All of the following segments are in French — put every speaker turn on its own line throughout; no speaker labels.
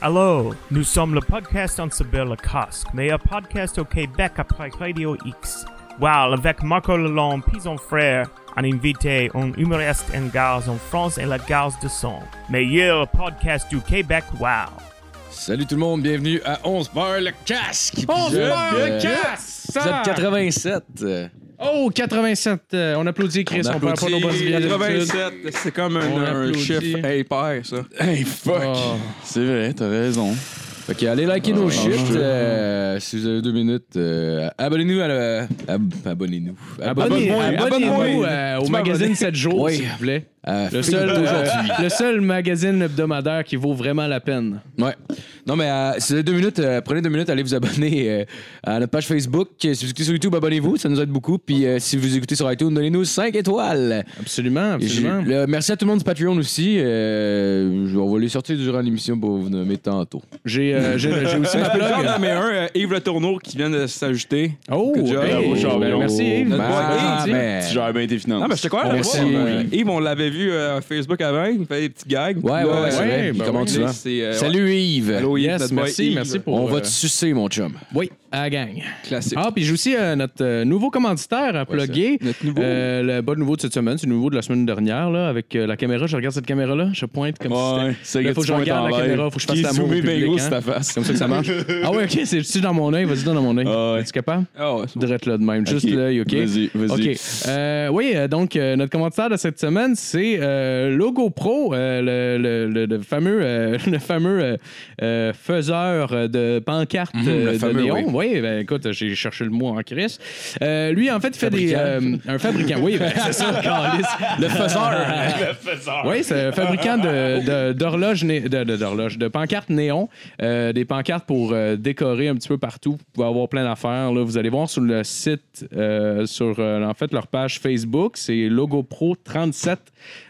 Allô, nous sommes le podcast en cyber le casque, meilleur podcast au Québec après Radio X. Wow, avec Marco Lalonde, puis son frère, un invité, un humoriste en gare en France et la gare de son. Meilleur podcast du Québec, wow.
Salut tout le monde, bienvenue à 11 bar le casque.
11
Épisode,
heures
euh,
de casse!
Épisode 87. euh,
Oh, 87. euh, on applaudit Chris, on, parle pas nos boss bien d'habitude.
87, c'est comme un,
On
un
applaudit.
chiffre impair, ça.
Hey, fuck.
Oh.
C'est vrai, t'as raison. Fait que allez liker nos shit. euh, si vous avez deux minutes, euh, abonnez-nous à la... ab- abonnez-nous. Abonnez-nous.
Abonnez-
Abonne-moi,
Abonnez-vous
abonne-moi.
euh, au
Tu
magazine
m'abonnes.
7 jours,
Oui.
s'il vous plaît.
à
Le seul, euh,
Facebook.
le seul magazine hebdomadaire qui vaut vraiment la peine.
Ouais. Non, mais euh, si vous avez deux minutes, euh, prenez deux minutes, allez vous abonner euh, à notre page Facebook. Si vous écoutez sur YouTube, abonnez-vous, ça nous aide beaucoup. Puis euh, si vous écoutez sur iTunes, donnez-nous 5 étoiles.
Absolument,
Et j'ai-
absolument.
le- merci à tout le monde du Patreon aussi. Euh, je- on va les sortir durant l'émission pour vous nommer tantôt.
J'ai euh, j'ai- j'ai aussi ma
Je peux
plug.
en nommer un, euh, Yves Le Tourneau, qui vient de s'ajouter.
Oh,
Good job.
hey,
Bravo,
Jean-Bernard.
ben, merci Yves.
Notre
Ben,
boy
gentil.
mais-
Tu gères bien tes finances.
Non, mais j'étais content de le
Merci,
voir. euh,
Yves.
Yves, on l'avait vu euh, à Facebook avant, il fait des petits gags.
Ouais, ouais,
Là,
ouais, c'est
euh,
vrai.
ouais,
Il
ben
commande
oui.
souvent.
c'est, euh,
Salut Yves.
Allô, Yves,
Yes,
notre boy
merci,
Yves.
merci pour.
On va
euh,
te sucer, mon chum.
Oui, à la gang.
Classique.
Ah, puis j'ai aussi euh, notre euh, nouveau commanditaire à plugger.
Notre nouveau.
Euh, le pas le nouveau de cette semaine, c'est le nouveau de la semaine dernière, là, avec euh, la caméra. Je regarde cette caméra-là, je pointe comme si
Ouais, c'est
Mais
que
faut que
tu
je regarde
pointes
la
en l'air.
caméra, faut que je fasse
Qui
l'amour au
zoomé
public,
bien gros
hein.
sur ta face.
comme ça que ça marche. ah ouais, ok, c'est juste dans mon œil, vas-y, donne dans mon œil.
Ah ouais.
Es-tu capable?
Ah ouais, c'est bon.
Drette là de même, juste
Ok.
l'œil, ok?
Vas-y, vas-y.
OK. Euh, oui, euh, donc, euh, notre commentaire de cette semaine, c'est euh, Logo Pro, euh, le, le- le- le fameux, euh, le fameux euh, euh, faiseur euh, de pancartes
Mhm, le
euh, de
fameux,
néon. Oui, ben, écoute, j'ai cherché le mot en crise. Euh, lui, en fait, fait des.
Fabricant.
euh, un fabricant, oui, ben, c'est ça, câlisse. Le faiseur. Oui, c'est un fabricant d'horloges, de, d'horloges né- de, de- d'horloges, de pancartes néon, euh, des pancartes pour euh, décorer un petit peu partout. Vous pouvez avoir plein d'affaires. là. Vous allez voir sur le site, euh, sur euh, en fait leur page Facebook, c'est Logo Pro 37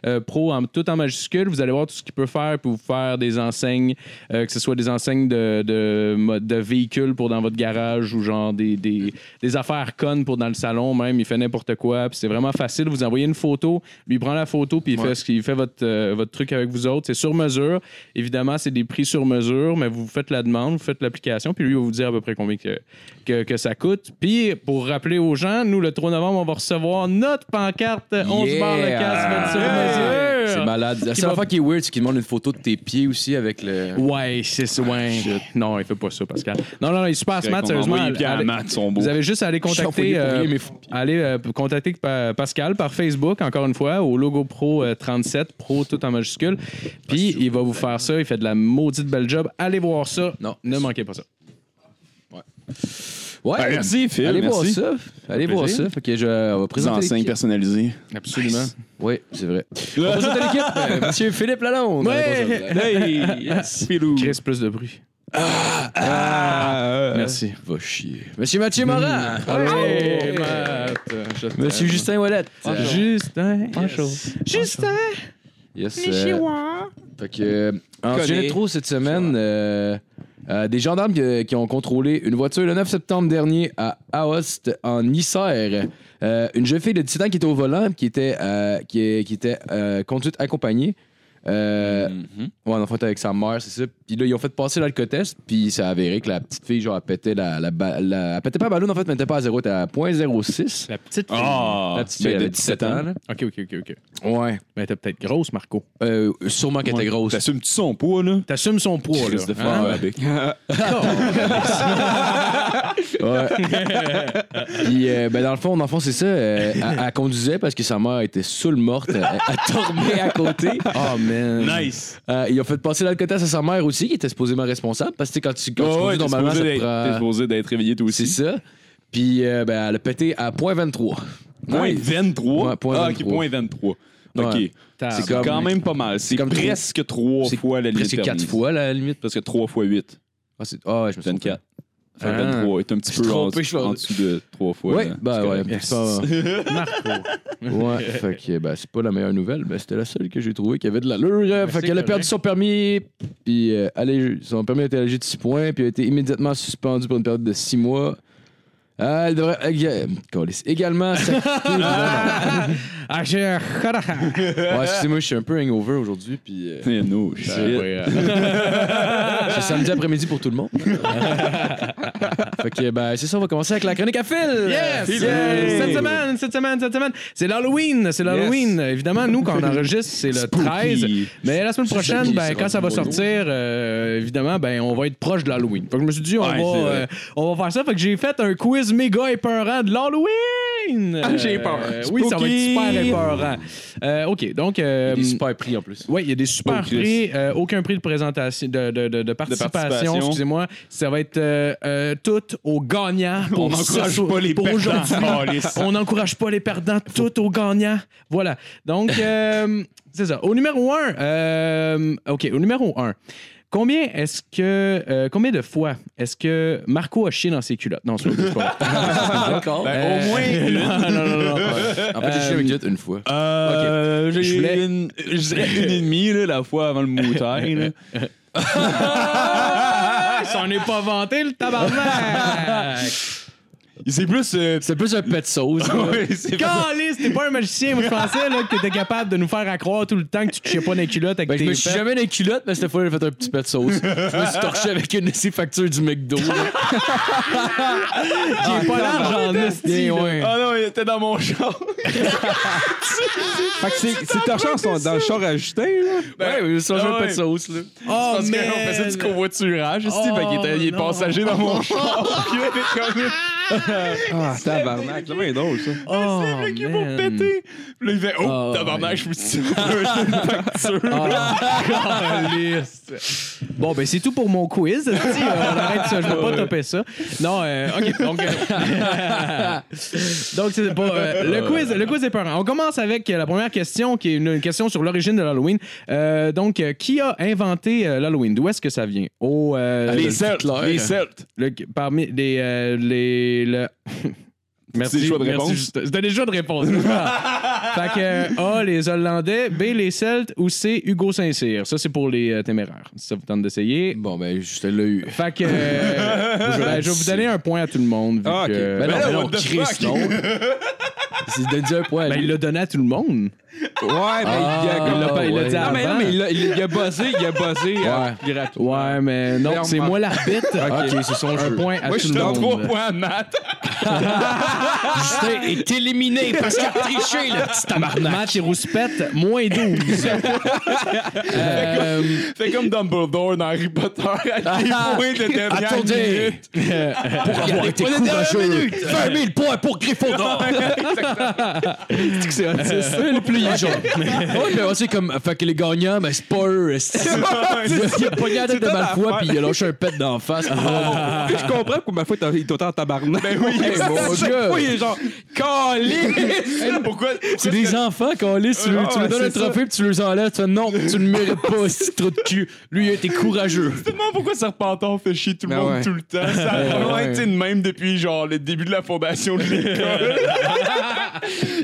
euh, Pro en, tout en majuscule. Vous allez voir tout ce qu'il peut faire pour vous faire des enseignes, euh, que ce soit des enseignes de, de, mo- de véhicules pour dans votre garage ou genre des, des, des affaires connes pour dans le salon même. Il fait n'importe quoi. Puis c'est vraiment facile. Vous envoyez une photo, lui il prend la photo puis il fait ce qu'il fait votre, euh, votre truc avec vous autres. C'est sur mesure. Évidemment, c'est des prix sur mesure, mais vous faites la demande, vous faites l'application, puis lui va vous dire à peu près combien que, que, que ça coûte. Puis pour rappeler aux gens, nous le 3 novembre, on va recevoir notre pancarte 11
Yeah!
barres le casque faite sur
Yeah!
mesure.
C'est malade. La
Qui
seule
va-
fois qui est weird, c'est qu'il demande une photo de tes pieds aussi avec le.
Ouais, c'est ça. ouais. Non, il fait pas ça, Pascal. Non, non, non, il est super smart, sérieusement.
Les à
Allez-
Matt sont beaux.
Vous avez juste à aller
J'ai envoyé
contacter,
pour
euh,
rien, mais fou-
aller, euh, contacter Pa- Pascal par Facebook, encore une fois, au logo Pro euh, 37, Pro tout en majuscule. Puis il va vous faire ça, il fait de la maudite belle job. Allez voir ça.
Non.
Ne manquez pas ça.
Ouais.
Ben, merci, Phil,
Allez
merci.
voir ça. Allez voir
plaisir.
ça. Fait que je on va
Des
présenter.
enseignes
l'équipe.
personnalisées.
Absolument.
Oui, c'est vrai. on va présenter l'équipe. euh, Monsieur Philippe Lalonde.
Ouais.
Hey, yes, Pilou.
Chris, plus de bruit.
Ah, euh,
Merci.
Va chier. Monsieur Mathieu Morin. Ah Euh,
Allez, Matt. Je t'aime.
Mmh. Monsieur Justin Ouellet.
Justin. Justin.
Yes. euh, fait que, euh, en
Connais.
sujet de trop cette semaine, euh, euh, des gendarmes qui, qui ont contrôlé une voiture le 9 septembre dernier à Aoste, en Isère. Euh, une jeune fille de 17 ans qui était au volant, qui était, euh, qui, qui était euh, conduite accompagnée. Euh,
Mhm.
Ouais, en fait, avec sa mère, c'est ça. Puis là, ils ont fait passer l'alcotest, puis ça a avéré que la petite fille, genre, elle pétait la. la, ba- la- elle pétait pas la ballon, en fait, mais elle était pas à zéro, elle était à 0.06.
La petite.
Ah,
la petite fille
ben,
elle
de
avait
17 ans.
là.
OK, OK, OK, OK.
Ouais.
Mais t'es peut-être grosse, Marco.
Euh, sûrement qu'elle
Ouais.
était grosse.
T'assumes-tu son poids, là?
T'assumes son poids, là.
Christ de
hein?
fort, avec.
Ouais. Puis, euh, ben, dans le fond, dans le fond, c'est ça. euh, elle, elle conduisait parce que sa mère était saoule morte. Elle, elle dormait à côté.
Oh, man.
Nice!
Euh, ils ont fait passer l'alcotest à sa mère aussi, qui était supposément responsable. Parce que tu sais, quand tu, quand tu
Ouais,
conduis
ouais, t'es
normalement, ça
supposé
te
d'être-
prend-
t'es supposé d'être réveillé, toi
C'est
aussi.
ça. Puis, euh, ben, elle a pété à 0.23.
Point
Nice.
23?
Ouais, point
Ah,
23.
ok, point 23. OK.
Ouais. Ah,
Tabarnak.
C'est comme-
Quand même pas mal. C'est
comme
presque trois
c'est
fois la limite
Presque quatre
permise.
fois, là, à la limite.
Presque trois fois 8.
Ah, c'est- ah ouais, je me suis
24. Fait
Ah.
23 est un petit
Je suis
peu en,
trompé, je suis-
en dessous de trois fois.
Ouais,
là.
bah
C'est
ouais,
correct.
c'est pas- ouais, fait que ben, c'est pas la meilleure nouvelle, mais c'était la seule que j'ai trouvée qui avait de l'allure. Euh,
Mais
Fait
c'est
qu'elle a perdu
correct.
son permis, puis euh, allé- son permis a été allégé de 6 points, puis a été immédiatement suspendu pour une période de Ah, 6 mois. Euh, elle devrait éga- Câlisse. également s'acquitter
Ah, j'ai.
Ouais, excusez-moi, je suis un peu hangover aujourd'hui, puis euh,
Tiens, nous, shit.
c'est samedi après-midi pour tout le monde. fait que, ben, c'est ça, on va commencer avec la chronique à fil.
Yes!
Phil.
Yes! Cette semaine, cette semaine, cette semaine. C'est l'Halloween, c'est l'Halloween. Évidemment, nous, quand on enregistre, c'est le
Spooky.
13. Mais la semaine prochaine,
Spooky,
ben,
ça
quand ça va
va être
sortir, euh, évidemment, ben, on va être proche de l'Halloween. Fait que je me suis dit, on,
Ouais,
va,
c'est vrai.
euh, on va faire ça. Fait que j'ai fait un quiz méga épeurant de l'Halloween.
Ah, j'ai peur.
Euh, oui, ça va être super
Spooky.
épeurant. Euh, OK, donc... euh,
Il est super pris en plus.
oui, il y a des super
Oh, Chris.
prix. euh, aucun prix de présentation, de, de- de- de participation,
participation.
excusez-moi. Ça va être euh, euh, tout au gagnant.
On
Pour
n'encourage
ce-
pas les
pour
perdants. Oh,
aujourd'hui. On n'encourage pas les perdants, tout au gagnant. Voilà. Donc, euh, c'est ça. Au numéro 1, OK, au numéro 1. Combien est-ce que euh, combien de fois est-ce que Marco a chié dans ses culottes Non, c'est pas vrai.
D'accord.
Ben,
Euh, non, non, non, non.
en fait, j'ai chié avec Jet une fois.
Euh,
Je
j'ai
voulais-
une, je dirais une et demie là, la fois avant le moutail. là.
Ah, il s'en est pas vanté le tabarnak.
C'est plus euh,
C'est plus un pet sauce.
ouais, c'est
Calice, t'es pas un magicien, moi je pensais là, que t'étais capable de nous faire accroire tout le temps que tu te chiais pas dans les culottes avec
Ben, je
tes
me suis
fesses.
jamais dans les culottes, mais cette fois, j'ai fait un petit pet sauce. je me suis torché avec une de ces factures du McDo. là.
J'ai pas large en esti, là.
Ah non, il était dans mon char.
Fait que c'est- c'est ta chance, on est dans le char ajusté, là.
ouais, mais c'est un
Ben, ah ouais.
pet sauce, là.
Oh,
Parce
man.
qu'on faisait du covoiturage, aussi,
Oh,
fait qu'il était- il est
non.
passager dans mon char. Puis là, il est comme-
Ah, tabarnak, c'est bien drôle, ça.
Oh,
C'est le cul pour
man.
péter. Puis là, il fait
Ah,
Oh, tabarnak,
ouais.
je me suis dit, c'est une facture.
Calice. Ah, Bon, ben c'est tout pour mon quiz. esti. Euh, on arrête ça, je vais pas taper ça. Non, euh, ok, donc. euh, donc, c'est pas. euh, le quiz, le quiz est peurant. On commence avec euh, la première question, qui est une, une question sur l'origine de l'Halloween. Euh, donc, euh, qui a inventé euh, l'Halloween D'où est-ce que ça vient Au. euh,
Les
le-
Celtes,
Hitler.
les Celtes.
Le- parmi les. euh, les le-
C'est le choix de
merci,
réponse.
juste- C'était déjà de réponse. fait que euh, A, les Hollandais, B, les Celtes ou C, Hugo Saint-Cyr. Ça, c'est pour les euh, téméraires. Si ça vous tente d'essayer.
Bon, ben, je te l'ai eu.
Fait que. euh, je, ben, je vais vous donner un point à tout le monde. vu
Ah, ok.
que-
Ben non,
là,
ben
what
non,
the
Chris,
fuck?
non. C'est de dire un point. à
Ben,
lui.
il l'a donné à tout le monde.
Ouais, ben, mais il a
Ah,
il l'a pas- il l'a
ouais.
dit
Non, mais, non,
avant.
mais il, a, il a buzzé, il a buzzé euh, gratuit.
Ouais, mais non,
Mais on
c'est
m'en-
moi l'arbitre.
Ok, c'est son
Un
jeu.
point à
Moi, je
tout
suis
le
à
monde.
3 points à Matt.
Justin est éliminé parce qu'il a triché, le petit tabarnak.
Match et rouspette, moins 12. Euh,
Fait comme Dumbledore dans Harry Potter.
Ah,
Ah.
à des points de dernière minute.
Attendez! Pour avoir été courageux, 20 000 points pour Gryffondor!
c'est autiste.
Le plus il est jaune. Ouais, mais c'est comme. Fait que les gagnants, mais c'est pas eux. esti. Il a pogné la tête de
C'est
Malfoy
ça
puis il a lâché un pet d'en face.
Ah,
Je comprends pourquoi ma fois, il est autant en tabarnak. Ben oui,
Hey, mon Dieu.
il est genre, calé!
Pourquoi?
C'est des enfants, Calis. Tu, leur- tu
ouais,
lui donnes un
c'est
trophée puis tu les enlèves. Tu fais non, tu le mérites pas, ce trou de cul. Lui, il a été courageux.
Justement, pourquoi Serpentor fait chier tout le
Ben
monde
ouais.
tout le temps? Ça a vraiment été de même depuis genre le début de la fondation de l'école.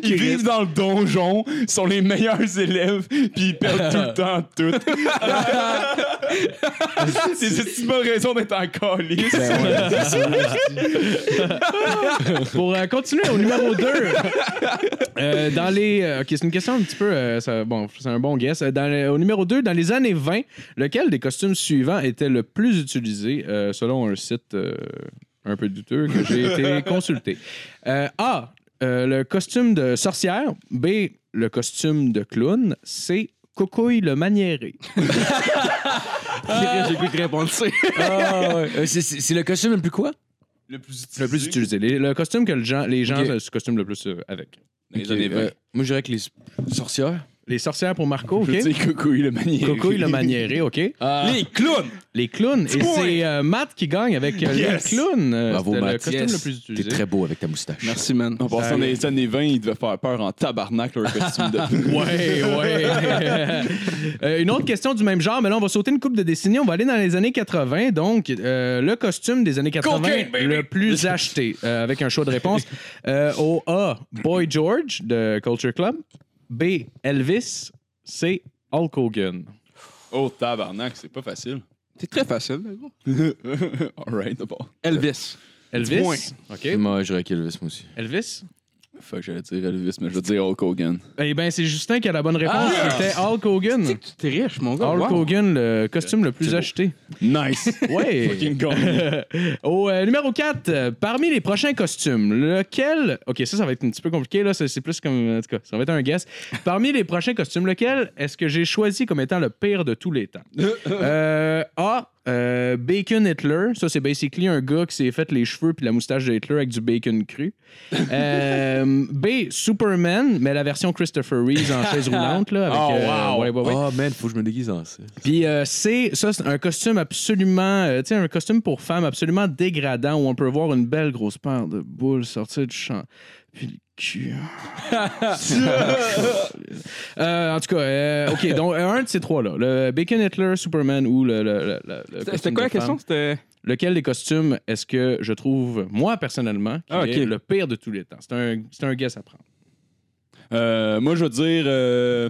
ils vivent dans le donjon, sont les meilleurs élèves, puis ils perdent tout le temps tout. C'est juste une bonne raison d'être en calice.
Pour euh, continuer au numéro 2. dans les. euh, ok, c'est une question un petit peu. euh, ça- bon, c'est un bon guess. Euh, Dans les- au numéro 2, dans les années 20, lequel des costumes suivants était le plus utilisé euh, selon un site euh, un peu douteux que j'ai été consulté? Euh, A. euh, le costume de sorcière. B. Le costume de clown. C. Cocouille le maniéré. Euh,
J'ai pu te répondre, c'est.
Euh, c'est- C'est c'est le costume le plus quoi?
Le plus
Le plus utilisé. Les- le costume que le gens- les gens
Ok.
euh, se costument le plus euh, avec.
Ok, euh, moi, je dirais que les sorcières.
Les sorcières pour Marco, OK?
Tu sais, coucouille le manier.
Cocouille le maniéré, OK?
Les clowns!
Les clowns. Et
Point.
c'est euh, Matt qui gagne avec euh,
Yes.
les clowns. Euh,
Bravo,
c'était le
Matt.
costume
Yes.
le plus
T'es
utilisé.
très beau avec ta moustache.
Merci, man.
En passant dans les années 20, ils devaient faire peur en tabarnak leur costume de.
Ouais, ouais. Euh, une autre question du même genre, mais là, on va sauter une coupe de décennies. On va aller dans les années 80. Donc, euh, le costume des années 80
Cocaine, baby.
le plus acheté, euh, avec un choix de réponse. Euh, au A, Boy George de Culture Club. B, Elvis. C, Hulk Hogan.
Oh tabarnak, c'est pas facile.
C'est très facile, mais bon.
Alright, bon.
Elvis.
Elvis.
Point.
OK.
Moi, je dirais qu'Elvis, moi aussi.
Elvis.
Fuck, j'allais dire Elvis, mais je vais dire Hulk Hogan.
Eh ben, c'est Justin qui a la bonne réponse.
Ah!
C'était Hulk Hogan.
Tu sais que tu es riche, mon gars.
Hulk
Wow.
Hogan, le costume le plus acheté.
Nice!
Ouais. Au euh, numéro 4, parmi les prochains costumes, lequel. Ok, ça, ça va être un petit peu compliqué, là. C'est c'est plus comme. En tout cas, ça va être un guess. Parmi les prochains costumes, lequel est-ce que j'ai choisi comme étant le pire de tous les temps? Euh, A. euh, bacon Hitler. Ça, c'est basically un gars qui s'est fait les cheveux puis la moustache de Hitler avec du bacon cru. Euh, B. Superman, mais la version Christopher Reeves en chaise roulante, là. Avec, euh, ouais, ouais, ouais.
Oh man, faut que je me déguise en ça.
Puis euh, c'est ça, c'est un costume absolument, euh, tu sais, un costume pour femme absolument dégradant où on peut voir une belle grosse paire de boules sortir du champ. Puis le cul. Euh, en tout cas, euh, ok, donc euh, un de ces trois-là, le Bacon Hitler, Superman ou le. le- le- le- le
C'était- C'était
costume
quoi
de
la question?
femme.
C'était.
Lequel des costumes est-ce que je trouve, moi personnellement, qui
Ah, ok.
est le pire de tous les temps? C'est un, c'est un guess à prendre.
Euh, moi, je veux dire euh,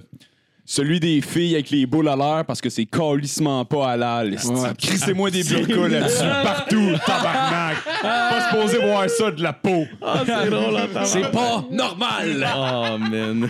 celui des filles avec les boules à l'air parce que c'est calissement pas à l'aile.
Ouais.
Crissez-moi des burkas là-dessus, partout, tabarnak. Pas supposé voir ça de la peau.
hein,
C'est pas normal!
Oh, man.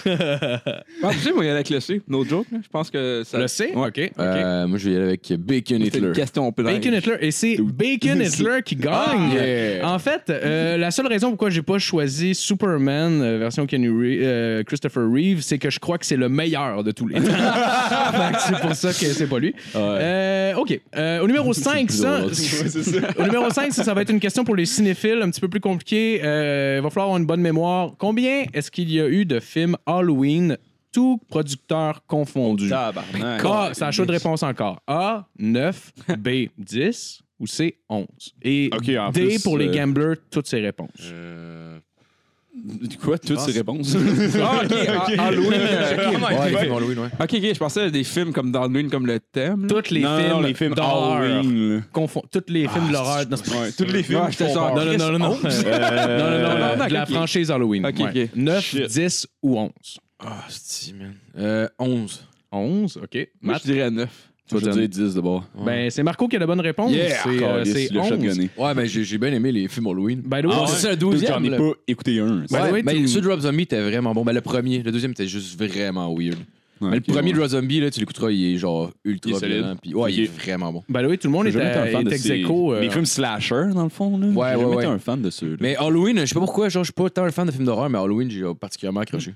Ah, tu sais, moi, il y en a avec le C. No joke, là. Je pense que ça.
Le C?
Ouais.
Ok, ok.
Euh, moi, je vais y aller avec Bacon
C'est
Hitler.
une question pleine.
Bacon Hitler, et c'est Bacon Hitler qui gagne.
Ah, yeah.
En fait, euh, la seule raison pourquoi j'ai pas choisi Superman euh, version Keanu Ree- euh, Christopher Reeve, c'est que je crois que c'est le meilleur de tous les temps. Fait que c'est pour ça que c'est pas lui. Euh, ok, Euh, au numéro 5,
plus
ça,
drôle, ça.
au numéro 5, ça, ça va être une question pour les cinéphiles, un petit peu plus compliquée. Euh, il va falloir avoir une bonne mémoire. Combien est-ce qu'il y a eu de films Halloween, tous producteurs confondus?
Ah, bah,
Tabarnak.
A, c'est la chaude réponse encore. A, 9. B, 10. Ou C, 11. Et
Ok, en
D,
plus,
pour les
euh,
gamblers, toutes ces réponses.
Quoi, toutes ces réponses?
Ah, ok. Ha- Halloween. euh, ok.
Ouais, les films Halloween, ouais.
Ok, ok, je pensais à des films comme Halloween comme le thème.
Toutes les
non,
films,
non, les films
d'horreur.
Halloween. là.
Confond- Toutes les
Ah,
films de l'horreur. Non,
Ouais, tous les films
Ouais,
qui
j'étais
font
genre-
peur.
non, non, non, non. non.
Euh,
Non, non, non,
euh,
non, de la
ok, ok.
franchise Halloween.
Ok,
ouais.
ok.
9,
Shit.
10 ou 11.
Ah, c'est man. Euh, 11.
11, OK.
Moi, je
Matt,
dirais 9.
Toi, je
Tom.
dis 10 de bord.
ben, c'est Marco qui a la bonne réponse. c'est euh,
Ah, Calisse,
c'est
le
11.
shotgunné.
Ouais, mais j'ai j'ai bien aimé les films Halloween.
By the way,
Ah
c'est
ouais?
ça, le
Dude, J'en
douzième.
ai
là.
pas écouté un.
By the way,
Ouais, mais
tu-
ceux de Rob Zombie était vraiment bon. Mais le premier, le deuxième était juste vraiment weird. mais le premier de Rob Zombie, là, tu l'écouteras, il est genre ultra
Il est solide.
violent, puis ouais, il est
Ok.
vraiment bon.
by the way, tout le monde est,
J'ai jamais été
à-
un fan
est
de
ex
ces-
aequo, euh,
Les films slasher, dans le fond. là.
Ouais,
J'ai jamais
ouais,
été
ouais.
un fan de ceux. là.
Mais Halloween, je sais pas pourquoi, genre, je suis pas tant un fan de films d'horreur, mais Halloween, j'ai genre, particulièrement accroché.
Hmm.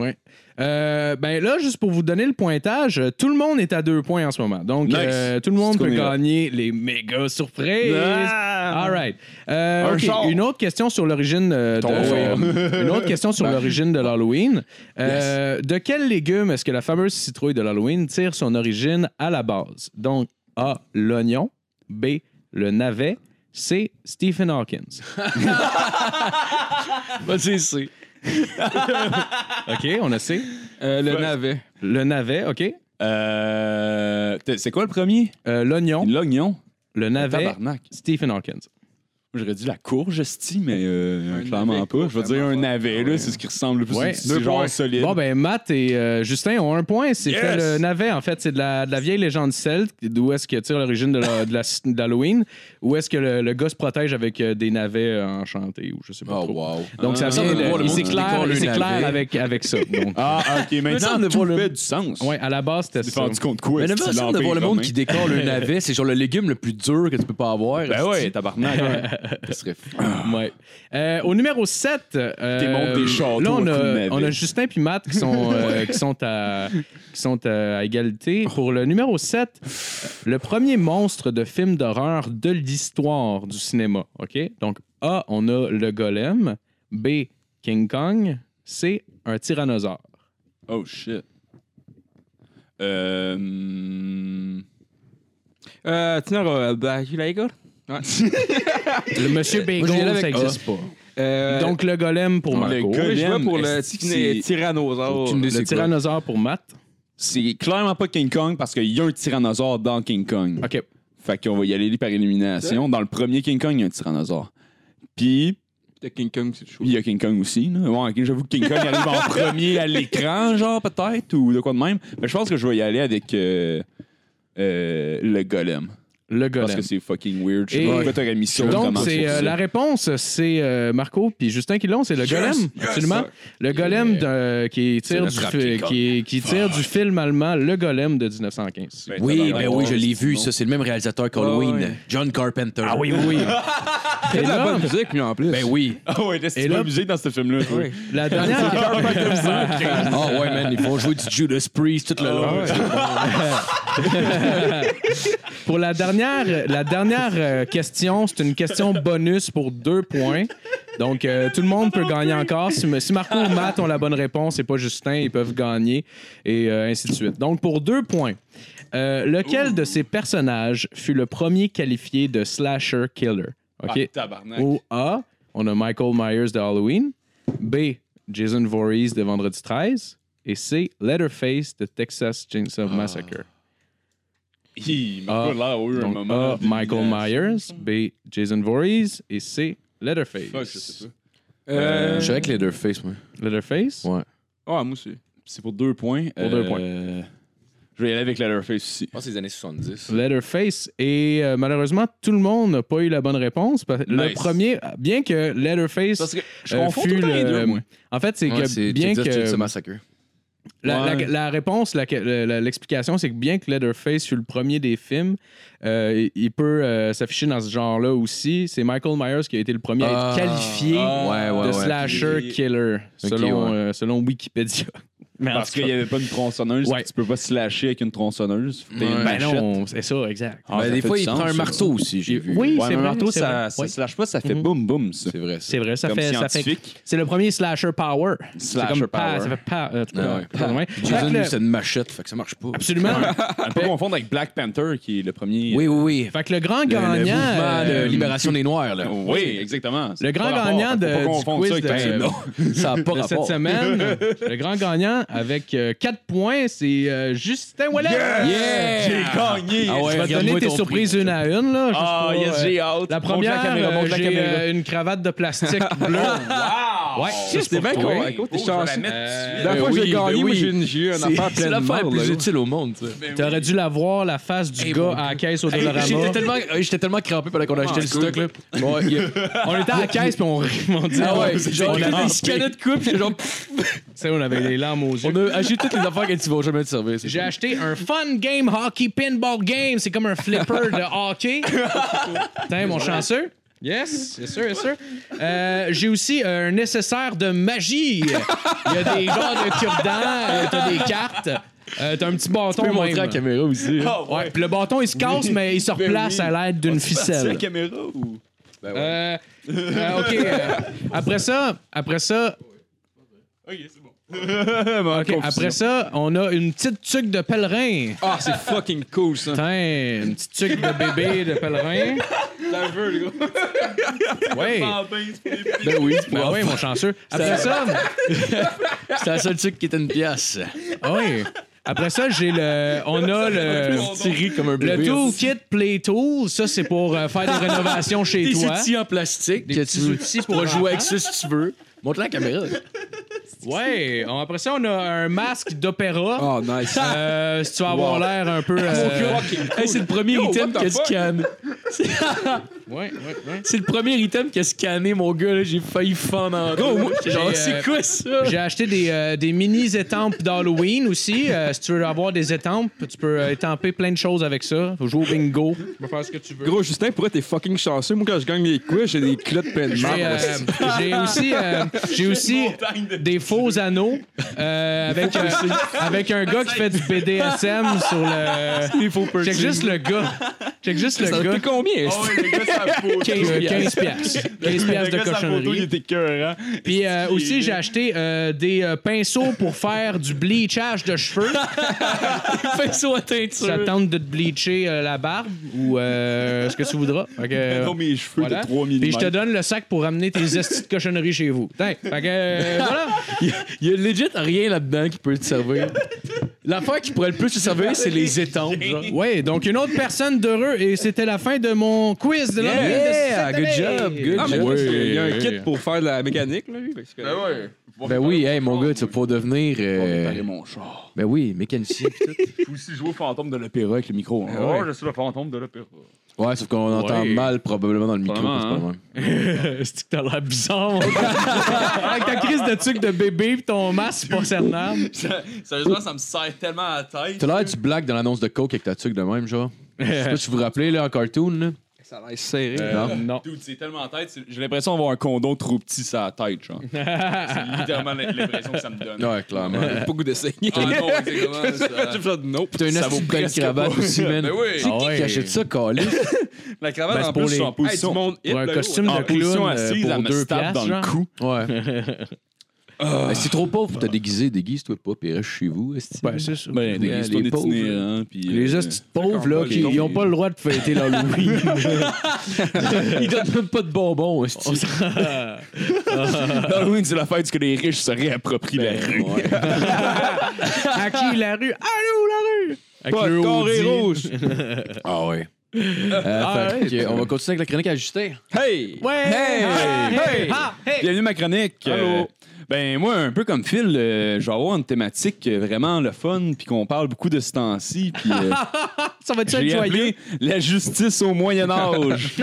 Ouais. Euh, ben là, juste pour vous donner le pointage, euh, tout le monde est à deux points en ce moment. Donc,
Nice.
euh, tout le monde
C'est
peut
qu'on est là.
gagner les méga surprises. All right. Euh,
Ah! Un
ok,
char.
Une autre question sur l'origine euh, de,
Ton Bah.
euh, une autre question sur l'origine de l'Halloween. Euh, De quel légume est-ce que la fameuse citrouille de l'Halloween tire son origine à la base Donc A l'oignon, B le navet, C Stephen Hawkins.
Vas-y, c'est.
OK, on a C.
Euh, le navet.
Le navet, OK.
Euh, t'es- C'est quoi le premier?
Euh, l'oignon,
L'oignon.
le navet,
Tabarnak.
Stephen Hawkins.
J'aurais dit la courge, esti, mais euh,
Un
clairement
navet
pas. Je veux
court,
dire un
vraiment
navet,
pas.
là, c'est ce qui ressemble le plus.
Ouais.
C'est-
Deux
C'est genre
points.
solide.
Bon, ben, Matt et euh, Justin ont un point. C'est
Yes!
fait le navet, en fait. C'est de la, de la vieille légende celte, d'où est-ce que tire l'origine de la- de la- d'Halloween, où est-ce que le, le gars se protège avec euh, des navets euh, enchantés ou je sais pas
Oh,
trop.
wow.
Donc, ça
Ah,
vient
ça,
de-
on voit le
il
monde
s'éclaire
décolle
il
un
s'éclaire
navet.
avec, avec ça. Donc,
Ah, ok, maintenant
semble de
tout
voir le-
fait du sens.
ouais, à la base, c'était
T'es
ça.
rendu compte quoi?
Mais le
esti,
best de
l'empire
voir le monde
romain?
qui décore le navet, c'est genre le légume le plus dur que tu peux pas avoir.
Ben ouais,
esti.
tabarnak. ouais.
Ça serait fou.
Ouais. Euh, au numéro 7,
T'es monté des châteaux
là, on
à coups de
a,
navet.
on a Justin puis Matt qui sont, euh, qui sont, à, qui sont à égalité. Pour le numéro 7, le premier monstre de film d'horreur de l'histoire du cinéma. OK? Donc, A, on a le golem. B, King Kong. C, un tyrannosaure.
Oh shit. Euh. hmm.
Euh, tu n'auras bah, you like it?
Le Monsieur Bacon,
Moi, je vais
ça
aller avec
n'existe pas.
Euh,
Donc, le golem pour
le
Marco.
golem,
oui, je vois pour le
est-ce que c'est-
tyrannosaure. tyrannosaure.
Aucune idée.
Le
c'est quoi?
tyrannosaure pour Matt.
C'est clairement pas King Kong parce qu'il y a un tyrannosaure dans King Kong.
OK.
Fait qu'on va y aller par élimination. Dans le premier King Kong, il y a un tyrannosaure. Puis,
Le euh, King Kong, c'est chaud.
il y a King Kong aussi. Là. Bon, ok, j'avoue que King Kong arrive en premier à l'écran, genre, peut-être, ou de quoi de même. Mais je pense que je vais y aller avec euh, euh, le golem.
le
Parce
golem.
que c'est fucking weird. Je
Et-
sais pas pourquoi t'aurais mis ça.
Donc,
comment
c'est,
ça.
euh, la réponse, c'est euh, Marco puis Justin qui l'ont, c'est le golem, absolument. Le golem de- qui tire,
le
du,
trap
fi-
qui colle.
qui, qui tire du film allemand Le Golem de 1915.
Ben,
Oui,
tabarnak,
ben oui,
ouais,
je l'ai vu,
sinon.
ça. C'est le même réalisateur qu'Halloween,
Ouais, ouais.
John Carpenter.
Ah oui, oui, oui.
Il y a
Et
de la
là,
bonne musique, lui, en plus.
Ben oui.
Ah ouais, laisse
Et
tu
là-
la musique dans ce film-là. toi.
la dernière,
Ah ouais, man, ils vont jouer du Judas Priest tout le long.
pour la dernière, la dernière euh, question, c'est une question bonus pour deux points. Donc, euh, tout le monde peut gagner encore. Si, si Marco ou Matt ont la bonne réponse et pas Justin, ils peuvent gagner et euh, ainsi de suite. Donc, pour deux points, euh, lequel de ces personnages fut le premier qualifié de slasher killer?
Ah,
OK. Oh.
tabarnak.
Ou A, on a Michael Myers de Halloween. B, Jason Voorhees de Vendredi 13. Et C, Leatherface de Texas
Ah.
Chainsaw Massacre.
Hi, Marco,
Ah.
là, a eu un
Donc,
moment.
A, Michael Myers. B, Jason Voorhees. Et C, Leatherface.
Fuck, je sais pas.
Euh,
Je suis avec les deux faces, moi.
Leatherface?
Ouais.
Ah, moi aussi.
C'est pour deux points.
Pour deux points.
Je vais y aller avec Leatherface aussi.
Je pense que c'est les années 70.
Leatherface. Et euh, malheureusement, tout le monde n'a pas eu la bonne réponse. Parce- Le
Nice.
premier, bien que Leatherface.
Parce que je
euh,
confonds
fut
tout le temps les
le-
deux, moi.
En fait, c'est que bien que.
Massacre.
La, la-
Ouais.
la réponse, la- la- la- l'explication, c'est que bien que Leatherface fut le premier des films, euh, il- il peut euh, s'afficher dans ce genre-là aussi. C'est Michael Myers qui a été le premier à
Ah.
être qualifié
Ah. Ouais, ouais,
de
ouais.
slasher
Ok.
killer,
Ok,
selon,
ouais.
euh, selon Wikipédia. Mais en
Parce
tout
qu'il
cas-
n'y avait pas une tronçonneuse.
Ouais.
Tu peux pas se lâcher avec une tronçonneuse. T'es
Ouais.
une
Ben
machette.
non, c'est ça, exact.
Ah, ça
des
fait
fois,
du
il
sens,
prend un
ça.
marteau aussi, j'ai vu.
Oui,
Ouais,
c'est
mais un
vrai,
marteau,
c'est
ça,
vrai.
ça
Oui.
se lâche pas, ça fait
Mhm.
boum boum. Ça.
C'est vrai, ça.
C'est vrai, ça
Comme
fait, ça fait.
scientifique.
C'est le premier slasher power. C'est
Slasher
comme pa-
power.
Ça fait pas. en tout cas,
Ah ouais.
pas de même. Fait
Jason,
que le-
lui, c'est une machette, fait que ça marche pas.
Absolument.
On peut confondre avec Black Panther qui est le premier.
Oui, oui, oui.
Fait que le grand
Le, le
gagnant.
mouvement de
euh,
libération des Noirs, là.
Oui, exactement.
Le grand gagnant de, du quiz de,
Ça n'a pas
de cette
rapport.
semaine, le grand gagnant avec 4 points, c'est euh, Justin Wallet.
Yeah!
J'ai gagné.
Ah ouais,
Je vais te
regarde-moi
donner tes
ton
surprises
prix.
une à une. Là, juste
Ah,
pour,
yes,
euh,
j'ai hâte.
La
Montre
première,
caméra, montre
euh, j'ai euh, une cravate de plastique bleue. wow! Ouais,
C'était bien con.
toi.
Écoute, t'es chanceux.
Euh,
La
Ben
fois que j'ai
oui,
gagné,
ben
moi,
oui.
j'ai une- j'ai eu un
C'est
affaire
c'est
pleine de
l'affaire
mort,
la plus
là.
utile au monde, ça.
T'aurais dû la voir, la face du
Hey,
gars
mon
à la caisse au Dollarama.
J'étais tellement, euh, j'étais tellement crampé pendant qu'on a acheté le stock, là. Ouais, il y a-
On était à la caisse puis on rimondait.
Ah ouais, genre,
on,
il y a
avait-
des scanets de coupe, c'est genre, pff,
tu sais, on avait les larmes aux yeux.
on a acheté toutes les affaires que tu vas jamais te servir. c'est
J'ai
ça.
acheté un fun game hockey pinball game. C'est comme un flipper de hockey. Tiens, mon chanceux. Yes, c'est sûr, c'est sûr. Euh, J'ai aussi un nécessaire de magie. Il y a des genres de cure-dents, euh, t'as des cartes, euh, t'as un petit bâton.
Tu peux
même.
montrer à la caméra aussi. hein.
Ouais, puis le bâton, il se casse, mais il se replace
oui.
à l'aide d'une
C'est la
ficelle.
caméra ou.
Euh, euh, OK. euh, après ça, après ça,
Ok, c'est bon.
OK, après ça, on a une petite tuque de pèlerin.
Ah, c'est fucking cool, ça.
Putain, une petite tuque de bébé de pèlerin.
T'as vu, le gars.
Oui.
Ben oui, c'est
Ben
pour
oui, mon chanceux. Après ça,
C'est la seule truc qui était une pièce.
ah oui. Après ça, j'ai le. On a le.
Tiré comme un
Le
bébé. hein.
Toolkit Play Tool. Ça, c'est pour euh, faire des rénovations chez
Des
toi.
outils en plastique
Des
que
petits
tu veux.
outils
Tu
pour
pourras jouer avec
enfants.
ça si tu veux. Montre-la à la caméra.
Ouais. On- Après ça, on a un masque d'opéra.
Oh, nice.
Euh, si tu vas avoir l'air un peu. euh,
c'est le premier item que tu scannes.
ouais, ouais, ouais.
C'est le premier item qui a scanné, mon gars. là. J'ai failli fendre en dos. Genre,
J'ai, euh,
c'est quoi ça?
J'ai acheté des, euh, des mini étampes d'Halloween aussi. Euh, si tu veux avoir des étampes, tu peux euh, étamper plein de choses avec ça. Faut jouer au bingo. Tu peux faire ce que tu veux.
Gros, Justin, pourquoi t'es fucking chanceux? Moi, quand je gagne les quiz, j'ai des culottes pleines de
J'ai,
marbre.
euh, j'ai aussi, euh, j'ai aussi des faux anneaux euh, avec, euh, avec un gars qui fait du BDSM sur le.
Il faut
Check juste le gars. Check juste le
Ça
gars.
coûte combien? est-ce que-
le gars, sa photo.
15 15 piastres. 15 piastres de
Le gars, sa photo, il
cochonnerie.
était écœurant.
Puis euh, aussi, j'ai acheté euh, des euh, pinceaux pour faire du bleachage de cheveux.
pinceau à teinture.
ça tente de te bleacher euh, la barbe ou euh, ce que tu voudras. Fait que, euh,
Non, mes cheveux
voilà.
de 3 mm.
Puis je te donne le sac pour ramener tes estis de cochonneries chez vous. Tiens, fait que, euh, voilà.
Il y a legit rien là-dedans qui peut te servir. L'affaire qui pourrait le plus se servir, c'est les étampes. genre.
Oui, donc une autre personne d'heureux et c'était la fin de mon quiz de l'année.
Yeah,
de cette
good
année.
job, good
Ah, mais
job.
parce qu'il y a un
oui.
kit pour faire de la mécanique, là, lui. fait que c'est correct.
ouais.
Ben oui, hey, mon gars, tu vas pouvoir devenir.
Je vais
euh,
réparer mon char.
Ben oui, mécanicien. pis tout.
Je peux aussi jouer au fantôme de l'opéra avec le micro. hein.
Ouais.
Oh, je suis le fantôme de l'opéra.
Ouais, sauf qu'on entend
Ouais.
mal probablement dans le micro.
Probablement,
c'est pas le même.
C'est Euh, que t'as l'air bizarre, mon gars. Avec ta crise de tuque de bébé pis ton masque pas cernable.
Sérieusement, ça me serre tellement à la tête.
T'as l'air du black dans l'annonce de Coke avec ta tuque de même, genre. Je sais pas si vous vous rappelez, là, en cartoon, là. Euh,
Ça a l'air serré.
Non.
Non.
Dude, c'est tellement en tête. c'est- J'ai l'impression d'avoir un condom trop petit sur la tête, genre. c'est littéralement l'impression que ça me donne.
Ouais, clairement.
J'ai pas goût d'essayer.
Ah non, exactement. ça-
J'ai fait nope.
T'as une
Ça vaut
astuce belle
presque
cravate
pas.
aussi, man.
Ben oui.
C'est
Ah
qui
ouais.
qui achète ça, Calis?
La cravate
Ben, c'est
en
pour
plus,
les-
je suis en position.
Hey, du monde hit,
Pour un
là,
costume
gros.
En
de
position
clown euh,
assise,
pour
elle me
deux
stab
piastres,
dans le
genre.
cou.
Ouais. Ben, c'est trop pauvre pour te déguiser. Déguise-toi pas, puis reste chez vous. esti.
Ben, c'est ça.
Ben,
Ouais,
des histoires
les pauvres,
d'itinérants, puis,
Les
euh,
hosties de pauvres, là,
Encore
qui
pas, les
ils ont pas le droit de fêter l'Halloween. ils donnent même pas de bonbons, esti.
Halloween, Ah c'est la fête que les riches se réapproprient
Ben,
la rue.
à qui la rue? Allô, la rue!
Pas de carré rouge.
Ah ouais. Euh, fait que, on va continuer avec la chronique ajustée.
Hey!
Ouais!
Hey!
Hey!
Hey!
Ah, hey!
Bienvenue à ma chronique.
Allô.
Euh, ben moi, un peu comme Phil, euh, je vais avoir une thématique euh, vraiment le fun, puis qu'on parle beaucoup de ce temps-ci, puis euh,
Ça va être ça,
j'ai
joyeux?
appelé la justice au Moyen Âge.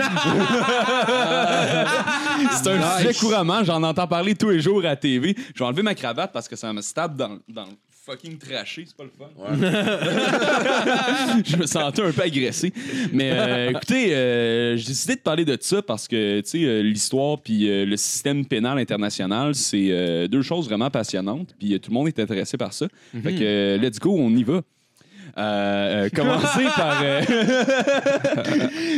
C'est un sujet couramment, j'en entends parler tous les jours à la TV. Je vais enlever ma cravate parce que ça me stab dans, dans le fucking traché, c'est pas le fun. je me sentais un peu agressé. Mais euh, écoutez, euh, j'ai décidé de parler de ça parce que tu sais, euh, l'histoire puis euh, le système pénal international, c'est euh, deux choses vraiment passionnantes. Puis euh, tout le monde est intéressé par ça. Fait que euh, let's go, on y va. Euh, euh, commencez par euh,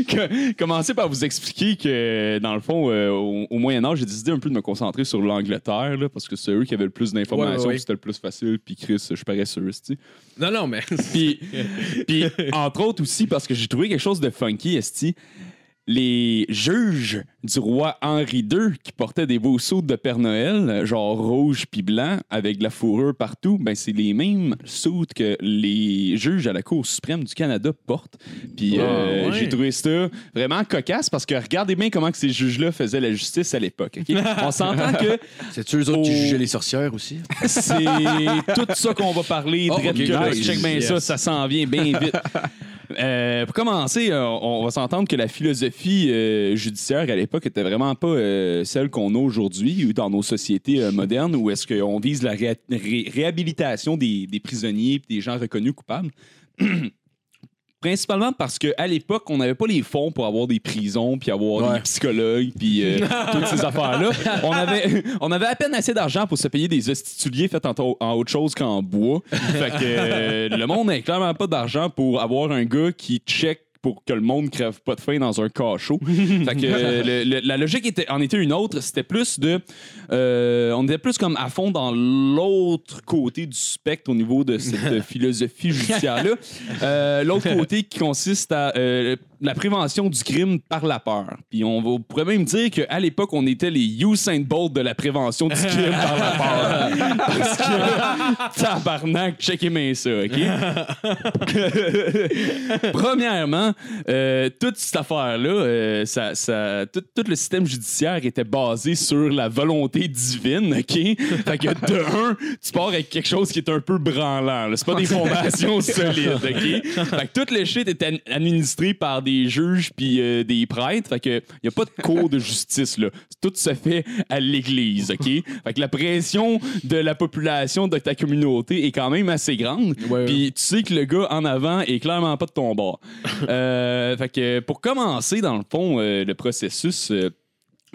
que- commencez par vous expliquer que dans le fond euh, au, au Moyen Âge j'ai décidé un peu de me concentrer sur l'Angleterre là, parce que c'est eux qui avaient le plus d'informations
Ouais, ouais, ouais.
c'était le plus facile puis Chris je parais sur
Non, non, mais.
puis, puis, entre autres aussi, parce que j'ai trouvé quelque chose de funky, Esti, les juges du roi Henri II qui portaient des beaux sauts de Père Noël, genre rouge puis blanc, avec de la fourrure partout, ben c'est les mêmes sauts que les juges à la Cour suprême du Canada portent. Puis euh,
ouais.
j'ai trouvé ça vraiment cocasse parce que regardez bien comment que ces juges-là faisaient la justice à l'époque. ok? On s'entend que
C'est eux autres qui
Oh.
jugeaient les sorcières aussi.
c'est tout ça qu'on va parler.
Oh,
drette
ok,
que là,
nice.
Check bien
Yes.
ça, ça s'en vient bien vite. Euh, pour commencer, euh, on va s'entendre que la philosophie euh, judiciaire à l'époque était vraiment pas euh, celle qu'on a aujourd'hui ou dans nos sociétés euh, modernes où est-ce qu'on vise la réa- ré- réhabilitation des, des prisonniers et des gens reconnus coupables. Principalement parce qu'à l'époque, on n'avait pas les fonds pour avoir des prisons, puis avoir
Ouais.
des psychologues, puis euh, toutes ces affaires-là. On avait, on avait à peine assez d'argent pour se payer des hostituliers faits en, to- en autre chose qu'en bois. Fait que euh, le monde n'avait clairement pas d'argent pour avoir un gars qui check pour que le monde crève pas de faim dans un cachot. fait que euh, le- le- la logique était, en était une autre. C'était plus de... euh, on était plus comme à fond dans l'autre côté du spectre au niveau de cette philosophie judiciaire-là. Euh, L'autre côté qui consiste à euh, la prévention du crime par la peur. Puis on va- on pourrait même dire qu'à l'époque, on était les Usain Bolt de la prévention du crime par la peur. Parce que, tabarnak, checkez bien ça, OK? Premièrement, euh, toute cette affaire-là, euh, ça, ça- tout, tout le système judiciaire était basé sur la volonté divine, OK? Fait que de un, tu pars avec quelque chose qui est un peu branlant. là. C'est pas des fondations solides, OK? Fait que tout le shit est an- administré par des juges puis euh, des prêtres. Fait que y a pas de cours de justice, là. Tout se fait à l'église, OK? Fait que la pression de la population de ta communauté est quand même assez grande.
ouais.
Puis tu sais que le gars en avant est clairement pas de ton bord. Euh, fait que pour commencer, dans le fond, euh, le processus. euh,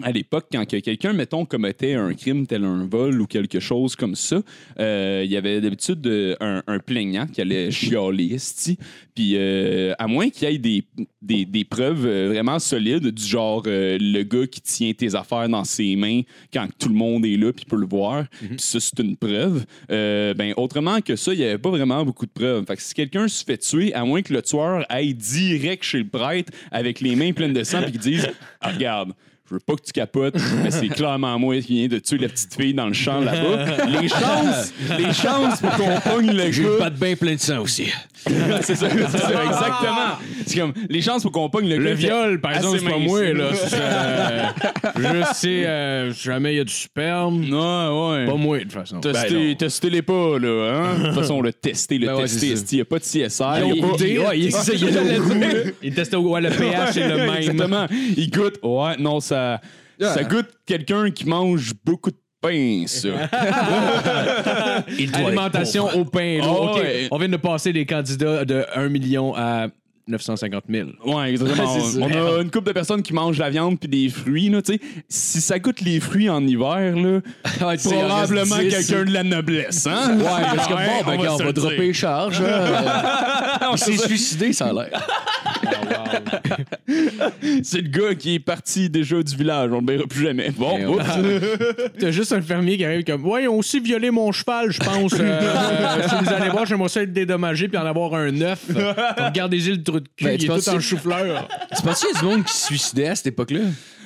à l'époque, quand que quelqu'un, mettons, commettait un crime tel un vol ou quelque chose comme ça, euh, il y avait d'habitude euh, un, un plaignant qui allait chialer, esti. Puis, euh, à moins qu'il y ait des, des, des preuves euh, vraiment solides, du genre euh, le gars qui tient tes affaires dans ses mains quand tout le monde est là, puis peut le voir, puis ça, c'est une preuve. Euh, ben, autrement que ça, il n'y avait pas vraiment beaucoup de preuves. Fait que si quelqu'un se fait tuer, à moins que le tueur aille direct chez le prêtre avec les mains pleines de sang, puis qu'il dise Ah, Regarde, je veux pas que tu capotes, mais c'est clairement moi qui viens de tuer la petite fille dans le champ là-bas. Les chances, les chances pour qu'on pogne le gars.
de bain plein de sang aussi.
c'est ça, c'est ça, exactement. C'est comme, les chances pour qu'on pogne le,
Le
gars,
viol, par
assez
exemple, c'est pas
mince.
moi, là. C'est, euh, je sais, euh, si jamais il y a du sperme.
Ah, Ouais, ouais.
Pas moi, de toute façon.
Testez, testez les pas, là. Hein? De toute façon, le tester, le
Ben ouais,
tester,
c'est ça.
esti, il n'y a pas de CSR.
Il
il y a pas-
Il testait au ouais, le pH est le même.
Exactement. Il goûte. Ouais, non, ça, ça goûte quelqu'un qui mange beaucoup de pain, ça.
Alimentation au pain. là.
Oh,
OK,
ouais.
On vient de passer des candidats de 1 million à 950 000.
Ouais, exactement.
C'est
on, on a une couple de personnes qui mangent la viande puis des fruits, là, tu sais. Si ça goûte les fruits en hiver, là, probablement quelqu'un de la noblesse, hein?
Ouais, parce que bon, ben,
on va
gars, on
se
va
le
dropper
dire.
les charges. hein. Il s'est suicidé, ça a l'air.
C'est le gars qui est parti déjà du village, on le verra plus jamais. Bon,
Et
oups.
T'as juste un fermier qui arrive comme Ouais, ils ont aussi violé mon cheval, je pense. Euh, euh, si vous allez voir, j'aimerais ça être dédommagé puis en avoir un neuf. Regardez-y le trou de cul,
Ben, tu
il est
penses-
tout en chou-fleur.
Tu penses qu'il y a du monde qui se suicidait à cette époque-là?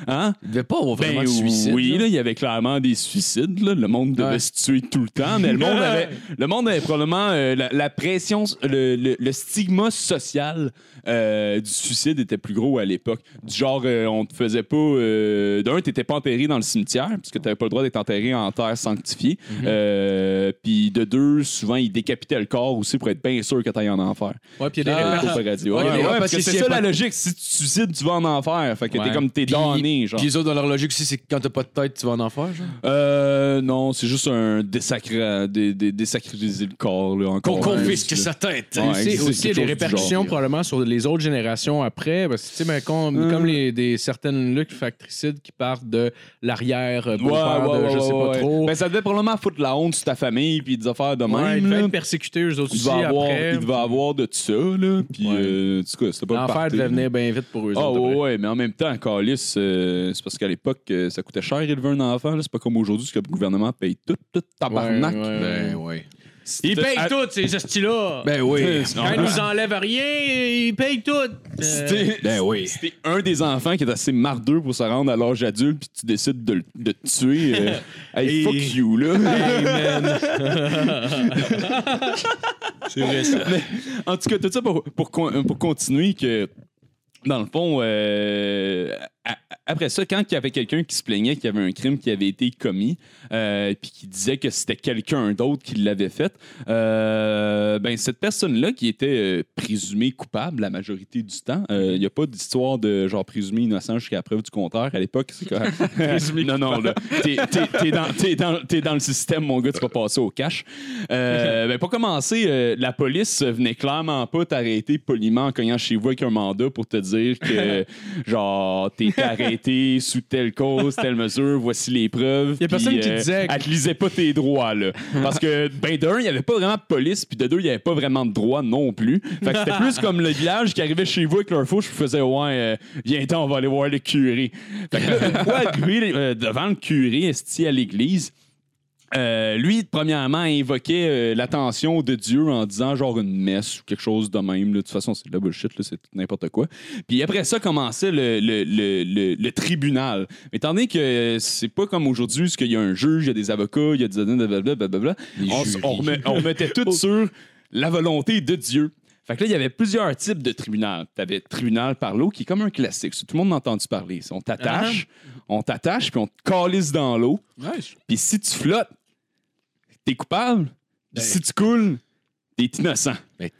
Hein?
Il devait pas avoir vraiment
Ben
de suicide.
oui,
là.
là, il y avait clairement des suicides. là. Le monde devait
Ouais.
se tuer tout le temps, mais le monde avait, le monde avait probablement euh, la, la pression, le, le- le stigma social euh, du suicide était plus gros à l'époque. Du genre, euh, on te faisait pas. euh, D'un, t'étais pas enterré dans le cimetière, parce que t'avais pas le droit d'être enterré en terre sanctifiée.
Mhm.
Euh, Puis de deux, souvent, ils décapitaient le corps aussi pour être bien sûr que t'ailles en enfer.
Ouais, puis il y a des
Ah.
Au
répercussions.
paradis.
Ouais,
Ouais,
il y a des
ouais,
rapports
parce
parce que
que c'est
s'il y a
ça
pas
la
de-
logique. Si tu te suicides, tu vas en enfer. Fait que
Ouais.
t'es comme t'es damné, genre.
Puis les autres, dans leur logique aussi, c'est que quand t'as pas de tête, tu vas en enfer. Genre.
Euh, non, c'est juste un désacra... dé- dé- désacriliser le corps, là, encore. Ouais, là.
tête.
Ouais,
aussi,
c'est-
aussi, il y a
c'est
des
quelque chose du
répercussions
genre.
probablement sur les autres générations après. Parce que, tu sais, mais comme,
Euh.
comme les, des certaines luttes factricides qui partent de l'arrière, euh,
Ouais,
beau-père
ouais,
de
ouais,
je
ouais,
sais pas
ouais.
trop.
Ben, ça devait probablement foutre la honte sur ta famille puis des affaires de
Ouais, ils devaient
même.
être
là.
persécutés eux autres
Il
aussi
devait avoir,
après.
il devait avoir de ça, là. Puis,
Ouais.
euh, en tout cas, c'était pas le
L'enfer
party,
devait
là.
venir bien vite pour eux
Ah
autres.
ouais,
après.
ouais, mais en même temps, Calis, euh, c'est parce qu'à l'époque, euh, ça coûtait cher élever un enfant. là. C'est pas comme aujourd'hui, parce que le gouvernement paye tout, tout tabarnak.
Ouais, ouais, ouais.
Ben oui.
C'était-
Ils payent
à-
tout, ces hosties-là.
Ben oui.
Yes.
Quand ils nous enlèvent rien, ils payent tout. Euh,
C'était
Ben oui.
c'était un des enfants qui est assez mardeux pour se rendre à l'âge adulte, puis tu décides de, le- de te tuer. euh, hey,
Et-
fuck you, là.
C'est vrai, ça.
en tout cas, tout ça pour, pour, con- euh, pour continuer que, dans le fond, euh, a- après ça, quand il y avait quelqu'un qui se plaignait qu'il y avait un crime qui avait été commis, euh, puis qui disait que c'était quelqu'un d'autre qui l'avait fait, euh, ben cette personne-là qui était euh, présumée coupable la majorité du temps, euh, il n'y a pas d'histoire de genre présumé innocent jusqu'à la preuve du contraire à l'époque. c'est quand- non, non, là, t'es t'es- t'es dans, t'es dans- t'es dans le système, mon gars, tu vas passer au cash. Euh, ben, pour commencer, euh, la police venait clairement pas t'arrêter poliment en cognant chez vous avec un mandat pour te dire que, genre, t'es arrêté sous telle cause, telle mesure, voici les preuves.
Y a personne
puis, euh,
qui disait que-
Elle te lisait pas tes droits, là. Parce que, ben, d'un, il y avait pas vraiment de police, puis de deux, il y avait pas vraiment de droits non plus. Fait que c'était plus comme le village qui arrivait chez vous avec leur faux, je faisais, ouais, euh, viens t'en, on va aller voir le curé. Fait que, une fois arrivé, euh, devant le curé, esti à l'église, euh, lui, premièrement, invoquait euh, l'attention de Dieu en disant genre une messe ou quelque chose de même. là. De toute façon, c'est de la bullshit, là, c'est tout n'importe quoi. Puis après ça commençait le, le, le, le, le tribunal. Mais étant donné que euh, c'est pas comme aujourd'hui, ce qu'il y a un juge, il y a des avocats, il y a des blablabla, blablabla,
Des
on, s-
jurys.
on remet- on mettait tout sur la volonté de Dieu. Fait que là, il y avait plusieurs types de tribunal. T'avais le tribunal par l'eau, qui est comme un classique. ça, Tout le monde en a entendu parler. On t'attache, on t'attache, puis on te calisse dans l'eau. Puis si tu flottes, t'es coupable.
Ben.
Puis si tu coules, t'es
Mais
innocent.
Mais dans les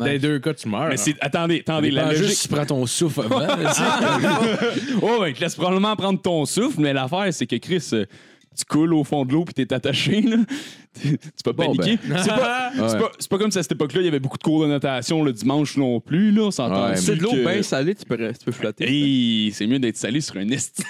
tabarnak.
deux cas, tu meurs. hein.
Mais c'est... Attendez, attendez,
Il
la
prend
logique...
juste, tu prends ton souffle avant. tu sais.
Oh, ben, il te laisse probablement prendre ton souffle, mais l'affaire, c'est que Chris, euh, tu coules au fond de l'eau puis t'es attaché, là. tu peux
Bon, ben.
paniquer. C'est pas, c'est
Ouais.
pas- c'est pas comme si à cette époque-là, il y avait beaucoup de cours de natation le dimanche non plus, là. On s'entend.
Ouais,
C'est de l'eau bien salée, tu peux, tu peux flotter.
Hey, c'est mieux d'être salé sur un esti.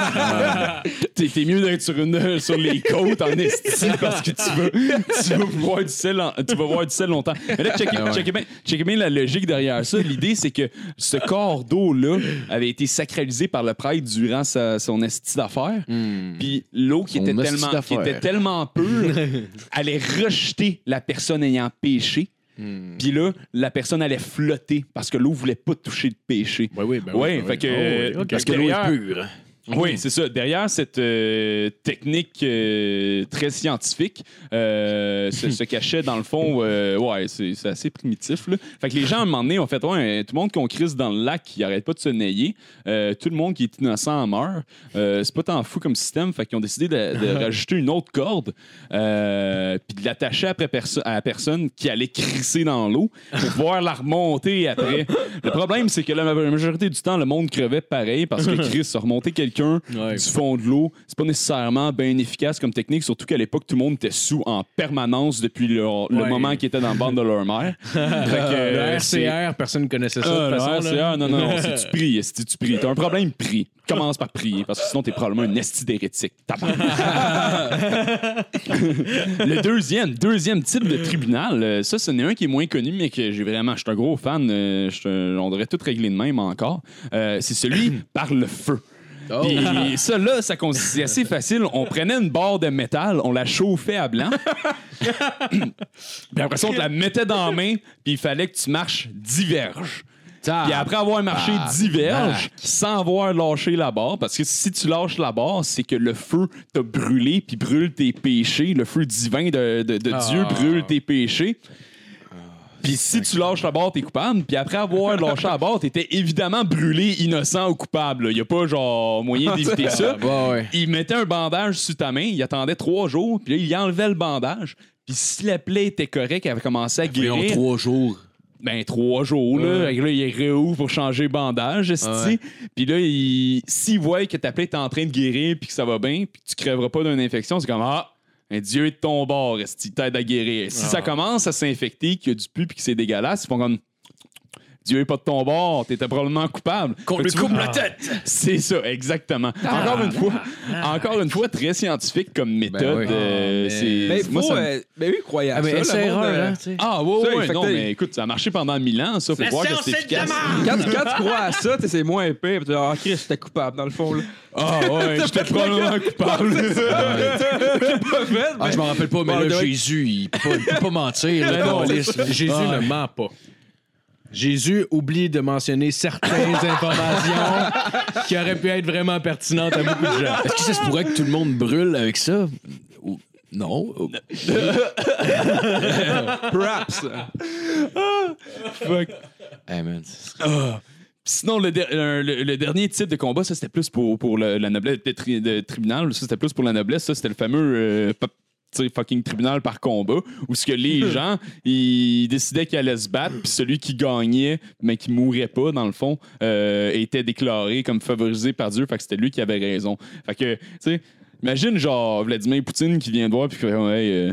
t'es, t'es mieux d'être sur, une, sur les côtes en esti parce que tu veux, tu veux voir du sel, en- tu vas voir du sel longtemps. Mais là, checkez, checkez bien, checkez bien la logique derrière ça. L'idée, c'est que ce corps d'eau-là avait été sacralisé par le prêtre durant sa- son esti d'affaires. Puis l'eau qui
Hmm. Son
était,
esti
tellement, qui
d'affaires.
était tellement pure allait rejeter la personne ayant péché.
Hmm.
Puis là, la personne allait flotter parce que l'eau voulait pas toucher le péché.
Oui, oui, ben
Ouais, fait que- euh,
Oh, oui, ok.
Parce
parce
que l'eau est
Derrière-
pure.
Hmm.
Oui, Ben, c'est ça. Derrière cette euh, technique euh, très scientifique, euh, se, se cachait dans le fond, euh, ouais, c'est c'est assez primitif. Là. Fait que les gens, à un moment donné, ont fait, ouais, tout le monde qu'on crisse dans le lac, qui arrête pas de se nailler. Euh, tout le monde qui est innocent en meurt. Euh, c'est pas tant fou comme système. Fait qu'ils ont décidé de, de rajouter une autre corde, euh, puis de l'attacher après perso- à la personne qui allait crisser dans l'eau pour pouvoir la remonter après. Le problème, c'est que la ma- majorité du temps, le monde crevait pareil parce que Chris a remonté quelqu'un
Ouais.
du fond de l'eau. C'est pas nécessairement bien efficace comme technique, surtout qu'à l'époque, tout le monde était sous en permanence depuis leur- le
Ouais.
moment qu'ils étaient dans le bande de leur mère. Fait que, euh, c'est-
le RCR, personne ne connaissait ça.
ah,
de toute
le
façon, là.
RCR, non, non, non, si tu pries, si tu pries, t'as un problème, prie. Commence par prier, parce que sinon, t'es probablement un esti d'hérétique. Tabarnak. le deuxième, deuxième type de tribunal, euh, ça, ce n'est un qui est moins connu, mais que j'ai vraiment, je suis un gros fan, euh, je suis un- on devrait tout régler de même encore. Euh, c'est celui par le feu.
Oh.
Puis ça, là, ça consistait assez facile. On prenait une barre de métal, on la chauffait à blanc. puis après ça, on te la mettait dans la main, puis il fallait que tu marches diverge. Puis après avoir marché diverge, sans avoir lâché la barre, parce que si tu lâches la barre, c'est que le feu t'a brûlé, puis brûle tes péchés. Le feu divin de, de- de Dieu brûle tes péchés. Puis si tu lâches la barre, t'es coupable. Puis après avoir lâché la barre, t'étais évidemment brûlé, innocent ou coupable. Il y a pas genre moyen d'éviter ça.
Ouais, Ah, bah ouais.
Il mettait un bandage sur ta main, il attendait trois jours, puis là, il enlevait le bandage. Puis si la plaie était correcte, elle avait commencé à guérir.
Voyons, trois jours.
Ben, trois jours, là. Fait que là, il est réouvre pour changer bandage, esti.
Ouais.
Puis là, il... s'il voit que ta plaie est en train de guérir puis que ça va bien, puis que tu crèveras pas d'une infection, c'est comme Ah, un dieu est de ton bord, esti, t'aide à guérir. Si ça commence à s'infecter, qu'il y a du pus puis que c'est dégueulasse, ils font comme Dieu est pas de ton bord, t'étais probablement coupable. Qu'on lui coupe la tête! C'est ça, exactement. Encore une fois, encore une fois, très scientifique comme méthode.
oui.
euh,
Ah,
c'est-
Mais
moi,
faut,
ça me-
euh, ben oui, croyez à
Ah, mais
ça, le
SR1,
monde, euh,
hein, tu sais.
Ah, ouais,
Ça,
ouais,
fait que
non,
t'as-
mais écoute, ça a marché pendant mille ans, ça, faut
La
voir que
science,
c'est
c'est de la
efficace.
merde!
quand, tu- quand tu crois à ça, tu sais, c'est moins épais. Puis tu dis, ah, Chris, j'étais coupable, dans le fond. Là.
Ah ouais, j'étais probablement coupable.
Pas fait,
Ah,
mais-
je m'en rappelle pas, mais
Bon,
là,
de-
Jésus, il peut pas, il peut pas mentir.
Mais
là,
Ben non,
câlisse.
Jésus
Ah.
ne ment pas. Jésus oublie de mentionner certaines informations qui auraient pu être vraiment pertinentes à beaucoup de gens.
Est-ce que ça se pourrait que tout le monde brûle avec ça? Ou- Non. Oh.
Perhaps.
Hey, man, ça serait-
Sinon, le, der- euh, le- le dernier type de combat, ça c'était plus pour, pour le- la noblesse de, tri- de tribunal, ça c'était plus pour la noblesse, ça c'était le fameux euh, pa- tu sais, fucking tribunal par combat, où ce que les gens, ils décidaient qu'ils allaient se battre, puis celui qui gagnait, mais qui mourait pas, dans le fond, euh, était déclaré comme favorisé par Dieu, fait que c'était lui qui avait raison. Fait que, tu sais, imagine genre Vladimir Poutine qui vient te voir, puis qui fait, hey, euh,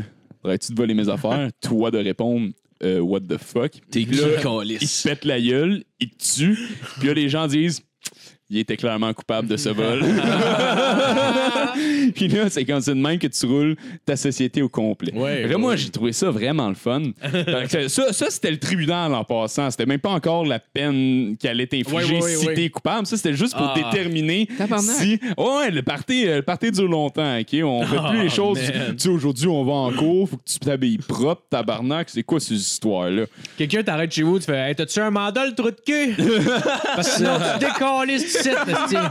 tu de voler mes affaires? Toi de répondre, euh, what the fuck?
T'es
Puis
qui,
là, il se
câlisse?
pète la gueule, il te tue, puis là, les gens disent il était clairement coupable de ce vol. puis là, c'est comme ça de même que tu roules ta société au complet.
Ouais,
Vraiment,
ouais.
j'ai trouvé ça vraiment le fun. Fait que ça, ça c'était le tribunal en passant. C'était même pas encore la peine qui allait t'infliger
Ouais, ouais, ouais,
si
ouais.
t'es coupable. Ça, c'était juste
Ah.
pour déterminer si. Oh, ouais, le party, euh, le party dure longtemps, OK? On fait plus les choses.
Ah, man.
Tu sais, aujourd'hui, on va en cours, faut que tu t'habilles propre, tabarnak. C'est quoi ces histoires-là?
Quelqu'un t'arrête chez vous, tu fais Hey, t'as-tu un mandat, le trou de cul Parce que sinon, tu décolles ce site.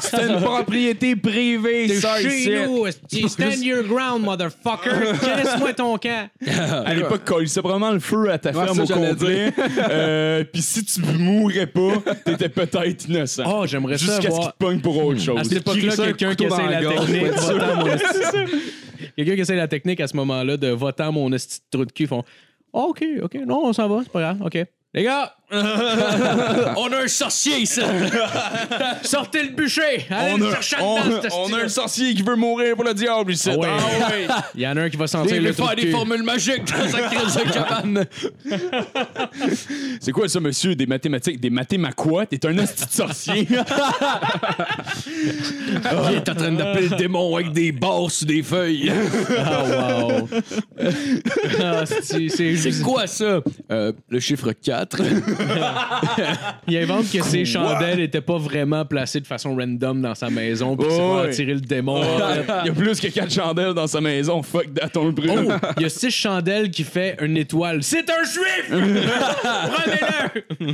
C'est une propriété privée,
T'es
ça, ici.
chez nous, esti. stand your ground, motherfucker. Laisse-moi ton camp.
À l'époque, colle, c'est probablement le feu à ta
Ouais,
ferme
ça,
au
j'allais
complet. Euh, Puis si tu mourais pas, t'étais peut-être innocent.
Oh, j'aimerais ça
Jusqu'à ce qu'il
voir.
te pogne pour autre chose.
Hmm. À cette époque-là,
Crisser un
quelqu'un qui
couteau
essaie
dans la
la
gorge,
technique.
ouais, c'est
votant mon esti- Quelqu'un qui essaie la technique à ce moment-là de votant mon esti de trou de cul, ils font Ah, OK, OK, non, on s'en va, c'est pas grave, OK. Les gars, on a un sorcier ici. Sortez le bûcher. Allez, le chercher
on-
dedans, cet
on a un
esti-là.
sorcier qui veut mourir pour le diable ici.
Ah ouais.
Ah ouais.
Il y en a un qui va sentir le trou de cul.
magiques dans sa crise de cabane. C'est quoi ça, monsieur? Des mathématiques? Des mathémaquois? T'es un hostie de sorcier.
Ah. Il est en train d'appeler le démon avec des barres sur des feuilles.
Ah, wow. Ah, c'est- c'est
C'est quoi ça? Euh, le chiffre 4.
Il invente que ses chandelles étaient pas vraiment placées de façon random dans sa maison puis c'est
Oh,
pour
oui.
attirer le démon.
Il y a plus que quatre chandelles dans sa maison. Fuck that, on le brûle.
Oh, Il y a six chandelles qui fait une étoile. C'est un juif! Prenez-le!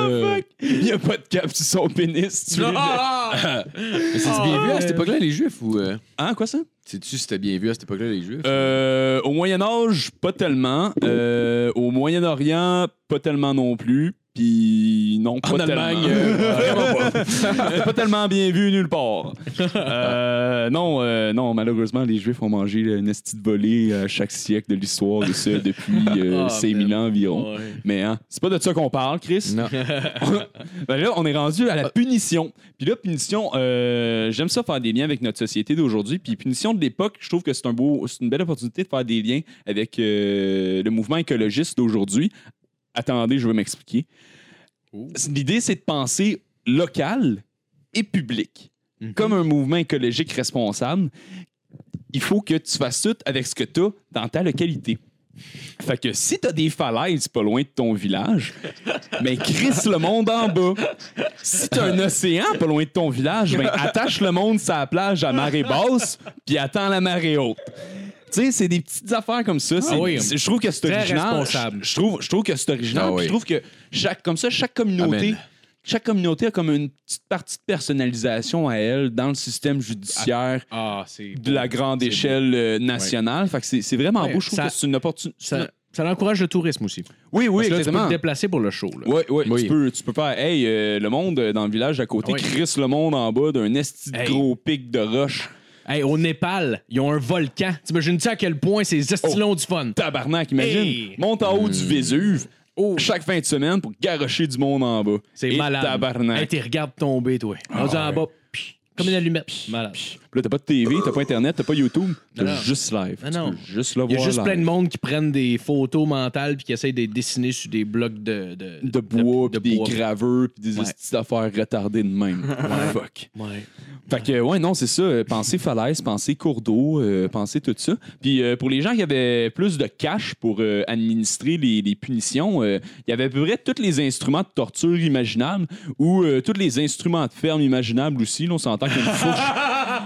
Euh, Il y a pas de cap sur son pénis. Tu le-
ah,
Mais c'est bien vu à cette époque-là, les Juifs, ou. euh,
ah.
Hein, quoi ça?
Sais-tu si c'était bien vu à cette époque-là, les Juifs?
Euh, au Moyen Âge, pas tellement. Euh, au Moyen-Orient, pas tellement non plus. Puis non, pas
En
tellement.
Allemagne, euh,
Vraiment pas. C'était pas tellement bien vu nulle part. Euh, non, euh, non, malheureusement, les Juifs ont mangé une esti de volée à chaque siècle de l'histoire de ça depuis euh,
Ah,
5000 ans environ. Mais hein, c'est pas de ça qu'on parle, Chris.
Non.
Ben là, on est rendu à la punition. Puis là, punition, euh, j'aime ça faire des liens avec notre société d'aujourd'hui. Puis punition de l'époque, je trouve que c'est un beau, c'est une belle opportunité de faire des liens avec euh, le mouvement écologiste d'aujourd'hui. Attendez, je vais m'expliquer. L'idée, c'est de penser local et public
Mhm.
comme un mouvement écologique responsable. Il faut que tu fasses tout avec ce que tu as dans ta localité. Fait que si t'as des falaises pas loin de ton village, mais crisse le monde en bas. Si t'as un océan pas loin de ton village, ben attache le monde sa plage à marée basse, puis attends la marée haute. Tu sais, c'est des petites affaires comme ça. C'est-
Ah oui.
c'est- Je trouve que c'est
Très
original.
responsable.
Je trouve, je trouve que c'est original.
Ah oui.
puis Je trouve que chaque, comme ça, chaque communauté,
Amen.
chaque communauté a comme une petite partie de personnalisation à elle dans le système judiciaire
Ah, c'est.
de la grande
C'est
échelle euh, nationale. Fait que c'est c'est vraiment
Ouais,
beau. Je trouve
ça-
que c'est une opportunité.
Ça, ça encourage le tourisme aussi.
Oui, oui,
Parce que là, tu peux
exactement.
te déplacer pour le show. là.
Ouais, ouais,
Oui.
Tu, peux, tu peux faire, hey, euh, le monde euh, dans le village d'à côté
Ah oui.
crisse le monde en bas d'un esti de
Hey.
gros pic de roche.
Hey, au Népal, ils ont un volcan. T'imagines-tu à quel point
Oh.
ces estilons du fun?
Tabarnak, imagine.
Hey. Oh.
Monte en haut
Hmm.
du Vésuve chaque fin de semaine pour garocher du monde en bas.
C'est
Et
malade.
Tabarnak. Ah,
Hey, t'es regardes tomber, toi. Rendu en bas, pff, comme une allumette. Malade.
Puis Là, t'as pas de TV, t'as pas Internet, t'as pas YouTube.
Non,
T'as
non.
juste live.
Non,
Tu
non.
peux juste le
Il y a
voir
juste
live.
plein de monde qui prennent des photos mentales puis qui essayent de les dessiner sur des blocs de, de,
de bois,
de- de
puis des
bois.
graveurs, puis des
Ouais.
petites affaires retardées de même. Ouais, fuck.
Ouais.
Fait que, ouais, non, c'est ça. euh, Pensez falaise, pensez cours d'eau, euh, pensez tout ça. Puis euh, pour les gens qui avaient plus de cash pour euh, administrer les, les punitions, euh, il y avait à peu près tous les instruments de torture imaginables ou euh, tous les instruments de ferme imaginables aussi. Là, on s'entend qu'une fourche.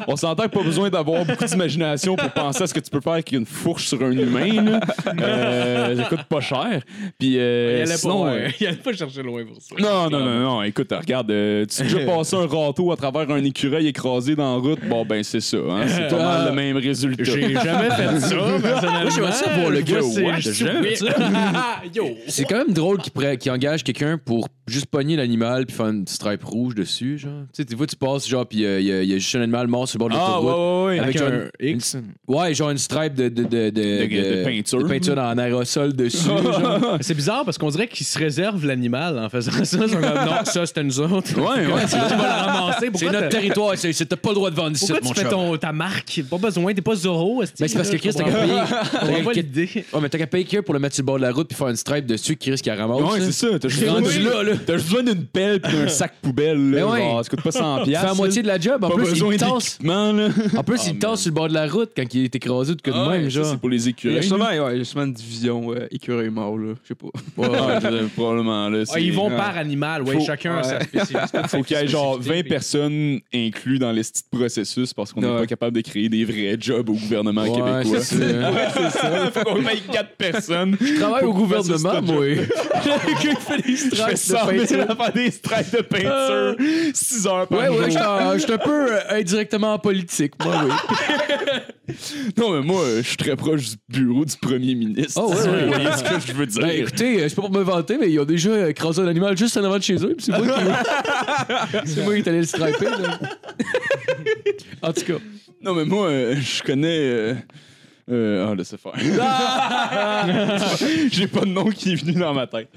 On s'entend que pas besoin d'avoir beaucoup d'imagination pour penser à ce que tu peux faire avec une fourche sur un humain. Là. Euh, ça coûte pas cher. Puis euh,
il, allait
sinon,
pas,
euh,
il allait pas chercher loin pour ça.
non, non, non, non, écoute, regarde, euh, tu as déjà passé un râteau à travers un écureuil écrasé dans la route, bon, ben, c'est ça, hein, c'est pas
Ah.
mal le même résultat.
J'ai jamais fait ça, personnellement. Moi,
j'aimerais ça voir le gars, ouais,
jamais ça. Yo!
C'est quand même drôle qu'il pre- qu'il engage quelqu'un pour juste pogner l'animal puis faire une stripe rouge dessus, genre. Tu sais, tu vois, tu passes, genre, puis euh, il y, a- il y a juste un animal mort sur le bord de
Ah, ouais,
l'autoroute.
ouais, ouais.
Avec, un
X.
une- ouais, genre une stripe de, de, de, de,
de peinture.
de peinture en aérosol dessus. genre.
C'est bizarre parce qu'on dirait qu'ils se réservent l'animal en faisant ça. Ils sont comme, non, ça, c'était nous autres.
Ouais, ouais.
Tu vas le ramasser.
C'est
Pourquoi
notre
t'as-
territoire, c'est- c'est- t'as pas le droit de vendre ici,
Pourquoi
mon
tu fais
chum.
ton, ta marque? Pas besoin, t'es pas Zorro.
Mais c'est parce que Chris, t'as qu'à
compris.
payer.
On
t'as
pas
qu'à-
l'idée.
Ouais, mais t'as qu'à payer quelqu'un pour le mettre sur le bord de la route puis faire une stripe dessus qui risque qu'il ramasse.
Ouais,
là.
c'est ça, t'as juste,
Rendu
besoin-
là, là.
t'as juste besoin d'une pelle pis d'un sac poubelle, là,
Ben ouais.
genre, ça coûte pas 100
Il fait
piastres,
à moitié de la job. En
pas
plus,
besoin Ah,
il tasse.
d'équipement, là.
En plus, il tasse sur le bord de la route quand il est écrasé ou de quoi de
Ouais,
même,
ça,
genre.
c'est pour les
Il y a
écureuils.
sûrement, ouais, il y a sûrement une division euh, écureuil mort, là. Je sais pas.
Ouais, ouais, je- probablement, là.
Ah, ils vont
Ouais.
par animal, ouais,
Faut-
chacun a sa
ouais.
spécificité.
Faut qu'il y ait genre 20 personnes incluses dans les petits processus parce qu'on n'est
Ouais.
pas capable de créer des vrais jobs au gouvernement
Ah, Ouais,
québécois.
c'est ça.
Ouais, c'est ça. Faut qu'on ait 4 personnes.
Je travaille au
fasse
gouvernement,
ce
moi.
Je fais
stripes de
100 000
peinture.
à faire des stripes de peinture 6 heures par
Ouais, ouais,
jour.
je suis un- je suis un peu euh, indirectement en politique, moi, oui.
Non, mais moi, euh, je suis très proche du bureau du premier ministre.
Oh, ouais, ouais.
Vous voyez ce que je veux dire.
Ben, écoutez, euh, c'est pas pour me vanter, mais ils ont déjà euh, écrasé un animal juste en avant de chez eux, puis c'est moi qui. c'est moi qui est allé le striper, là. En tout cas.
Non, mais moi, euh, je connais. euh, euh, ah, laissez faire. J'ai pas de nom qui est venu dans ma tête.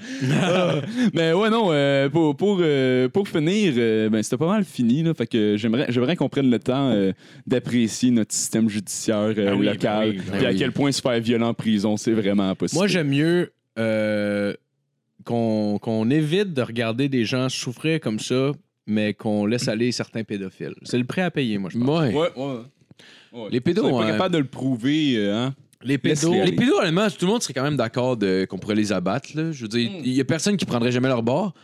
Ah. mais ouais, non, euh, pour, pour, euh, pour finir, euh, ben, c'était pas mal fini. Là, fait que j'aimerais, j'aimerais qu'on prenne le temps euh, d'apprécier notre système judiciaire euh,
Ben oui,
local.
ben oui, ben
puis à
oui.
quel point se faire violent en prison, c'est vraiment impossible.
Moi, j'aime mieux euh, qu'on qu'on évite de regarder des gens souffrir comme ça, mais qu'on laisse aller certains pédophiles. C'est le prêt à payer, moi, je pense.
Ouais.
Ouais, ouais. ouais.
Les pédos,
On est pas
hein.
capable de le prouver. euh, hein.
Les
pédos-
Les pédos, honnêtement, tout le monde serait quand même d'accord de- qu'on pourrait les abattre. là. Je veux dire, il n'y a personne qui prendrait jamais leur bord.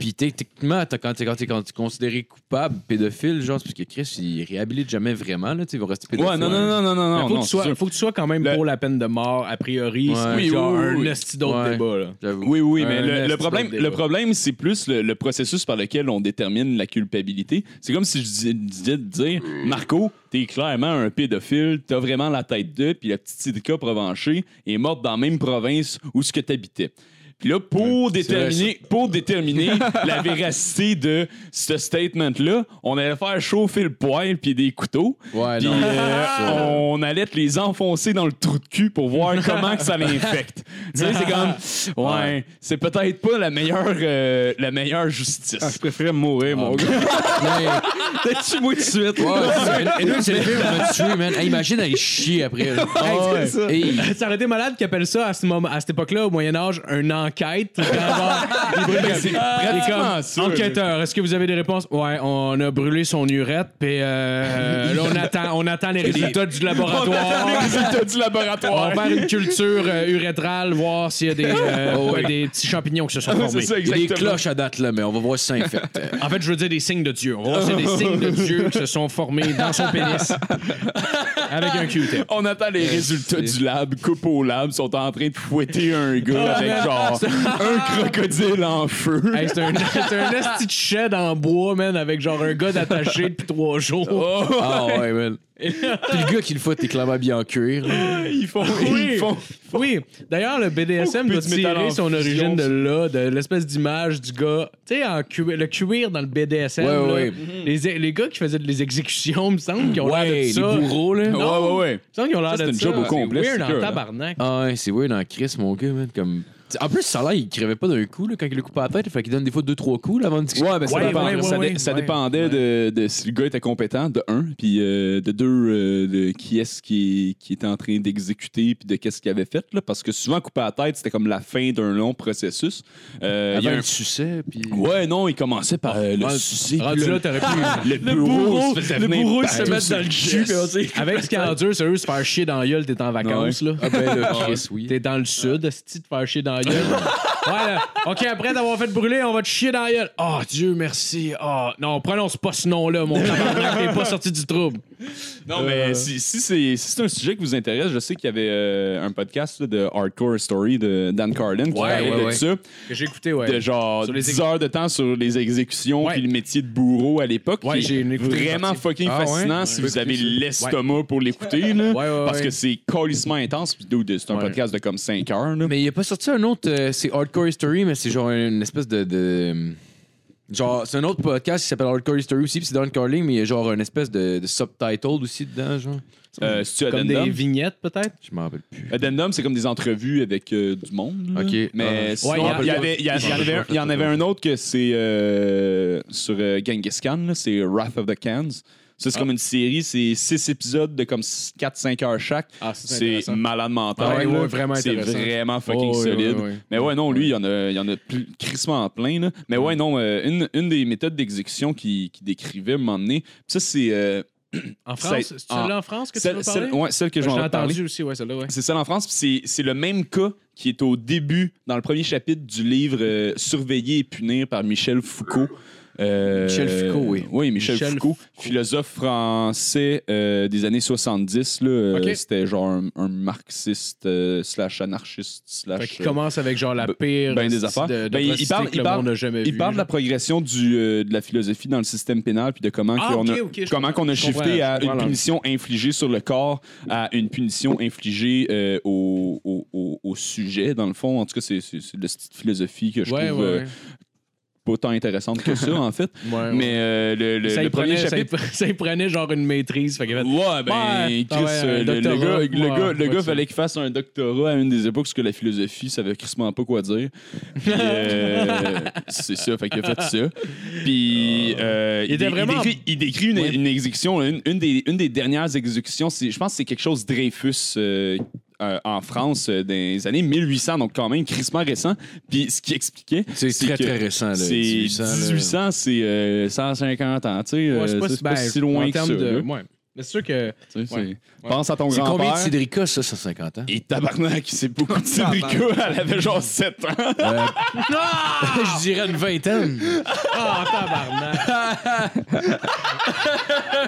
Puis techniquement, t'as- quand t'es quand t'es- quand t'es considéré coupable, pédophile, genre, c'est parce que Chris, il réhabilite jamais vraiment. Là, tu sais, il va rester pédophile.
Ouais, non, non, non, non, non, non.
faut,
non,
que tu
c'est
sois,
sûr.
faut que tu sois quand même
Le-
pour la peine de mort, a priori.
Ouais.
C'est
Oui,
genre
oui, oui, oui.
un esti d'autre
Ouais.
débat. Là.
J'avoue.
Oui, oui,
Un
mais le,
nasty
le problème,
débat.
le problème, c'est plus le, le processus par lequel on détermine la culpabilité. C'est comme si je dis- disais de dire, Marco, t'es clairement un pédophile, t'as vraiment la tête de, puis la petite Sidika Provencher est morte dans la même province où ce que t'habitais. Puis là, pour déterminer, pour déterminer la véracité de ce statement-là, on allait faire chauffer le poêle puis des couteaux.
Ouais,
Puis
Ah, non.
euh, on allait te les enfoncer dans le trou de cul pour voir comment que ça l'infecte. tu sais, c'est comme, ouais, c'est peut-être pas la meilleure, euh, la meilleure
Ah,
justice.
je préférais mourir,
Ah.
mon gars. T'as-tu moi de suite?
Ouais, c'est- et nous, c'est le film qu'on va tuer, man. Hey, imagine aller chier après. là.
ouais.
Hey, hey,
Ça aurait été malade qu'ils appellent ça à, ce moment, à cette époque-là, au Moyen-Âge, une enquête. Quand, genre, ils brûlent le-
Ben, pratiquement
Et comme,
sûr.
Enquêteur, est-ce que vous avez des réponses? Ouais, on a brûlé son urette, puis euh, là, on attend, on attend les résultats du laboratoire.
Les résultats du
On
laboratoire.
va faire une culture euh, urétrale, voir s'il y a des, euh,
Oh, ouais.
des petits champignons qui se sont
Ah,
formés.
c'est ça,
Il y a des
exactement.
cloches à date, là, mais on va voir si ça infecte.
En fait, je veux dire des signes de Dieu. On va voir s'il y a des signes de Dieu qui se sont formés dans son pénis avec un Q-tip.
On attend les résultats du lab, coupe au lab, sont en train de fouetter un gars avec genre un crocodile en feu.
Hey, c'est un, c'est un esti de shed en bois, man, avec genre un gars d'attaché depuis trois jours.
Oh,
Ah ouais, man. Puis le gars qui le fout, t'es clairement bien en cuir. là.
Ils font,
Oui.
ils font
Oui, d'ailleurs, le BDSM
Oh,
doit
petit métal en
tirer son
fusion,
origine de
ça.
là, de l'espèce d'image du gars. Tu sais, en cuir- le cuir dans le BDSM.
Ouais,
là. Mm-hmm.
ouais.
Les, les gars qui faisaient des exécutions, me semble, qui ont l'air
Ouais,
de
les
ça.
bourreaux, là.
Non.
Ouais, ouais, ouais.
Il me semble qu'ils ont l'air
Ça, c'est
de
une
ça.
job au complet,
weird
c'est
en
sûr, là.
tabarnak.
Ah ouais, c'est weird en Chris, mon gars, man. Comme... En plus, ça a l'air, il crevait pas d'un coup là, quand il le coupe à la tête. Fait qu'il donne des fois deux, trois coups là, avant de discuter.
Ouais, ben, ça,
Ouais,
dépend-
ouais, ouais,
ça, dé-
ouais,
ça
ouais.
dépendait de, de si le gars était compétent, de un, puis euh, de deux, euh, de qui est-ce qui, qui était en train d'exécuter, puis de qu'est-ce qu'il avait fait. Là, parce que souvent, couper à la tête, c'était comme la fin d'un long processus. Euh, il y
Avant
a
un...
un-
le succès, puis.
Ouais, non, il commençait par euh, le
Ouais,
sucer. puis
Rendu
le-
là, t'aurais pu.
le, bourreau, se
le bourreau, il
se
se met dans le cul, puis on dit-
Avec ce qu'il y a en dur, sérieux, se faire chier dans la gueule, t'es en vacances, là.
Ah ben là, Chris, oui.
T'es dans le sud, esti, de faire chier dans la gueule. Ouais, là. OK, après t'avoir fait brûler, on va te chier dans la gueule. Oh, Dieu merci. Oh, non, prononce pas ce nom-là, mon tabarnak, t'es pas sorti du trouble.
Non, mais si, si c'est si c'est un sujet qui vous intéresse, je sais qu'il y avait euh, un podcast là, de Hardcore Story de Dan Carlin qui
Ouais,
parlait
ouais,
de
ouais.
ça.
Que j'ai écouté, ouais.
de genre
Sur les
10 heures de temps sur les exécutions
Ouais.
puis le métier de bourreau à l'époque.
Ouais,
qui
j'ai
est
écouté une
vraiment
partie.
fucking
Ah ouais?
fascinant si
Ouais.
vous avez
Ouais.
l'estomac pour l'écouter. là.
Ouais, ouais,
parce
ouais.
que c'est colissement intense. Puis dude, c'est un
Ouais.
podcast de comme 5 heures. là.
Mais il a pas sorti un autre, euh, c'est Hardcore History, mais c'est genre une espèce de. de- Genre, c'est un autre podcast qui s'appelle Hardcore History aussi, puis c'est Don Carling, mais il y a genre une espèce de, de subtitle aussi dedans, genre.
Euh, c'est-tu
Comme
Addendum?
des vignettes, peut-être?
Je m'en rappelle plus.
Addendum, c'est comme des entrevues avec euh, du monde. là.
Ok.
Mais
Ah.
sinon,
Ouais,
il y,
a-
avait- il y a- il y en avait un- il y en avait un autre que c'est euh, sur euh, Genghis Khan, là, c'est Wrath of the Khans. Ça, c'est comme une série, c'est 6 épisodes de comme 4-5 heures chaque.
Ah, ça, c'est
c'est
intéressant.
malade mental.
Ah ouais,
là.
ouais, vraiment
c'est
intéressant.
vraiment fucking
Oh, ouais,
solide.
ouais, ouais.
Mais ouais, non, lui, il y en a, il y en a plus, crissement en plein. Là. Mais ouais, non, euh, une, une des méthodes d'exécution qu'il qui décrivait à un moment donné, pis ça, c'est. euh,
En
C'est-
France? C'est celle-là en France que tu
celle,
veux
celle-
parler?
ouais, celle que
Je
je vais
l'ai
en parler.
entendu aussi, ouais, celle-là, ouais.
C'est celle en France, puis c'est- c'est le même cas qui est au début, dans le premier chapitre du livre euh, Surveiller et punir par Michel Foucault. Euh,
Michel Foucault, oui.
Oui, Michel,
Michel
Foucault, philosophe français euh, des années 70. là, euh,
Ok.
C'était genre un, un marxiste euh, slash anarchiste
Fait
slash...
qu'il commence avec genre la
ben,
pire
ben, des
esti
affaires.
de, de
Ben, il- il
prostituée
parle-
que
il
le
parle-
monde n'a jamais
Il
vu,
parle de
là.
la progression du, euh, de la philosophie dans le système pénal, puis de comment
Ah,
qu'on
ok,
a,
ok, je
comment
comprends,
qu'on a
je comprends,
shifté
je
à
comprends,
une
là.
punition infligée sur le corps à une punition infligée euh, au, au- au- au sujet, dans le fond. En tout cas, c'est c'est- c'est de cette philosophie que je
Ouais,
trouve
ouais,
euh,
ouais.
pas tant intéressante que ça, en fait.
Ouais, ouais.
Mais euh, le, le-
ça,
le
y
premier
prenait, ça y
chapitre...
pre- ça y prenait genre une maîtrise. Fait qu'il avait-
Ouais, ben,
Ouais,
Chris,
ouais,
euh,
un
le, le
doctorat,
gars, le
ouais,
gars, le
ouais,
gars
ça.
fallait qu'il fasse un doctorat à une des époques parce que la philosophie savait crissement pas quoi dire. Puis, euh, c'est ça, fait qu'il a fait ça. Puis, euh,
Ah. Il était
dé-
vraiment-
décrit, il décrit une,
Ouais.
une exécution, une, une des, une des dernières exécutions, c'est- je pense que c'est quelque chose Dreyfus. euh, euh, en France euh, dans les années 1800, donc quand même crissement récent. Puis ce qui expliquait,
C'est très,
que
très
Ah,
récent, là.
c'est 1800,
là.
c'est euh, 150 ans, tu sais,
Ouais,
euh,
c'est pas,
c'est
si- ben,
si loin
en
que ça.
termes de-
là.
ouais. Mais c'est sûr que.
Tu sais,
Ouais.
c'est- Pense à ton
C'est combien
grand-père.
de Cédrica, ça, sur 50 ans?
Et tabarnak, c'est beaucoup de Cédrica. Elle avait genre 7 ans.
Je dirais une vingtaine.
Ah, tabarnak!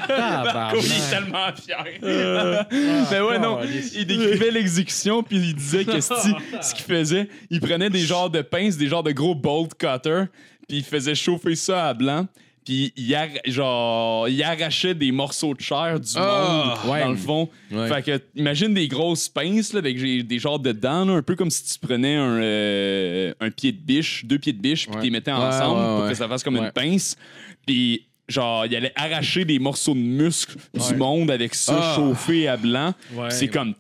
tabarnak!
Il est tellement fier. mais Euh, ben ouais, non. Il décrivait l'exécution, puis il disait que c'ti- ce qu'il faisait, il prenait des genres de pinces, des genres de gros bolt cutter, puis il faisait chauffer ça à blanc. Puis il, arra- genre, il arrachait des morceaux de chair du
Ah,
monde,
ouais.
dans le fond.
Ouais.
Fait que, imagine des grosses pinces là, avec des des genres de dents, là, un peu comme si tu prenais un, euh, un pied de biche, deux pieds de biche, puis tu les mettais ensemble
ouais,
pour
ouais.
que ça fasse comme
Ouais.
une pince. Puis, genre, il allait arracher des morceaux de muscles du monde avec ça
Ah.
chauffé à blanc.
Ouais.
C'est comme